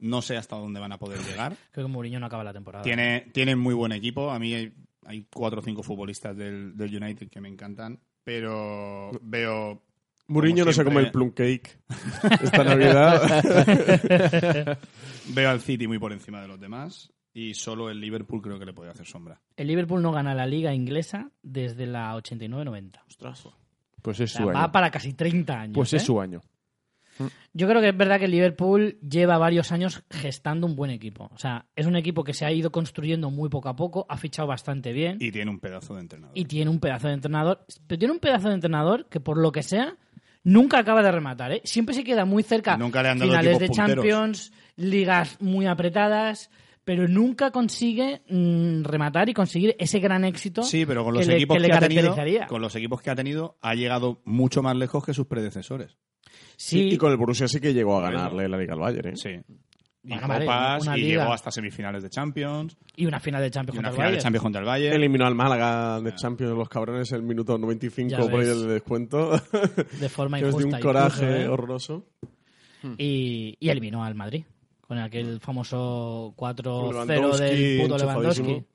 Speaker 4: no sé hasta dónde van a poder llegar.
Speaker 1: Creo que Mourinho no acaba la temporada.
Speaker 4: Tiene, tienen muy buen equipo. A mí hay, hay cuatro o cinco futbolistas del, del United que me encantan, pero veo...
Speaker 3: Mourinho
Speaker 4: como
Speaker 3: no se come
Speaker 4: siempre,
Speaker 3: el plum cake esta Navidad.
Speaker 4: Veo al City muy por encima de los demás y solo el Liverpool creo que le puede hacer sombra.
Speaker 1: El Liverpool no gana la liga inglesa desde la 89-90.
Speaker 2: Pues es
Speaker 1: O sea,
Speaker 2: su
Speaker 1: va
Speaker 2: año.
Speaker 1: para casi 30 años.
Speaker 2: Pues es
Speaker 1: ¿eh?
Speaker 2: su año.
Speaker 1: Yo creo que es verdad que el Liverpool lleva varios años gestando un buen equipo. O sea, es un equipo que se ha ido construyendo muy poco a poco, ha fichado bastante bien.
Speaker 4: Y tiene un pedazo de entrenador.
Speaker 1: y tiene un pedazo de entrenador. Pero tiene un pedazo de entrenador que, por lo que sea, nunca acaba de rematar. ¿eh? Siempre se queda muy cerca.
Speaker 4: Nunca le han dado
Speaker 1: Finales
Speaker 4: equipos
Speaker 1: de
Speaker 4: punteros.
Speaker 1: Champions, ligas muy apretadas, pero nunca consigue mm, rematar y conseguir ese gran éxito.
Speaker 4: Sí, pero con
Speaker 1: que
Speaker 4: los
Speaker 1: le-
Speaker 4: equipos
Speaker 1: que
Speaker 4: que,
Speaker 1: le
Speaker 4: ha tenido,
Speaker 1: caracterizaría.
Speaker 4: con los equipos que ha tenido, ha llegado mucho más lejos que sus predecesores.
Speaker 1: Sí,
Speaker 3: Y con el Borussia sí que llegó a ganarle la Liga al Bayern. ¿eh?
Speaker 4: Sí. Y
Speaker 1: Bueno, vale,
Speaker 4: copas,
Speaker 1: una
Speaker 4: y
Speaker 1: liga.
Speaker 4: llegó hasta semifinales de Champions,
Speaker 1: y una final de Champions
Speaker 4: y
Speaker 1: contra
Speaker 4: una
Speaker 1: el
Speaker 4: final de
Speaker 1: Bayern.
Speaker 4: Champions contra el Bayern.
Speaker 3: Eliminó al Málaga de Champions los cabrones en el minuto 95
Speaker 1: Ya
Speaker 3: por ahí
Speaker 1: ves.
Speaker 3: del descuento.
Speaker 1: de forma
Speaker 3: que os
Speaker 1: injusta.
Speaker 3: dio un
Speaker 1: incluso,
Speaker 3: coraje
Speaker 1: ¿eh?
Speaker 3: horroroso.
Speaker 1: y, y eliminó al Madrid con aquel famoso 4-0
Speaker 3: Lewandowski,
Speaker 1: del puto Lewandowski.
Speaker 3: enchufadísimo.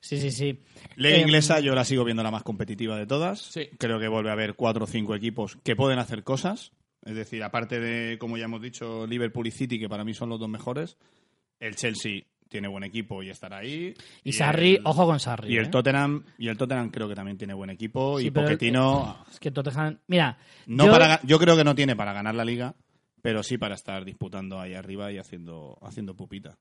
Speaker 1: Sí, sí, sí.
Speaker 4: Liga
Speaker 1: Em,
Speaker 4: inglesa yo la sigo viendo la más competitiva de todas.
Speaker 2: Sí.
Speaker 4: Creo que vuelve a haber cuatro o cinco equipos que pueden hacer cosas. Es decir, aparte de, como ya hemos dicho, Liverpool y City, que para mí son los dos mejores, el Chelsea tiene buen equipo y estará ahí.
Speaker 1: Y, Sarri,
Speaker 4: el-
Speaker 1: ojo con Sarri.
Speaker 4: Y
Speaker 1: ¿eh?
Speaker 4: el Tottenham, y el Tottenham creo que también tiene buen equipo.
Speaker 1: Sí,
Speaker 4: y
Speaker 1: pero el-
Speaker 4: Pochettino
Speaker 1: Es que Tottenham. Mira,
Speaker 4: No
Speaker 1: yo,
Speaker 4: para ga- yo creo que no tiene para ganar la liga, pero sí para estar disputando ahí arriba y haciendo, haciendo pupita.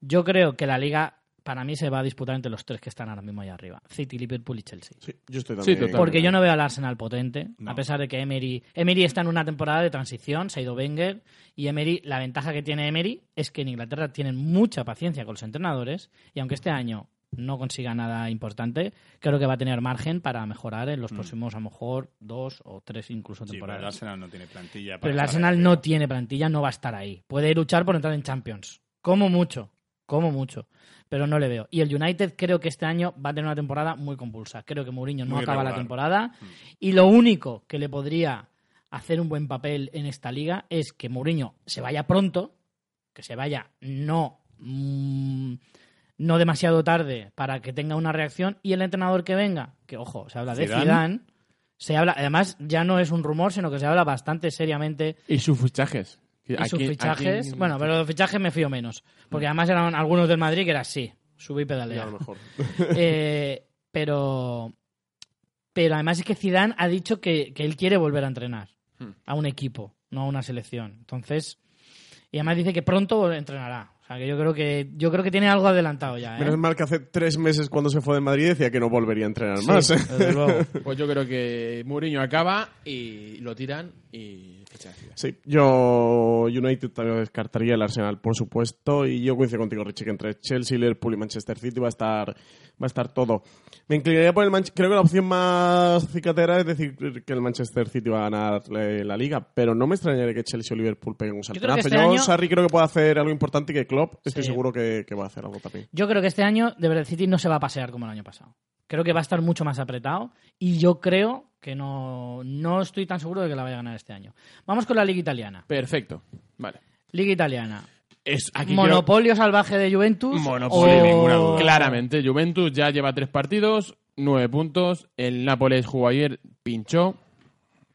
Speaker 1: yo creo que la liga para mí se va a disputar entre los tres que están ahora mismo ahí arriba: City, Liverpool y Chelsea.
Speaker 3: Sí, yo estoy también.
Speaker 2: total.
Speaker 1: Porque yo no veo al Arsenal potente,
Speaker 4: No.
Speaker 1: a pesar de que Emery. Emery está en una temporada de transición, se ha ido Wenger. Y Emery, la ventaja que tiene Emery es que en Inglaterra tienen mucha paciencia con los entrenadores. Y aunque este año no consiga nada importante, creo que va a tener margen para mejorar en los próximos, a lo mejor, dos o tres incluso
Speaker 4: Mm. Sí, pero el
Speaker 1: temporadas.
Speaker 4: Arsenal no tiene plantilla. para
Speaker 1: Pero el
Speaker 4: estar ahí
Speaker 1: Arsenal
Speaker 4: arriba.
Speaker 1: no tiene plantilla, no va a estar ahí. Puede luchar por entrar en Champions. Como mucho, como mucho. Pero no le veo. Y el United creo que este año va a tener una temporada muy compulsa. Creo que Mourinho no
Speaker 4: Muy
Speaker 1: acaba la
Speaker 4: irregular. Mm.
Speaker 1: temporada. Y lo único que le podría hacer un buen papel en esta liga es que Mourinho se vaya pronto, que se vaya no, mm, no demasiado tarde para que tenga una reacción. Y el entrenador que venga, que ojo, se habla de
Speaker 4: Zidane.
Speaker 1: Zidane se habla, además ya no es un rumor, sino que se habla bastante seriamente
Speaker 2: Y sus fichajes.
Speaker 1: y
Speaker 2: ¿A
Speaker 1: sus
Speaker 2: quién- a
Speaker 1: fichajes.
Speaker 2: quién-
Speaker 1: Bueno, pero los fichajes me fío menos, porque además eran algunos del Madrid que era así, subí y
Speaker 3: Ya, a
Speaker 1: pedalea.
Speaker 3: lo mejor.
Speaker 1: Eh, pero, pero además es que Zidane ha dicho que, que él quiere volver a entrenar
Speaker 2: Hmm.
Speaker 1: a un equipo, no a una selección. Entonces, y además dice que pronto entrenará. O sea, que yo creo que yo creo que tiene algo adelantado ya. ¿eh?
Speaker 3: Menos mal que hace tres meses cuando se fue de Madrid decía que no volvería a entrenar
Speaker 1: Sí,
Speaker 3: más. ¿eh?
Speaker 1: desde luego.
Speaker 2: Pues yo creo que Mourinho acaba y lo tiran y ficha de Zidane.
Speaker 3: Sí, yo United también lo descartaría, el Arsenal por supuesto, y yo coincido contigo, Richie, que entre Chelsea, Liverpool y Manchester City va a estar, va a estar todo. Me inclinaría por el Manchester, creo que la opción más cicatera es decir que el Manchester City va a ganar eh, la liga, pero no me extrañaría que Chelsea o Liverpool peguen un
Speaker 1: creo que
Speaker 3: saltonazo. Yo,
Speaker 1: este año-
Speaker 3: Sarri creo que puede hacer algo importante y que Klopp, estoy
Speaker 1: Sí.
Speaker 3: seguro que, que va a hacer algo también.
Speaker 1: Yo creo que este año de verdad el City no se va a pasear como el año pasado. Creo que va a estar mucho más apretado y yo creo que no, no estoy tan seguro de que la vaya a ganar este año. Vamos con la Liga Italiana.
Speaker 2: Perfecto. Vale.
Speaker 1: Liga Italiana.
Speaker 2: Es, aquí creo-
Speaker 1: Monopolio salvaje de Juventus.
Speaker 2: Monopolio,
Speaker 1: o-
Speaker 2: ninguna duda. Claramente, Juventus ya lleva tres partidos, nueve puntos. El Nápoles jugó ayer, pinchó.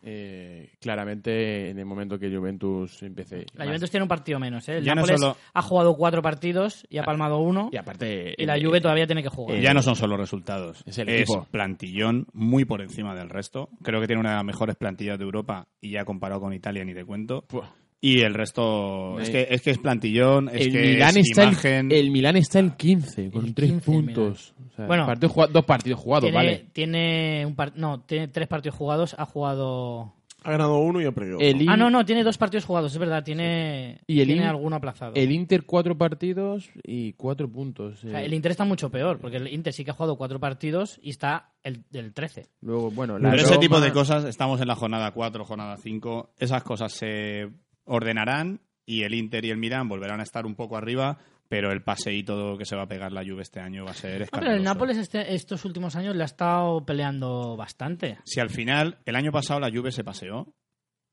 Speaker 2: eh, claramente en el momento que Juventus empecé.
Speaker 1: La Juventus tiene un partido menos, ¿eh? El
Speaker 4: Ya no
Speaker 1: Nápoles
Speaker 4: solo-
Speaker 1: ha jugado cuatro partidos y ha palmado uno.
Speaker 2: Y aparte.
Speaker 1: Y la
Speaker 2: Ah, eh,
Speaker 1: Juve todavía tiene que jugar.
Speaker 4: ya no son solo resultados.
Speaker 2: Es el
Speaker 4: es
Speaker 2: equipo.
Speaker 4: plantillón muy por encima del resto. Creo que tiene una de las mejores plantillas de Europa y ya comparado con Italia ni te cuento.
Speaker 2: Puh.
Speaker 4: Y el resto es
Speaker 2: Ahí.
Speaker 4: que es, que es plantillón, es
Speaker 2: el,
Speaker 4: que
Speaker 2: Milán
Speaker 4: es
Speaker 2: está
Speaker 4: imagen.
Speaker 2: el, el Milán está el 15 con
Speaker 1: El
Speaker 2: 3
Speaker 1: 15 el
Speaker 2: puntos. O sea,
Speaker 1: Bueno.
Speaker 2: partido jugado- dos partidos jugados,
Speaker 1: tiene,
Speaker 2: vale.
Speaker 1: tiene un par- no, tiene tres partidos jugados, ha jugado
Speaker 3: Ha ganado uno y ha perdido. otro.
Speaker 2: El
Speaker 1: Ah,
Speaker 2: In-
Speaker 1: no, no, tiene dos partidos jugados, es verdad, tiene
Speaker 2: Y el
Speaker 1: tiene
Speaker 2: In-
Speaker 1: alguno aplazado.
Speaker 2: El Inter cuatro partidos y cuatro puntos.
Speaker 1: O sea,
Speaker 2: eh.
Speaker 1: el Inter está mucho peor, porque el Inter sí que ha jugado cuatro partidos y está el, del 13.
Speaker 2: Luego, bueno, la
Speaker 4: Pero ese
Speaker 2: Roma-
Speaker 4: tipo de cosas, estamos en la jornada 4, jornada 5, esas cosas se ordenarán y el Inter y el Milán volverán a estar un poco arriba, pero el paseíto que se va a pegar la Juve este año va a ser
Speaker 1: Ah,
Speaker 4: escandaloso.
Speaker 1: pero el Nápoles este- estos últimos años le ha estado peleando bastante.
Speaker 4: Si al final, el año pasado la Juve se paseó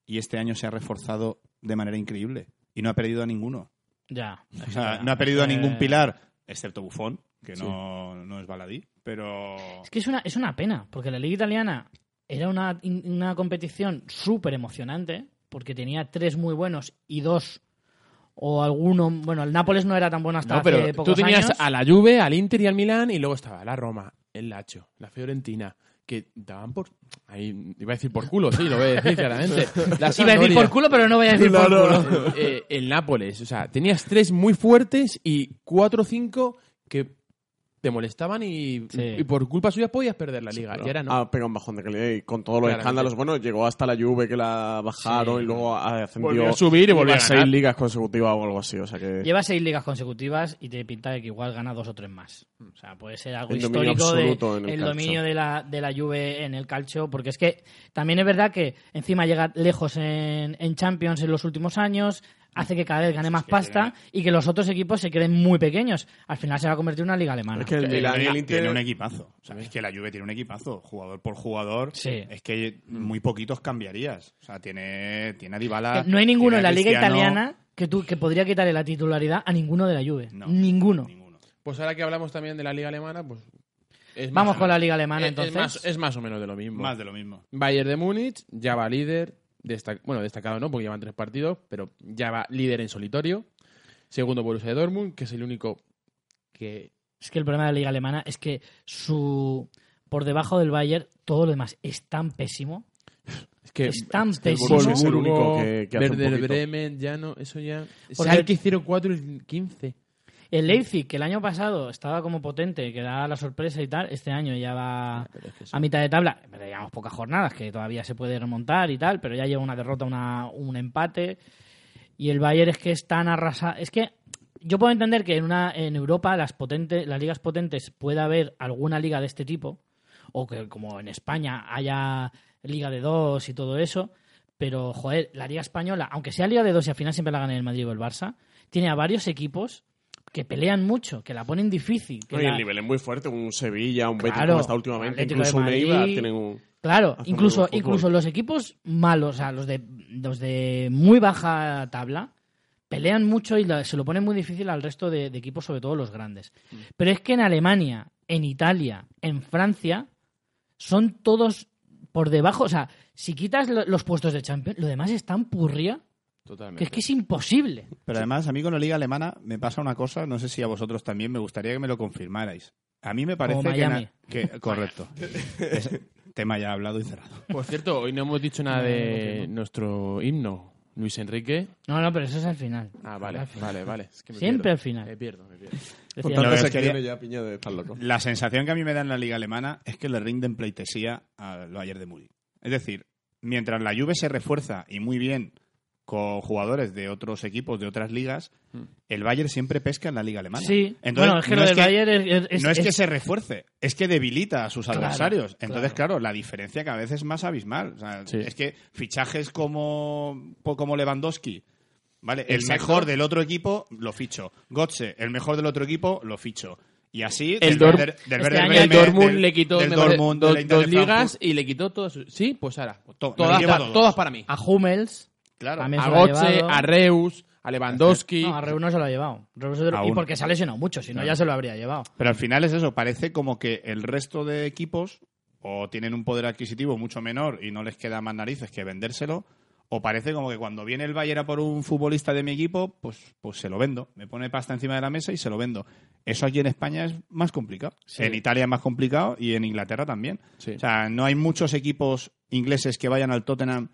Speaker 4: y este año se ha reforzado de manera increíble y no ha perdido a ninguno.
Speaker 1: Ya.
Speaker 4: O sea, no ha perdido a ningún
Speaker 1: Eh,
Speaker 4: pilar, excepto Bufón, que no, no es baladí, pero...
Speaker 2: Oh.
Speaker 1: Es que es una, es una pena, porque la Liga Italiana era una, in- una competición súper emocionante, porque tenía tres muy buenos y dos, o alguno. Bueno, el Nápoles no era tan bueno hasta
Speaker 2: No, pero
Speaker 1: hace
Speaker 2: tú
Speaker 1: pocos
Speaker 2: tenías
Speaker 1: años.
Speaker 2: a la Juve, al Inter y al Milán y luego estaba la Roma, el Lacho, la Fiorentina, que daban por... Ahí iba a decir por culo, sí, lo voy a decir claramente. La
Speaker 1: Iba a decir
Speaker 2: Sampdoria.
Speaker 1: por culo, pero no voy a decir
Speaker 3: No,
Speaker 1: por
Speaker 3: no,
Speaker 1: culo.
Speaker 2: Eh, el Nápoles. O sea, tenías tres muy fuertes y cuatro o cinco que te molestaban y,
Speaker 1: Sí.
Speaker 2: y por culpa suya podías perder la liga.
Speaker 3: Ah, Pero
Speaker 2: Ah, y ahora no.
Speaker 3: Ha pegado un bajón de calidad y con todos los
Speaker 2: Claramente.
Speaker 3: escándalos. Bueno, llegó hasta la Juve que la bajaron
Speaker 2: Sí.
Speaker 3: y luego ascendió.
Speaker 2: Volvió a subir y volvió a
Speaker 3: Lleva
Speaker 2: ganar.
Speaker 3: seis ligas consecutivas o algo así. O sea que
Speaker 1: Lleva seis ligas consecutivas y te pinta de que igual gana dos o tres más. O sea, puede ser algo
Speaker 3: El dominio
Speaker 1: histórico de-
Speaker 3: absoluto en el
Speaker 1: el
Speaker 3: calcio.
Speaker 1: dominio de la, de la Juve en el calcio, porque es que también es verdad que encima llega lejos en, en Champions en los últimos años, hace que cada vez gane más
Speaker 4: que
Speaker 1: pasta
Speaker 4: gana.
Speaker 1: y que los otros equipos se queden muy pequeños. Al final se va a convertir en una liga alemana.
Speaker 3: Es que el Milán y el Inter.
Speaker 4: Tiene un equipazo. O sea, es que la Juve tiene un equipazo. Jugador por jugador.
Speaker 1: Sí.
Speaker 4: Es que
Speaker 3: Mm.
Speaker 4: muy poquitos cambiarías. O sea, tiene, tiene a
Speaker 1: Que
Speaker 4: Dybala.
Speaker 1: no hay ninguno
Speaker 4: tiene a
Speaker 1: en la liga
Speaker 4: Cristiano.
Speaker 1: italiana que, tú, que podría quitarle la titularidad a ninguno de la Juve.
Speaker 4: No,
Speaker 1: ninguno.
Speaker 4: ninguno.
Speaker 2: Pues ahora que hablamos también de la liga alemana, pues... es
Speaker 1: Vamos
Speaker 2: más o
Speaker 1: con
Speaker 2: menos-
Speaker 1: la liga
Speaker 4: Eh,
Speaker 1: alemana
Speaker 2: es-
Speaker 1: entonces.
Speaker 2: Es más, es más o menos de lo mismo.
Speaker 4: Más de lo mismo.
Speaker 2: Bayern de Múnich ya va líder. destac- bueno, destacado no, porque llevan tres partidos, pero ya va líder en solitario. Segundo Borussia Dortmund, que es el único que...
Speaker 1: Es que el problema de la liga alemana es que su por debajo del Bayern todo lo demás es tan pésimo.
Speaker 2: Es que
Speaker 1: Es tan
Speaker 2: es que el
Speaker 1: pésimo.
Speaker 2: Borussia
Speaker 3: Es el único
Speaker 2: Wolfsburgo,
Speaker 3: que- que hace un
Speaker 2: Werder
Speaker 3: poquito.
Speaker 2: Bremen, ya no, eso ya...
Speaker 1: Porque-
Speaker 2: Schalke 04 y 15.
Speaker 1: El Leipzig, que el año pasado estaba como potente, que da la sorpresa y tal, este año ya va
Speaker 2: Pero es que eso-
Speaker 1: a mitad de tabla. Pero llevamos pocas jornadas, que todavía se puede remontar y tal, pero ya lleva una derrota, una, un empate. Y el Bayern es que es tan arrasado. Es que yo puedo entender que en, una, en Europa las, potentes, las ligas potentes pueda haber alguna liga de este tipo, o que como en España haya liga de dos y todo eso, pero joder, la liga española, aunque sea liga de dos y al final siempre la gane el Madrid o el Barça, tiene a varios equipos que pelean mucho, que la ponen difícil. que
Speaker 3: No, y
Speaker 1: la-
Speaker 3: el nivel es muy fuerte, un Sevilla, un Betis
Speaker 1: Claro,
Speaker 3: como está últimamente,
Speaker 1: Atlético
Speaker 3: incluso
Speaker 1: de
Speaker 3: un Eibar
Speaker 1: Madrid.
Speaker 3: tienen un...
Speaker 1: Claro,
Speaker 3: Hace muy
Speaker 1: incluso,
Speaker 3: buen fútbol.
Speaker 1: incluso los equipos malos, o sea, los de, los de muy baja tabla, pelean mucho y la- se lo ponen muy difícil al resto de, de equipos, sobre todo los grandes. Pero es que en Alemania, en Italia, en Francia, son todos por debajo. O sea, si quitas lo- los puestos de Champions, lo demás es tan purria
Speaker 2: Totalmente.
Speaker 1: que es que es imposible.
Speaker 4: Pero además, a mí con la liga alemana me pasa una cosa, no sé si a vosotros también, me gustaría que me lo confirmarais. A mí me parece
Speaker 1: Como
Speaker 4: que na-
Speaker 1: Miami.
Speaker 4: Que, correcto. Ese tema ya hablado y cerrado.
Speaker 2: Por cierto, hoy no hemos dicho nada de nuestro himno, Luis Enrique.
Speaker 1: No, no, pero eso es al final.
Speaker 2: Ah, vale, vale, vale. Es que me
Speaker 1: Siempre
Speaker 2: pierdo.
Speaker 1: al final.
Speaker 2: Me pierdo, me pierdo.
Speaker 1: Decía,
Speaker 3: Con
Speaker 4: Lo que
Speaker 3: tantas
Speaker 4: os quería-
Speaker 3: secciones ya, piña, de estar loco.
Speaker 4: La sensación que a mí me da en la liga alemana es que le rinden pleitesía al Bayern de Múnich. Es decir, mientras la Juve se refuerza y muy bien con jugadores de otros equipos, de otras ligas, el Bayern siempre pesca en la liga alemana.
Speaker 1: Sí,
Speaker 4: Entonces,
Speaker 1: bueno, es que
Speaker 4: no
Speaker 1: lo
Speaker 4: es
Speaker 1: del
Speaker 4: que-
Speaker 1: Bayern es, es-
Speaker 4: no es, que
Speaker 1: es-
Speaker 4: se refuerce, es que debilita a sus
Speaker 1: Claro,
Speaker 4: adversarios. Entonces, claro. la diferencia cada vez es más abismal. O sea,
Speaker 2: Sí.
Speaker 4: Es que fichajes como, po- como Lewandowski, ¿vale? El
Speaker 2: Exacto.
Speaker 4: mejor del otro equipo lo ficho. Gotze, el mejor del otro equipo lo ficho. Y así,
Speaker 2: El
Speaker 4: del
Speaker 2: Dorm-
Speaker 4: Werder- del
Speaker 1: este
Speaker 4: Werder
Speaker 1: año
Speaker 4: Bremen,
Speaker 2: el Dortmund
Speaker 4: del-
Speaker 2: le quitó
Speaker 4: del
Speaker 2: me parece,
Speaker 4: Dortmund,
Speaker 2: dos,
Speaker 4: del Eintracht
Speaker 2: dos
Speaker 4: de
Speaker 2: ligas
Speaker 4: Frankfurt.
Speaker 2: y le quitó todas. sus- Sí, pues ahora.
Speaker 4: To- me
Speaker 2: todas,
Speaker 4: lo llevo
Speaker 2: pa-
Speaker 4: todo.
Speaker 2: todas para mí.
Speaker 1: a Hummels,
Speaker 4: Claro.
Speaker 1: también
Speaker 2: A
Speaker 1: se lo ha
Speaker 2: Götze,
Speaker 1: llevado.
Speaker 2: a Reus, a Lewandowski.
Speaker 1: No, a Reus no se lo ha llevado. Reus se lo-
Speaker 4: Aún.
Speaker 1: Y porque se ha lesionado mucho, si no ya se lo habría llevado.
Speaker 4: Pero al final es eso, parece como que el resto de equipos o tienen un poder adquisitivo mucho menor y no les queda más narices que vendérselo, o parece como que cuando viene el Bayern a por un futbolista de mi equipo, pues, pues se lo vendo. Me pone pasta encima de la mesa y se lo vendo. Eso aquí en España es más complicado. En Italia es más complicado y en Inglaterra también.
Speaker 2: Sí.
Speaker 4: O sea, no hay muchos equipos ingleses que vayan al Tottenham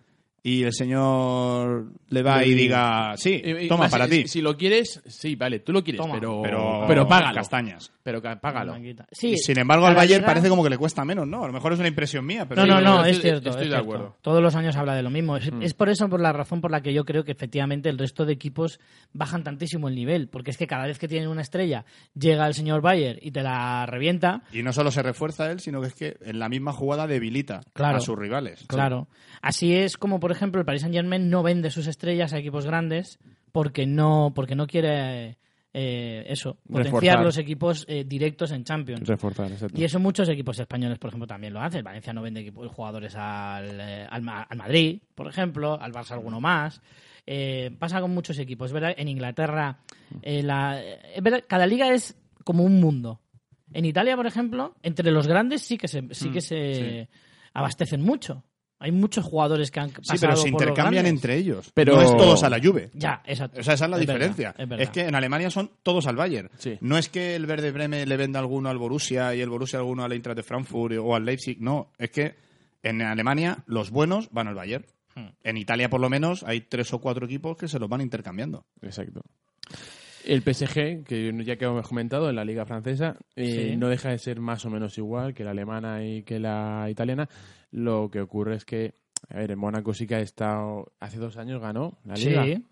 Speaker 4: y el señor le va y,
Speaker 2: Y-
Speaker 4: diga, sí,
Speaker 2: Y- y
Speaker 4: toma
Speaker 2: más,
Speaker 4: para
Speaker 2: si-
Speaker 4: ti.
Speaker 2: Si lo quieres, sí, vale, tú lo quieres,
Speaker 1: Toma.
Speaker 2: pero,
Speaker 4: pero,
Speaker 2: pero págalo.
Speaker 4: Castañas.
Speaker 2: Pero ca- págalo.
Speaker 1: Manguita. Sí,
Speaker 4: Y sin embargo, al
Speaker 1: cada
Speaker 4: Bayern
Speaker 1: liga-
Speaker 4: parece como que le cuesta menos, ¿no? A lo mejor es una impresión mía, pero...
Speaker 1: No, no,
Speaker 2: Sí,
Speaker 1: no,
Speaker 2: estoy-
Speaker 1: es cierto.
Speaker 2: estoy
Speaker 1: es
Speaker 2: de
Speaker 1: cierto.
Speaker 2: acuerdo.
Speaker 1: Todos los años habla de lo mismo. Es, es por eso, por la razón por la que yo creo que efectivamente el resto de equipos bajan tantísimo el nivel. Porque es que cada vez que tienen una estrella, llega el señor Bayer y te la revienta.
Speaker 4: Y no solo se refuerza él, sino que es que en la misma jugada debilita
Speaker 1: Claro.
Speaker 4: a sus rivales.
Speaker 1: Claro. Así es como, por ejemplo, el Paris Saint Germain no vende sus estrellas a equipos grandes porque no, porque no quiere eh, eso, potenciar
Speaker 2: Reforzar.
Speaker 1: los equipos eh, directos en Champions.
Speaker 2: Reforzar, exacto.
Speaker 1: Y eso muchos equipos españoles, por ejemplo, también lo hacen. Valencia no vende equipo- jugadores al, eh, al, Ma- al Madrid, por ejemplo, al Barça alguno más. Eh, pasa con muchos equipos. Es verdad, en Inglaterra, eh, la- es verdad, cada liga es como un mundo. En Italia, por ejemplo, entre los grandes sí que se, sí
Speaker 4: Mm,
Speaker 1: que se abastecen mucho. Hay muchos jugadores que han
Speaker 4: Sí,
Speaker 1: pasado
Speaker 4: pero se
Speaker 1: por los
Speaker 4: intercambian
Speaker 1: grandes.
Speaker 4: entre ellos.
Speaker 2: Pero-
Speaker 4: No es todos a la Juve.
Speaker 1: Ya, exacto.
Speaker 4: O sea, esa es la
Speaker 1: Es verdad,
Speaker 4: diferencia.
Speaker 1: es verdad.
Speaker 4: que en Alemania son todos al Bayern.
Speaker 2: Sí.
Speaker 4: No es que el Verde Bremen le venda alguno al Borussia y el Borussia alguno al Eintracht de Frankfurt o al Leipzig. No, es que en Alemania los buenos van al Bayern.
Speaker 1: Hmm.
Speaker 4: En Italia, por lo menos, hay tres o cuatro equipos que se los van intercambiando.
Speaker 2: Exacto. El PSG, que ya que hemos comentado, en la liga francesa, eh,
Speaker 1: Sí.
Speaker 2: no deja de ser más o menos igual que la alemana y que la italiana. Lo que ocurre es que, a ver, en Mónaco sí que ha estado, hace dos años ganó la liga.
Speaker 1: Sí.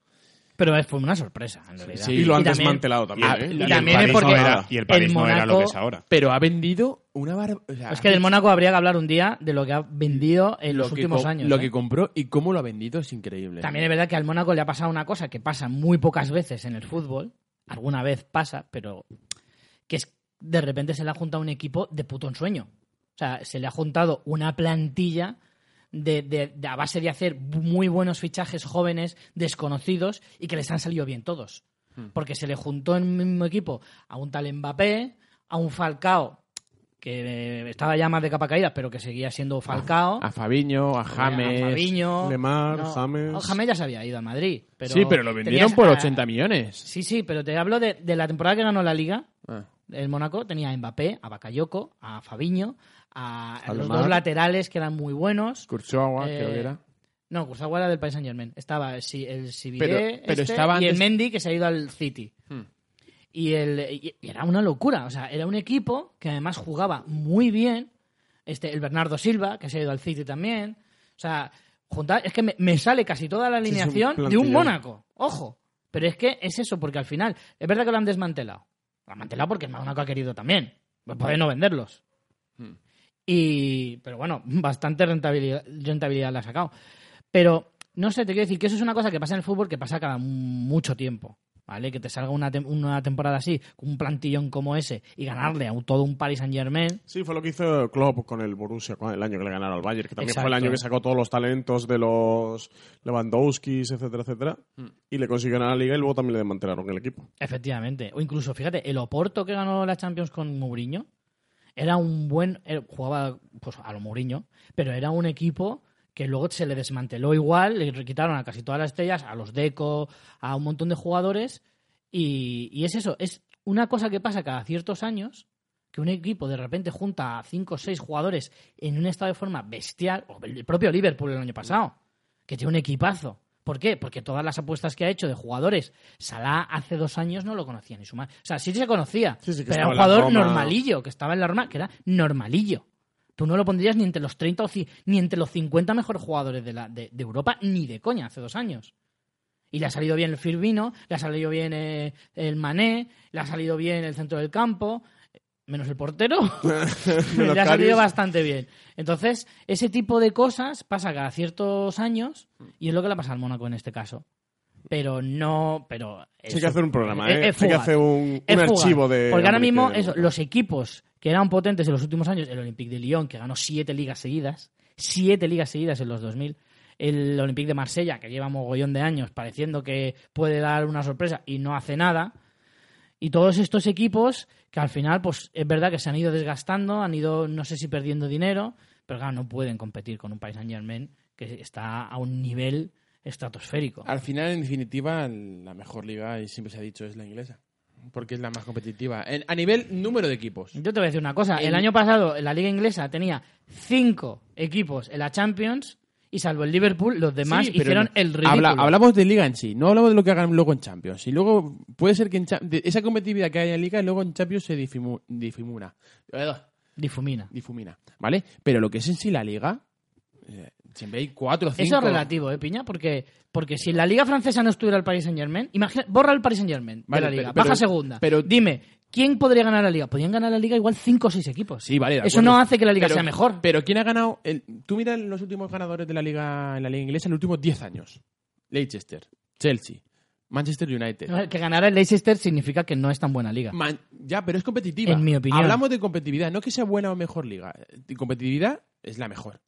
Speaker 1: Pero es- fue una sorpresa, en realidad.
Speaker 2: sí.
Speaker 3: Y lo han
Speaker 1: también-
Speaker 3: desmantelado también.
Speaker 2: Ah,
Speaker 3: ¿eh?
Speaker 2: y
Speaker 4: el
Speaker 1: también es
Speaker 4: París
Speaker 1: porque
Speaker 4: no era, y el París
Speaker 1: el
Speaker 4: no era lo que
Speaker 1: Mónaco-
Speaker 4: es ahora.
Speaker 2: Pero ha vendido una barba. o sea,
Speaker 1: Es que del Mónaco habría que hablar un día de lo que ha vendido en
Speaker 2: lo
Speaker 1: los
Speaker 2: que
Speaker 1: últimos
Speaker 2: co-
Speaker 1: años.
Speaker 2: Lo
Speaker 1: ¿eh?
Speaker 2: que compró y cómo lo ha vendido es increíble.
Speaker 1: También es verdad que al Mónaco le ha pasado una cosa que pasa muy pocas veces en el fútbol. Alguna vez pasa, pero que es de repente se le ha juntado un equipo de puto ensueño. O sea, se le ha juntado una plantilla de, de- de- a base de hacer muy buenos fichajes jóvenes, desconocidos, y que les han salido bien todos. Porque se le juntó en un mismo equipo a un tal Mbappé, a un Falcao, que eh, estaba ya más de capa caída, pero que seguía siendo Falcao.
Speaker 2: A Fabiño, a James.
Speaker 1: A Fabiño,
Speaker 3: Lemar, James.
Speaker 1: Oh, James ya se había ido a Madrid. Pero
Speaker 2: sí, pero lo vendieron
Speaker 1: tenías
Speaker 2: por
Speaker 1: a-
Speaker 2: 80 millones.
Speaker 1: Sí, sí, pero te hablo de, de la temporada que ganó la Liga.
Speaker 2: Ah.
Speaker 1: El Mónaco tenía a Mbappé, a Bakayoko, a Fabiño, a, a los
Speaker 2: Alomar.
Speaker 1: dos laterales que eran muy buenos.
Speaker 2: Kurzawa,
Speaker 1: Eh,
Speaker 2: creo que era.
Speaker 1: No, Kurzawa era del Paris Saint Germain. Estaba el, Si- el Sibiré
Speaker 2: Pero- pero
Speaker 1: este
Speaker 2: estaba
Speaker 1: y el
Speaker 2: antes- Hmm.
Speaker 1: Mendy que se ha ido al City. Y, el, y- y era una locura. O sea, era un equipo que además jugaba muy bien. Este, el Bernardo Silva, que se ha ido al City también. O sea, junta- es que me, me sale casi toda la
Speaker 3: Sí, es un
Speaker 1: alineación de un
Speaker 3: plantillón.
Speaker 1: Mónaco. Ojo. Pero es que es eso, porque al final, es verdad que lo han desmantelado. Lo han desmantelado porque el Mónaco ha querido también. Pues poder no venderlos. Y, pero bueno, bastante rentabilidad, rentabilidad la ha sacado. Pero, no sé, te quiero decir que eso es una cosa que pasa en el fútbol que pasa cada mucho tiempo. ¿Vale? Que te salga una, tem- una temporada así, con un plantillón como ese, y ganarle a un- todo un Paris Saint Germain.
Speaker 3: Sí, fue lo que hizo Klopp con el Borussia con el año que le ganaron al Bayern, que también fue el
Speaker 1: Exacto.
Speaker 3: año que sacó todos los talentos de los Lewandowskis, etcétera, etcétera, y le consiguió ganar la liga y luego también le desmantelaron el equipo.
Speaker 1: Efectivamente. O incluso, fíjate, el Oporto que ganó la Champions con Mourinho era un buen. era- jugaba pues, a lo Mourinho, pero era un equipo que luego se le desmanteló igual, le quitaron a casi todas las estrellas, a los Deco, a un montón de jugadores. Y, y es eso, es una cosa que pasa cada ciertos años, que un equipo de repente junta a cinco o seis jugadores en un estado de forma bestial, o el propio Liverpool el año pasado, que tiene un equipazo. ¿Por qué? Porque todas las apuestas que ha hecho de jugadores, Salah hace dos años no lo conocía ni su madre. O sea, sí se conocía,
Speaker 3: Sí, sí, que
Speaker 1: pero era un
Speaker 3: estaba en la
Speaker 1: jugador
Speaker 3: Roma.
Speaker 1: normalillo, que estaba en la Roma, que era normalillo. Tú no lo pondrías ni entre los 30 o ci- ni entre los 50 mejores jugadores de, la, de, de Europa, ni de coña, hace dos años. Y le ha salido bien el Firmino, le ha salido bien eh, el Mané, le ha salido bien el centro del campo, menos el portero. le ha
Speaker 3: Caris.
Speaker 1: salido bastante bien. Entonces, ese tipo de cosas pasa cada ciertos años y es lo que le pasa al Mónaco en este caso. Pero no, pero
Speaker 3: Sí, hay que hacer un programa, ¿eh?
Speaker 1: Es
Speaker 3: Hay que
Speaker 1: fugaz.
Speaker 3: hacer un,
Speaker 1: Es
Speaker 3: un
Speaker 1: fugaz.
Speaker 3: archivo de.
Speaker 1: Porque ahora
Speaker 3: América
Speaker 1: mismo,
Speaker 3: del
Speaker 1: eso,
Speaker 3: Mundo.
Speaker 1: los equipos que eran potentes en los últimos años, el Olympique de Lyon, que ganó siete ligas seguidas, siete ligas seguidas en los 2000, el Olympique de Marsella, que lleva mogollón de años pareciendo que puede dar una sorpresa y no hace nada, Y todos estos equipos que al final, pues es verdad que se han ido desgastando, han ido, no sé si perdiendo dinero, pero claro, no pueden competir con un Paris Saint Germain que está a un nivel estratosférico.
Speaker 2: Al final, en definitiva, la mejor liga, y siempre se ha dicho, es la inglesa. Porque es la más competitiva. En- a nivel número de equipos.
Speaker 1: Yo te voy a decir una cosa. El
Speaker 2: El-
Speaker 1: año pasado la liga inglesa tenía cinco equipos en la Champions y salvo el Liverpool, los demás
Speaker 2: Sí, pero
Speaker 1: hicieron
Speaker 2: no.
Speaker 1: el ridículo.
Speaker 2: Habla- hablamos de liga en sí, no hablamos de lo que hagan luego en Champions. Y luego puede ser que en Cha- de- esa competitividad que hay en liga, luego en Champions se difumu- difumina. Eh,
Speaker 1: Difumina.
Speaker 2: Difumina, ¿vale? Pero lo que es en sí la liga, eh, siempre hay cuatro o cinco.
Speaker 1: Eso es relativo, ¿eh, Piña? Porque, porque si en la liga francesa no estuviera el Paris Saint-Germain, imagina, borra el Paris Saint-Germain
Speaker 2: Vale,
Speaker 1: de la liga,
Speaker 2: pero-
Speaker 1: baja
Speaker 2: pero-
Speaker 1: segunda.
Speaker 2: pero-
Speaker 1: Dime, ¿quién podría ganar la liga? Podrían ganar la liga igual cinco o seis equipos.
Speaker 2: Sí, vale. de
Speaker 1: Eso
Speaker 2: acuerdo.
Speaker 1: no hace que la liga
Speaker 2: Pero-
Speaker 1: sea mejor.
Speaker 2: Pero ¿quién ha ganado? el- tú mira los últimos ganadores de la liga en la liga inglesa en los últimos 10 años. Leicester, Chelsea, Manchester United.
Speaker 1: que ganara el Leicester significa que no es tan buena liga.
Speaker 2: Man- ya, pero es competitiva.
Speaker 1: En mi opinión.
Speaker 2: Hablamos de competitividad, no que sea buena o mejor liga. Eh, Competitividad es la mejor.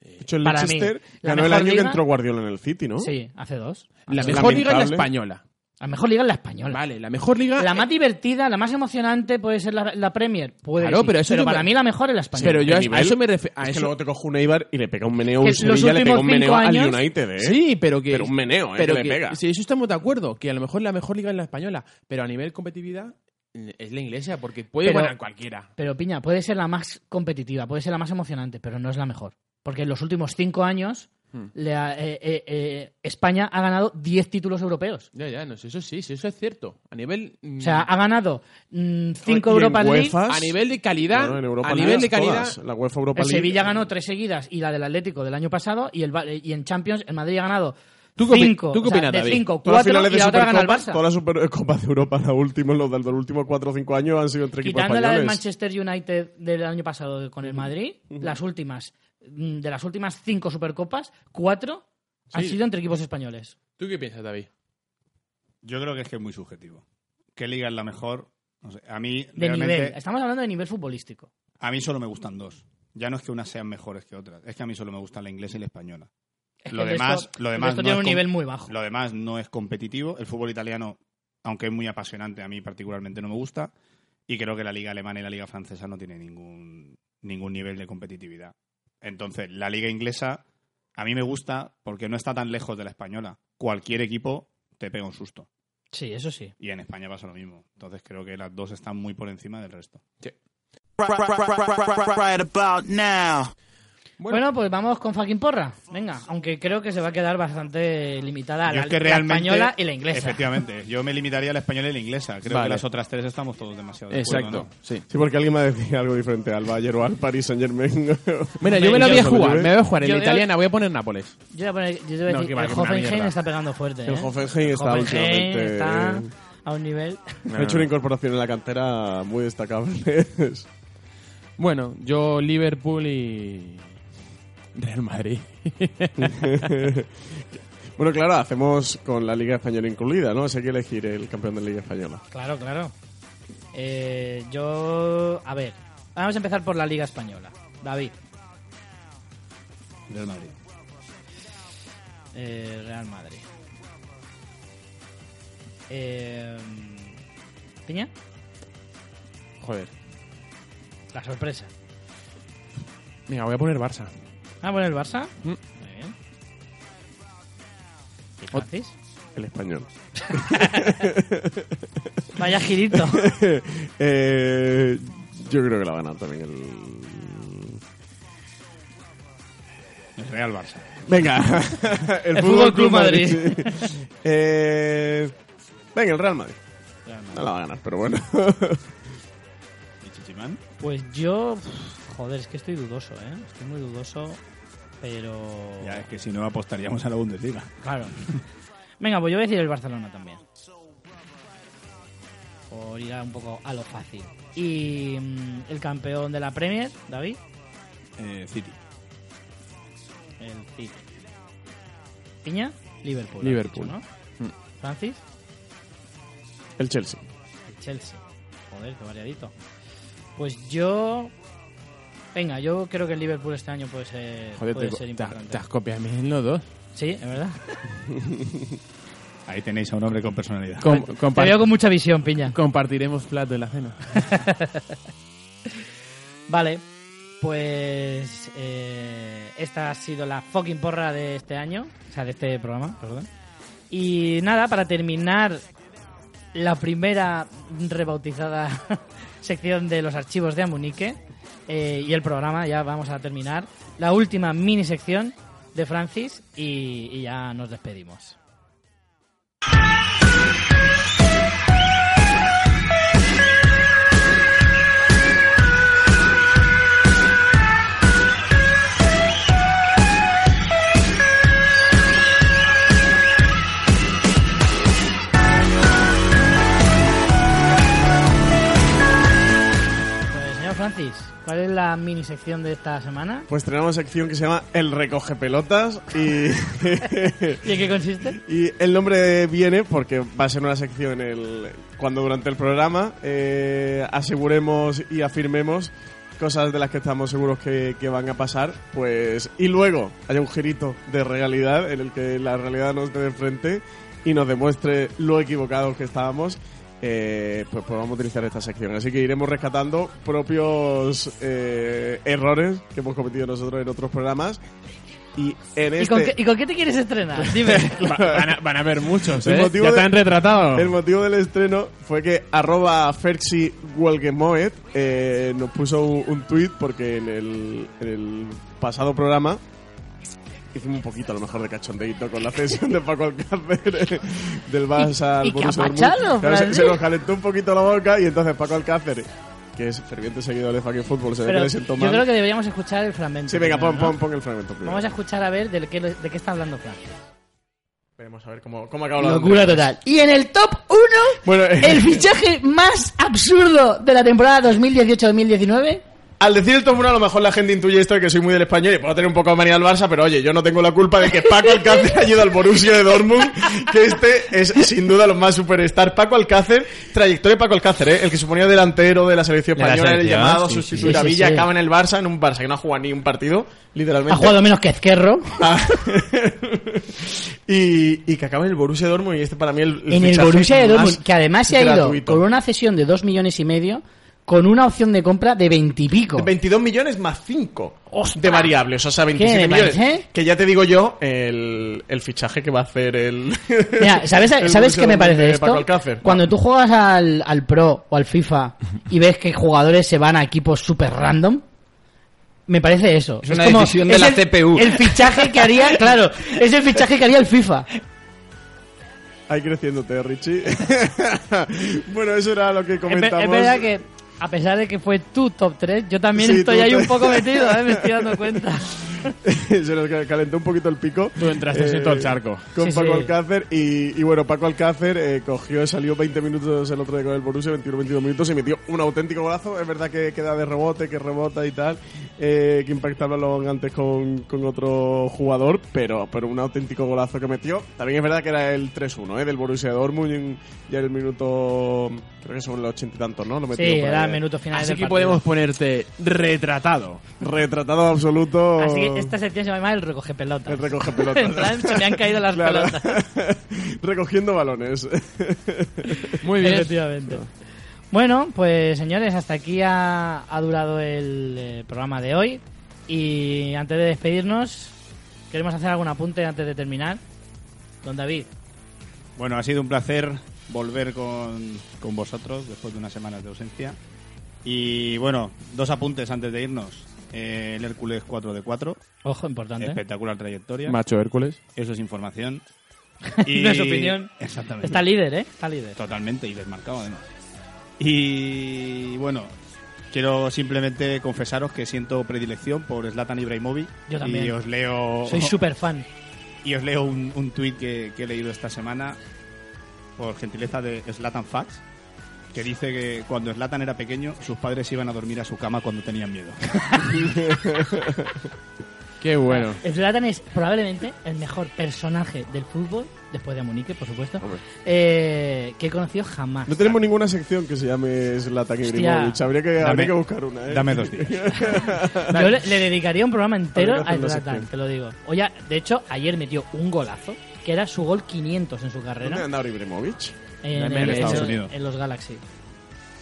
Speaker 3: De hecho, el
Speaker 1: Para mí,
Speaker 3: Leicester
Speaker 1: la
Speaker 3: ganó el
Speaker 1: mejor
Speaker 3: año
Speaker 1: liga-
Speaker 3: que entró Guardiola en el City, ¿no?
Speaker 1: Sí, hace dos.
Speaker 2: La
Speaker 3: Es
Speaker 2: mejor liga es la
Speaker 3: lamentable.
Speaker 2: española.
Speaker 1: La mejor liga es la española.
Speaker 2: Vale, la mejor liga.
Speaker 1: La más divertida, la más emocionante puede ser la, la Premier. Puede
Speaker 2: Claro,
Speaker 1: sí.
Speaker 2: pero eso yo
Speaker 1: para
Speaker 2: me-
Speaker 1: mí la mejor es la
Speaker 2: Sí,
Speaker 1: española.
Speaker 2: pero yo
Speaker 3: el
Speaker 2: a- a
Speaker 3: nivel-
Speaker 2: eso me refiero.
Speaker 3: Es que luego te coge un Eibar y le pega un meneo a
Speaker 1: Que
Speaker 3: un
Speaker 1: es- los
Speaker 3: Sevilla, le pega
Speaker 1: últimos
Speaker 3: un meneo
Speaker 1: cinco años-
Speaker 3: al United, ¿eh?
Speaker 2: Sí, pero que.
Speaker 3: Pero un meneo, ¿eh?
Speaker 2: pero
Speaker 3: que le pega.
Speaker 2: Sí, eso estamos de acuerdo, que a lo mejor la mejor liga es la española, pero a nivel competitividad eh, es la inglesa, porque puede
Speaker 1: Pero-
Speaker 2: ganar cualquiera.
Speaker 1: Pero Piña, puede ser la más competitiva, puede ser la más emocionante, pero no es la mejor. Porque en los últimos cinco años le ha- eh, eh, eh, España ha ganado 10 títulos europeos.
Speaker 2: Ya, ya, no sé, eso sí, sí, eso es cierto. A nivel. mm,
Speaker 1: O sea, ha ganado 5
Speaker 3: Y en
Speaker 1: Europa League.
Speaker 3: UEFA,
Speaker 2: a nivel de calidad.
Speaker 3: Claro, en Europa
Speaker 2: a
Speaker 3: League
Speaker 2: nivel de
Speaker 3: las
Speaker 2: calidad.
Speaker 3: todas. La UEFA Europa
Speaker 1: El
Speaker 3: League.
Speaker 1: Sevilla ganó tres seguidas y la del Atlético del año pasado y el Ba- eh, y en Champions el Madrid ha ganado
Speaker 2: ¿Tú qué opi-
Speaker 1: cinco,
Speaker 2: tú qué
Speaker 1: o sea,
Speaker 2: opinas,
Speaker 1: de
Speaker 2: David?
Speaker 1: 5,
Speaker 3: Todas las
Speaker 1: 4
Speaker 3: finales
Speaker 1: y
Speaker 3: de
Speaker 1: la otra gana el
Speaker 3: Supercopa,
Speaker 1: Barça.
Speaker 3: todas las Supercopas de Europa, la última, los del, los últimos 4 o 5 años han sido entre equipos
Speaker 1: Quitando la del
Speaker 3: españoles.
Speaker 1: Manchester United del año pasado con el Madrid, las últimas, mm, de las últimas cinco Supercopas, cuatro han
Speaker 2: Sí.
Speaker 1: sido entre equipos españoles.
Speaker 2: ¿Tú qué piensas, David?
Speaker 4: Yo creo que es que es muy subjetivo. ¿Qué liga es la mejor? No sé, a mí,
Speaker 1: De
Speaker 4: realmente,
Speaker 1: nivel. Estamos hablando de nivel futbolístico.
Speaker 4: a mí solo me gustan dos. Ya no es que unas sean mejores que otras. Es que a mí solo me gustan la inglesa y la española.
Speaker 1: Es
Speaker 4: Lo
Speaker 1: que el resto-
Speaker 4: demás- lo
Speaker 1: el
Speaker 4: demás
Speaker 1: resto
Speaker 4: no
Speaker 1: tiene
Speaker 4: es
Speaker 1: un
Speaker 4: com-
Speaker 1: nivel muy bajo.
Speaker 4: Lo demás no es competitivo. El fútbol italiano, aunque es muy apasionante, a mí particularmente no me gusta. Y creo que la liga alemana y la liga francesa no tienen ningún, ningún nivel de competitividad. Entonces, la liga inglesa a mí me gusta porque no está tan lejos de la española. Cualquier equipo te pega un susto.
Speaker 1: Sí, eso sí.
Speaker 4: Y en España pasa lo mismo. Entonces creo que las dos están muy por encima del resto.
Speaker 5: Right about now.
Speaker 1: Bueno, pues vamos con fucking porra. Venga, aunque creo que se va a quedar bastante limitada
Speaker 4: Yo
Speaker 1: la,
Speaker 4: es que
Speaker 1: la
Speaker 4: realmente-
Speaker 1: española y la inglesa.
Speaker 4: Efectivamente. Yo me limitaría a la española y la inglesa. Creo
Speaker 2: Vale.
Speaker 4: que las otras tres estamos todos demasiado de acuerdo, ¿no?
Speaker 2: sí.
Speaker 3: Sí, porque alguien me decía algo diferente al Bayern o al Paris Saint Germain.
Speaker 2: Mira, yo me la voy a
Speaker 3: Yo-
Speaker 2: jugar, me la voy a jugar. En
Speaker 1: yo
Speaker 2: la
Speaker 1: veo-
Speaker 2: italiana voy a poner Nápoles.
Speaker 1: Yo voy a poner- yo te voy a
Speaker 2: No,
Speaker 1: decir,
Speaker 2: que va,
Speaker 1: el
Speaker 2: que es una
Speaker 1: Hoffenheim
Speaker 2: mierda.
Speaker 1: está pegando fuerte. ¿eh?
Speaker 3: El Hoffenheim está
Speaker 1: Hoffenheim
Speaker 3: últimamente-
Speaker 1: está a un nivel.
Speaker 3: Ha hecho una incorporación en la cantera muy destacable.
Speaker 2: Bueno, yo Liverpool y. Real Madrid.
Speaker 3: bueno, claro, hacemos con la Liga Española incluida, ¿no? Si hay que elegir el campeón de la Liga Española.
Speaker 1: Claro, claro. Eh, yo. A ver, vamos a empezar por la Liga Española. David,
Speaker 4: Del Madrid.
Speaker 1: eh, Real Madrid. Eh, Piña,
Speaker 2: Joder.
Speaker 1: la sorpresa.
Speaker 2: Mira, voy a poner Barça.
Speaker 1: Ah, bueno, el Barça.
Speaker 2: Mm.
Speaker 1: Muy bien. ¿Y Francis?
Speaker 3: El español.
Speaker 1: Vaya girito.
Speaker 3: Eh, yo creo que la va a ganar también el.
Speaker 4: El Real Barça.
Speaker 3: Venga, el,
Speaker 1: Fútbol Club Madrid.
Speaker 3: sí. Eh, venga, el Real Madrid.
Speaker 1: Real Madrid.
Speaker 3: No la va a ganar, pero bueno.
Speaker 4: ¿Y Chichimán?
Speaker 1: Pues yo. pf, Joder, es que estoy dudoso, ¿eh? Estoy muy dudoso, pero.
Speaker 4: Oh. Ya es que si no apostaríamos a la Bundesliga.
Speaker 1: Claro. Venga, pues yo voy a decir el Barcelona también. Por ir a un poco a lo fácil. Y mm, el campeón de la Premier, David,
Speaker 4: Eh, City.
Speaker 1: el City. Piña, Liverpool. has
Speaker 2: Liverpool. Mm.
Speaker 1: dicho, ¿no? Francis,
Speaker 3: El Chelsea.
Speaker 1: el Chelsea. Joder, qué variadito. Pues yo... Venga, yo creo que el Liverpool este año puede ser,
Speaker 2: Joder,
Speaker 1: puede
Speaker 2: te,
Speaker 1: ser
Speaker 2: te-
Speaker 1: importante.
Speaker 2: te has copiado a mí en los dos.
Speaker 1: Sí, es verdad.
Speaker 4: Ahí tenéis a un hombre con personalidad.
Speaker 2: Com-
Speaker 1: Te
Speaker 2: compar-
Speaker 1: veo con mucha visión, piña.
Speaker 2: Compartiremos plato en la cena.
Speaker 1: Vale, pues eh, esta ha sido la fucking porra de este año, o sea, de este programa, perdón. Y nada, para terminar la primera rebautizada sección de los archivos de Amunique eh, y el programa, ya vamos a terminar la última mini sección de Francis y- y ya nos despedimos. Pues señor Francis, ¿cuál es la mini sección de esta semana?
Speaker 3: Pues tenemos una sección que se llama El recoge pelotas y,
Speaker 1: ¿Y en qué consiste?
Speaker 3: y el nombre viene porque va a ser una sección el, cuando durante el programa eh, aseguremos y afirmemos cosas de las que estamos seguros que, que van a pasar, pues y luego hay un girito de realidad en el que la realidad nos dé de frente y nos demuestre lo equivocados que estábamos. eh, pues, pues vamos a utilizar esta sección. Así que iremos rescatando propios eh, errores que hemos cometido nosotros en otros programas. Y en
Speaker 1: ¿Y, con
Speaker 3: este.
Speaker 1: qué, y con qué te quieres estrenar? Dime.
Speaker 2: Va- van, a, van a haber muchos,
Speaker 3: El
Speaker 2: ¿eh?
Speaker 3: motivo
Speaker 2: Ya
Speaker 3: de-
Speaker 2: te han retratado.
Speaker 3: El motivo del estreno fue que arroba Ferxi Huelguemoet, eh, nos puso un, tweet porque en el, en el pasado programa hicimos un poquito a lo mejor de cachondeito con la cesión de Paco Alcácer eh, del Barça al
Speaker 1: y
Speaker 3: Borussia Dortmund.
Speaker 1: capachalo,
Speaker 3: Claro, se,
Speaker 1: Francis.
Speaker 3: se nos calentó un poquito la boca y entonces Paco Alcácer, que es ferviente seguidor de fucking fútbol, se ve que
Speaker 1: Pero
Speaker 3: le
Speaker 1: yo
Speaker 3: siento mal.
Speaker 1: creo que deberíamos escuchar el fragmento.
Speaker 3: Sí, venga, pon,
Speaker 1: primero, ¿no?
Speaker 3: pon, pon el fragmento primero.
Speaker 1: Vamos a escuchar a ver de qué, de qué está hablando Fran.
Speaker 3: Veremos a ver cómo, cómo acaba la
Speaker 1: total. Y en el top 1,
Speaker 3: Bueno, eh,
Speaker 1: fichaje más absurdo de la temporada 2018-2019.
Speaker 3: Al decir el top 1, a lo mejor la gente intuye esto de que soy muy del español y puedo tener un poco de manía al Barça, pero oye, yo no tengo la culpa de que Paco Alcácer haya ido al Borussia de Dortmund, que este es sin duda lo más superstar. Paco Alcácer, trayectoria de Paco Alcácer, ¿eh? el que suponía delantero de la selección
Speaker 2: De la
Speaker 3: española, el
Speaker 2: selección,
Speaker 3: llamado,
Speaker 2: sí, sí.
Speaker 3: sustituir
Speaker 1: Sí,
Speaker 3: a
Speaker 1: sí,
Speaker 3: Villa,
Speaker 1: sí.
Speaker 3: acaba en el Barça, en un Barça que no ha jugado ni un partido, literalmente.
Speaker 1: Ha jugado menos que Ezquerro.
Speaker 3: Ah. y, y que acaba en el Borussia de Dortmund y este para mí el, el
Speaker 1: en el
Speaker 3: fichaje
Speaker 1: Borussia de
Speaker 3: más
Speaker 1: Dortmund, que además se ha ido
Speaker 3: gratuito.
Speaker 1: con una cesión de 2 millones y medio, con una opción de compra de 20 y pico.
Speaker 3: De 22 millones más 5
Speaker 1: ¡Ostras!
Speaker 3: de variables, o sea, 27
Speaker 1: ¿Qué eh? me
Speaker 3: millones.
Speaker 1: parece?
Speaker 3: Que ya te digo yo el, el fichaje que va a hacer el.
Speaker 1: Mira, ¿sabes,
Speaker 3: el
Speaker 1: ¿sabes qué me
Speaker 3: Borussia
Speaker 1: parece
Speaker 3: de
Speaker 1: esto?
Speaker 3: Paco Alcácer.
Speaker 1: Cuando tú juegas al, al Pro o al FIFA y ves que jugadores se van a equipos super random, me parece eso.
Speaker 6: Es una decisión de
Speaker 1: es
Speaker 6: la
Speaker 1: el-
Speaker 6: CPU.
Speaker 1: El fichaje que haría, claro, es el fichaje que haría el FIFA.
Speaker 3: Ahí creciéndote, Richie. bueno, eso era lo que
Speaker 1: Es, ver-
Speaker 3: comentamos.
Speaker 1: es verdad que, a pesar de que fue tu top 3, yo también
Speaker 3: Sí,
Speaker 1: estoy
Speaker 3: tú
Speaker 1: ahí
Speaker 3: te-
Speaker 1: un poco metido, ¿eh? me estoy dando cuenta.
Speaker 3: Se nos cal- calentó un poquito el pico. Eh,
Speaker 2: Tú entraste en todo el charco.
Speaker 3: Con
Speaker 1: Sí,
Speaker 3: Paco
Speaker 1: sí.
Speaker 3: Alcácer. Y, y bueno, Paco Alcácer eh, cogió, salió 20 minutos el otro día con el Borussia, 21-22 minutos, y metió un auténtico golazo. Es verdad que queda de rebote, que rebota y tal, eh, que impactaba los antes con, con otro jugador, pero, pero un auténtico golazo que metió. También es verdad que era el 3-1 eh, del Borussia Dortmund, en- ya en el minuto, creo que son los ochenta y tantos, ¿no? Lo
Speaker 1: Sí,
Speaker 3: metió por
Speaker 1: era
Speaker 3: ahí.
Speaker 1: el minuto final
Speaker 2: Así
Speaker 1: del
Speaker 2: que
Speaker 1: partido.
Speaker 2: podemos ponerte retratado.
Speaker 3: Retratado absoluto.
Speaker 1: Así que esta sección se llama el recoge pelotas.
Speaker 3: El recoge pelotas.
Speaker 1: en plan, se me han caído las
Speaker 3: Claro.
Speaker 1: pelotas.
Speaker 3: Recogiendo balones.
Speaker 2: Muy bien.
Speaker 1: Efectivamente. Bueno, pues señores, hasta aquí ha, ha durado el eh, programa de hoy. Y antes de despedirnos, queremos hacer algún apunte antes de terminar. Don David,
Speaker 4: Bueno, ha sido un placer volver con, con vosotros después de unas semanas de ausencia. Y bueno, dos apuntes antes de irnos. Eh, el Hércules 4D4,
Speaker 1: ojo, importante. ¿eh?
Speaker 4: espectacular trayectoria.
Speaker 2: Macho Hércules.
Speaker 4: Eso es información.
Speaker 1: No es opinión.
Speaker 4: Exactamente.
Speaker 1: Está líder, ¿eh? Está líder.
Speaker 4: Totalmente, y desmarcado además. Y bueno, quiero simplemente confesaros que siento predilección por Zlatan Ibrahimovic.
Speaker 1: Yo también.
Speaker 4: Y os leo,
Speaker 1: Soy súper fan.
Speaker 4: y os leo un, un tuit que, que he leído esta semana por gentileza de Zlatan Fax, que dice que cuando Zlatan era pequeño, sus padres iban a dormir a su cama cuando tenían miedo.
Speaker 2: Qué bueno.
Speaker 1: Zlatan es probablemente el mejor personaje del fútbol, después de Munique, por supuesto, eh, que he conocido jamás.
Speaker 3: No tenemos ninguna sección que se llame Zlatan
Speaker 1: Hostia.
Speaker 3: Ibrahimovic. Habría que, habría
Speaker 4: Dame-
Speaker 3: que buscar una, ¿eh?
Speaker 4: Dame dos días.
Speaker 1: Yo le, le dedicaría un programa entero
Speaker 3: Habría
Speaker 1: a
Speaker 3: que hacer una
Speaker 1: Zlatan,
Speaker 3: sección.
Speaker 1: te lo digo. Oye, de hecho, ayer metió un golazo. que era su gol 500 en su
Speaker 3: ¿Dónde
Speaker 1: carrera.
Speaker 3: anda Ibrahimovic?
Speaker 1: En,
Speaker 2: En Estados
Speaker 4: Unidos.
Speaker 1: en los Galaxy.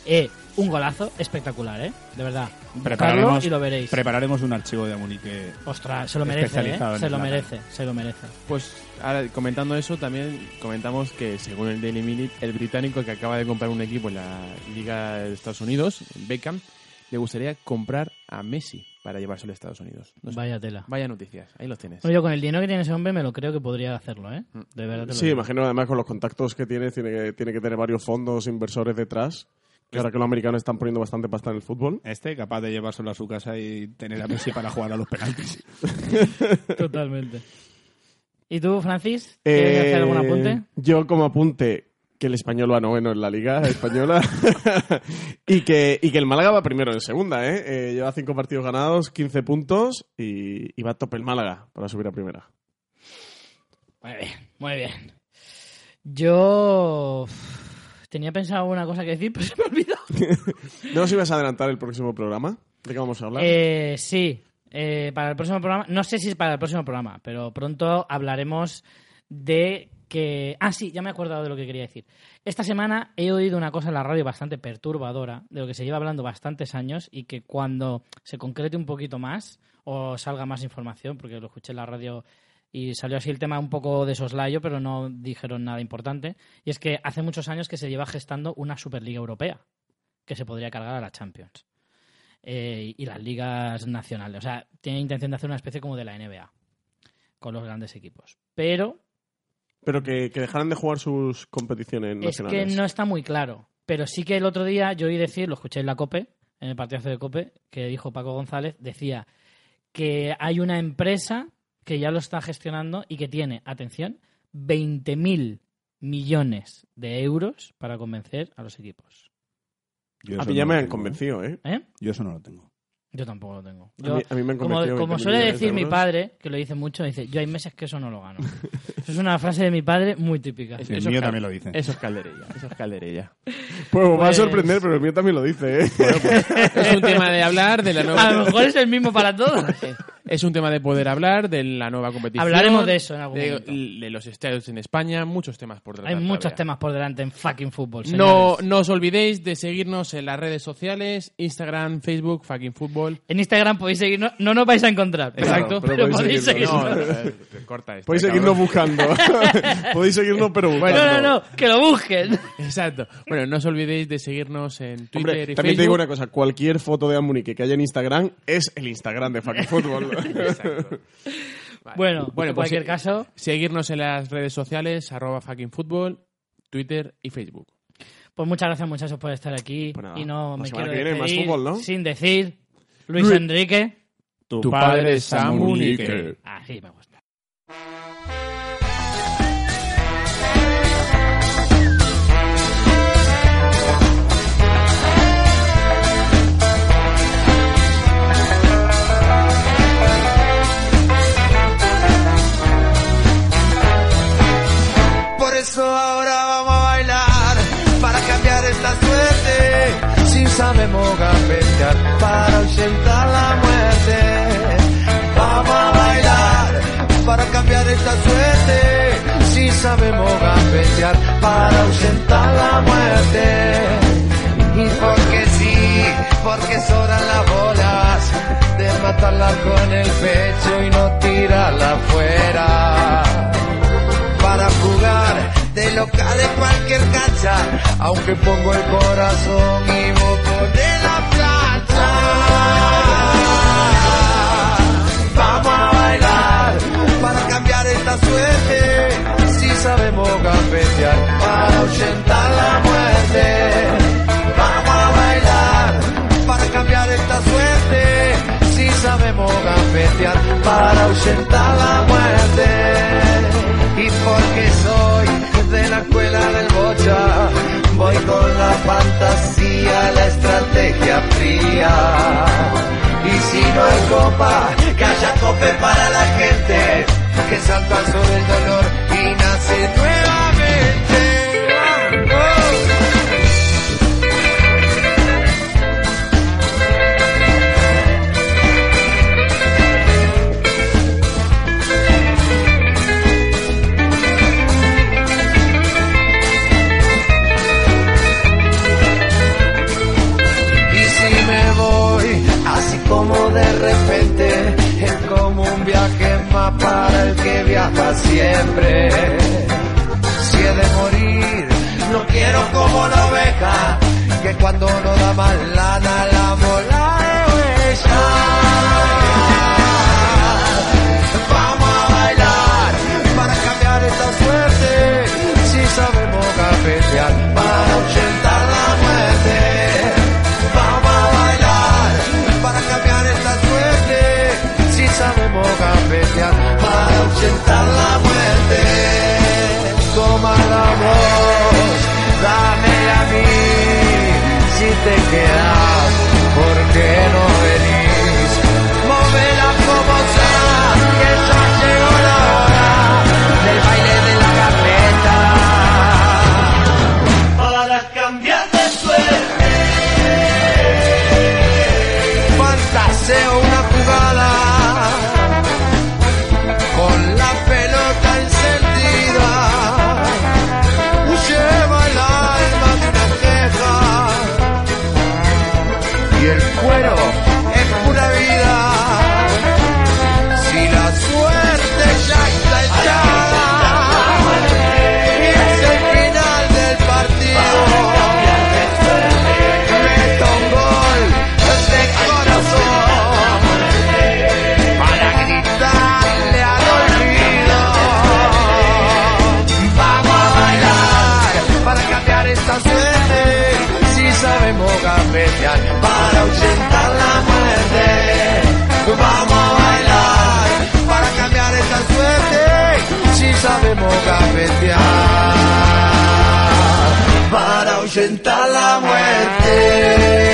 Speaker 1: Eh, un golazo espectacular, ¿eh? De verdad. Buscarlo
Speaker 4: Prepararemos,
Speaker 1: y lo veréis.
Speaker 4: prepararemos un archivo de Amunique.
Speaker 1: Ostras, se lo merece, ¿eh?
Speaker 4: Especializado en
Speaker 1: Se lo
Speaker 4: Zlatan.
Speaker 1: merece, se lo merece.
Speaker 2: Pues ahora, comentando eso, también comentamos que según el Daily Minute, el británico que acaba de comprar un equipo en la Liga de Estados Unidos, Beckham, le gustaría comprar a Messi para llevárselo a Estados Unidos. No sé.
Speaker 1: Vaya tela.
Speaker 2: Vaya noticias, ahí los tienes.
Speaker 1: Bueno, yo con el dinero que tiene ese hombre me lo creo que podría hacerlo, ¿eh?
Speaker 4: Mm.
Speaker 1: De verdad te lo
Speaker 3: Sí,
Speaker 1: digo.
Speaker 3: imagino además con los contactos que tiene, tiene que, tiene que tener varios fondos inversores detrás. Que ahora que los americanos están poniendo bastante pasta en el fútbol.
Speaker 4: Este, capaz de llevárselo a su casa y tener a Messi para jugar a los penaltis.
Speaker 1: Totalmente. ¿Y tú, Francis? ¿Quieres hacer algún
Speaker 3: Eh,
Speaker 1: apunte?
Speaker 3: Yo como apunte que el español va noveno en la liga española y, que, y que el Málaga va primero en segunda, ¿eh? Eh, Lleva cinco partidos ganados, 15 puntos y, y va a tope el Málaga para subir a primera.
Speaker 1: Muy bien, muy bien. Yo uf, tenía pensado una cosa que decir, pero se me olvidó.
Speaker 3: No sé si vas a adelantar el próximo programa. ¿De qué vamos a hablar?
Speaker 1: Eh, sí, eh, para el próximo programa, no sé si es para el próximo programa, pero pronto hablaremos de que... Ah, sí, ya me he acordado de lo que quería decir. Esta semana he oído una cosa en la radio bastante perturbadora, de lo que se lleva hablando bastantes años y que cuando se concrete un poquito más o salga más información, porque lo escuché en la radio y salió así el tema un poco de soslayo, pero no dijeron nada importante, y es que hace muchos años que se lleva gestando una Superliga Europea que se podría cargar a la Champions eh, y las ligas nacionales. O sea, tiene intención de hacer una especie como de la NBA con los grandes equipos. Pero
Speaker 3: Pero que, que dejaran de jugar sus competiciones
Speaker 1: es
Speaker 3: nacionales.
Speaker 1: que no está muy claro. Pero sí que el otro día yo oí decir, lo escuché en la COPE, en el partidazo de COPE, que dijo Paco González, decía que hay una empresa que ya lo está gestionando y que tiene, atención, 20.000 millones de euros para convencer a los equipos.
Speaker 4: Yo
Speaker 3: A
Speaker 4: eso
Speaker 3: mí ya
Speaker 4: no
Speaker 3: me
Speaker 4: lo
Speaker 3: han
Speaker 4: tengo,
Speaker 3: convencido, ¿eh?
Speaker 1: ¿Eh?
Speaker 4: ¿eh? Yo eso no lo tengo.
Speaker 1: Yo tampoco lo tengo.
Speaker 3: A
Speaker 1: Yo-
Speaker 3: mí, a mí me han
Speaker 1: Como,
Speaker 3: convencido.
Speaker 1: como
Speaker 3: 20
Speaker 1: suele
Speaker 3: millones de
Speaker 1: decir mi
Speaker 3: euros.
Speaker 1: padre, que lo dice mucho, dice, yo hay meses que eso no lo gano. Eso es una frase de mi padre muy típica.
Speaker 4: El
Speaker 2: Eso
Speaker 4: mío
Speaker 2: cal-
Speaker 4: también lo dice.
Speaker 2: Eso es calderilla, eso es calderilla.
Speaker 3: Pues me va a
Speaker 1: Pues-
Speaker 3: sorprender, pero el mío también lo dice, ¿eh?
Speaker 2: es un tema de hablar de la
Speaker 1: A lo
Speaker 2: nueva...
Speaker 1: mejor es el mismo para todos.
Speaker 2: Ah, Es un tema de poder hablar de la nueva competición.
Speaker 1: Hablaremos de eso en algún
Speaker 2: de,
Speaker 1: momento.
Speaker 2: de los estadios en España, muchos temas por tratar.
Speaker 1: Hay muchos
Speaker 2: todavía.
Speaker 1: temas por delante en fucking fútbol.
Speaker 2: No,
Speaker 1: señores.
Speaker 2: no os olvidéis de seguirnos en las redes sociales, Instagram, Facebook, fucking fútbol.
Speaker 1: En Instagram podéis seguirnos, no nos vais a encontrar. pero-
Speaker 2: Exacto.
Speaker 1: pero,
Speaker 3: pero
Speaker 1: podéis
Speaker 3: podéis seguirnos.
Speaker 1: seguirnos.
Speaker 2: No, eh, corta esto.
Speaker 3: Podéis
Speaker 2: cabrón.
Speaker 3: seguirnos buscando. Podéis seguirnos, pero buscando.
Speaker 1: No, no, no, que lo busquen.
Speaker 2: Exacto. Bueno, no os olvidéis de seguirnos en Twitter
Speaker 3: Hombre,
Speaker 2: y
Speaker 3: también
Speaker 2: Facebook.
Speaker 3: te digo una cosa, cualquier foto de Amunique que haya en Instagram es el Instagram de Fucking Fútbol.
Speaker 2: Exacto. Vale.
Speaker 1: Bueno, en
Speaker 2: pues
Speaker 1: cualquier
Speaker 2: se-
Speaker 1: caso-
Speaker 2: Seguirnos en las redes sociales, arroba fucking fútbol, Twitter y Facebook.
Speaker 1: Pues muchas gracias muchachos por estar aquí.
Speaker 3: Pues nada,
Speaker 1: y no
Speaker 3: la
Speaker 1: me
Speaker 3: semana
Speaker 1: quiero
Speaker 3: que viene más
Speaker 1: despedir
Speaker 3: fútbol, ¿no?
Speaker 1: sin decir Luis,
Speaker 2: Luis-
Speaker 1: Enrique.
Speaker 4: Tu,
Speaker 2: padre es Amunique.
Speaker 1: Así me gusta.
Speaker 5: Por eso ahora vamos a bailar para cambiar esta suerte. Si sabemos gambetear para ausentar la muerte. Vamos a bailar para cambiar esta suerte. Si sabemos gambetear para ausentar la muerte. Y porque sí, porque sobran las bolas de matarla con el pecho y no tirarla afuera para jugar de local en cualquier cancha, aunque pongo el corazón y boco de la plancha. Vamos a bailar para cambiar esta suerte, si sabemos campetear para ahuyentar la muerte. Vamos a bailar para cambiar esta suerte, si sabemos gambetear para ahuyentar la muerte. Y porque soy de la escuela del bocha, voy con la fantasía, la estrategia fría. Y si no hay copa, que haya cope para la gente, que salta sobre el dolor y nace nuevamente. ¡Vamos! quiero como la oveja, que cuando no da más lana la mola es esa. Vamos a bailar para cambiar esta suerte, si sabemos cafetear para ausentar la muerte. Vamos a bailar para cambiar esta suerte, si sabemos cafetear para ausentar la muerte. Toma la voz, dámela a mí, si te quedas, ¿por qué no venís? Móvela como sea, que ya llegó la hora del baile de la carpeta. Para cambiar de suerte Fantaseo una jugada Con la pelota encendida Lleva el alma de una ceja Y el cuero es pura vida Si la suerte ya está echada y es el final del partido. Meto un gol de corazón para gritarle al olvido. Vamos a bailar para cambiar esta suerte. Si sabemos gambetear para ausentar la muerte. Vamos a bailar para cambiar esta suerte. Si sabemos gambetear para ausentar la muerte.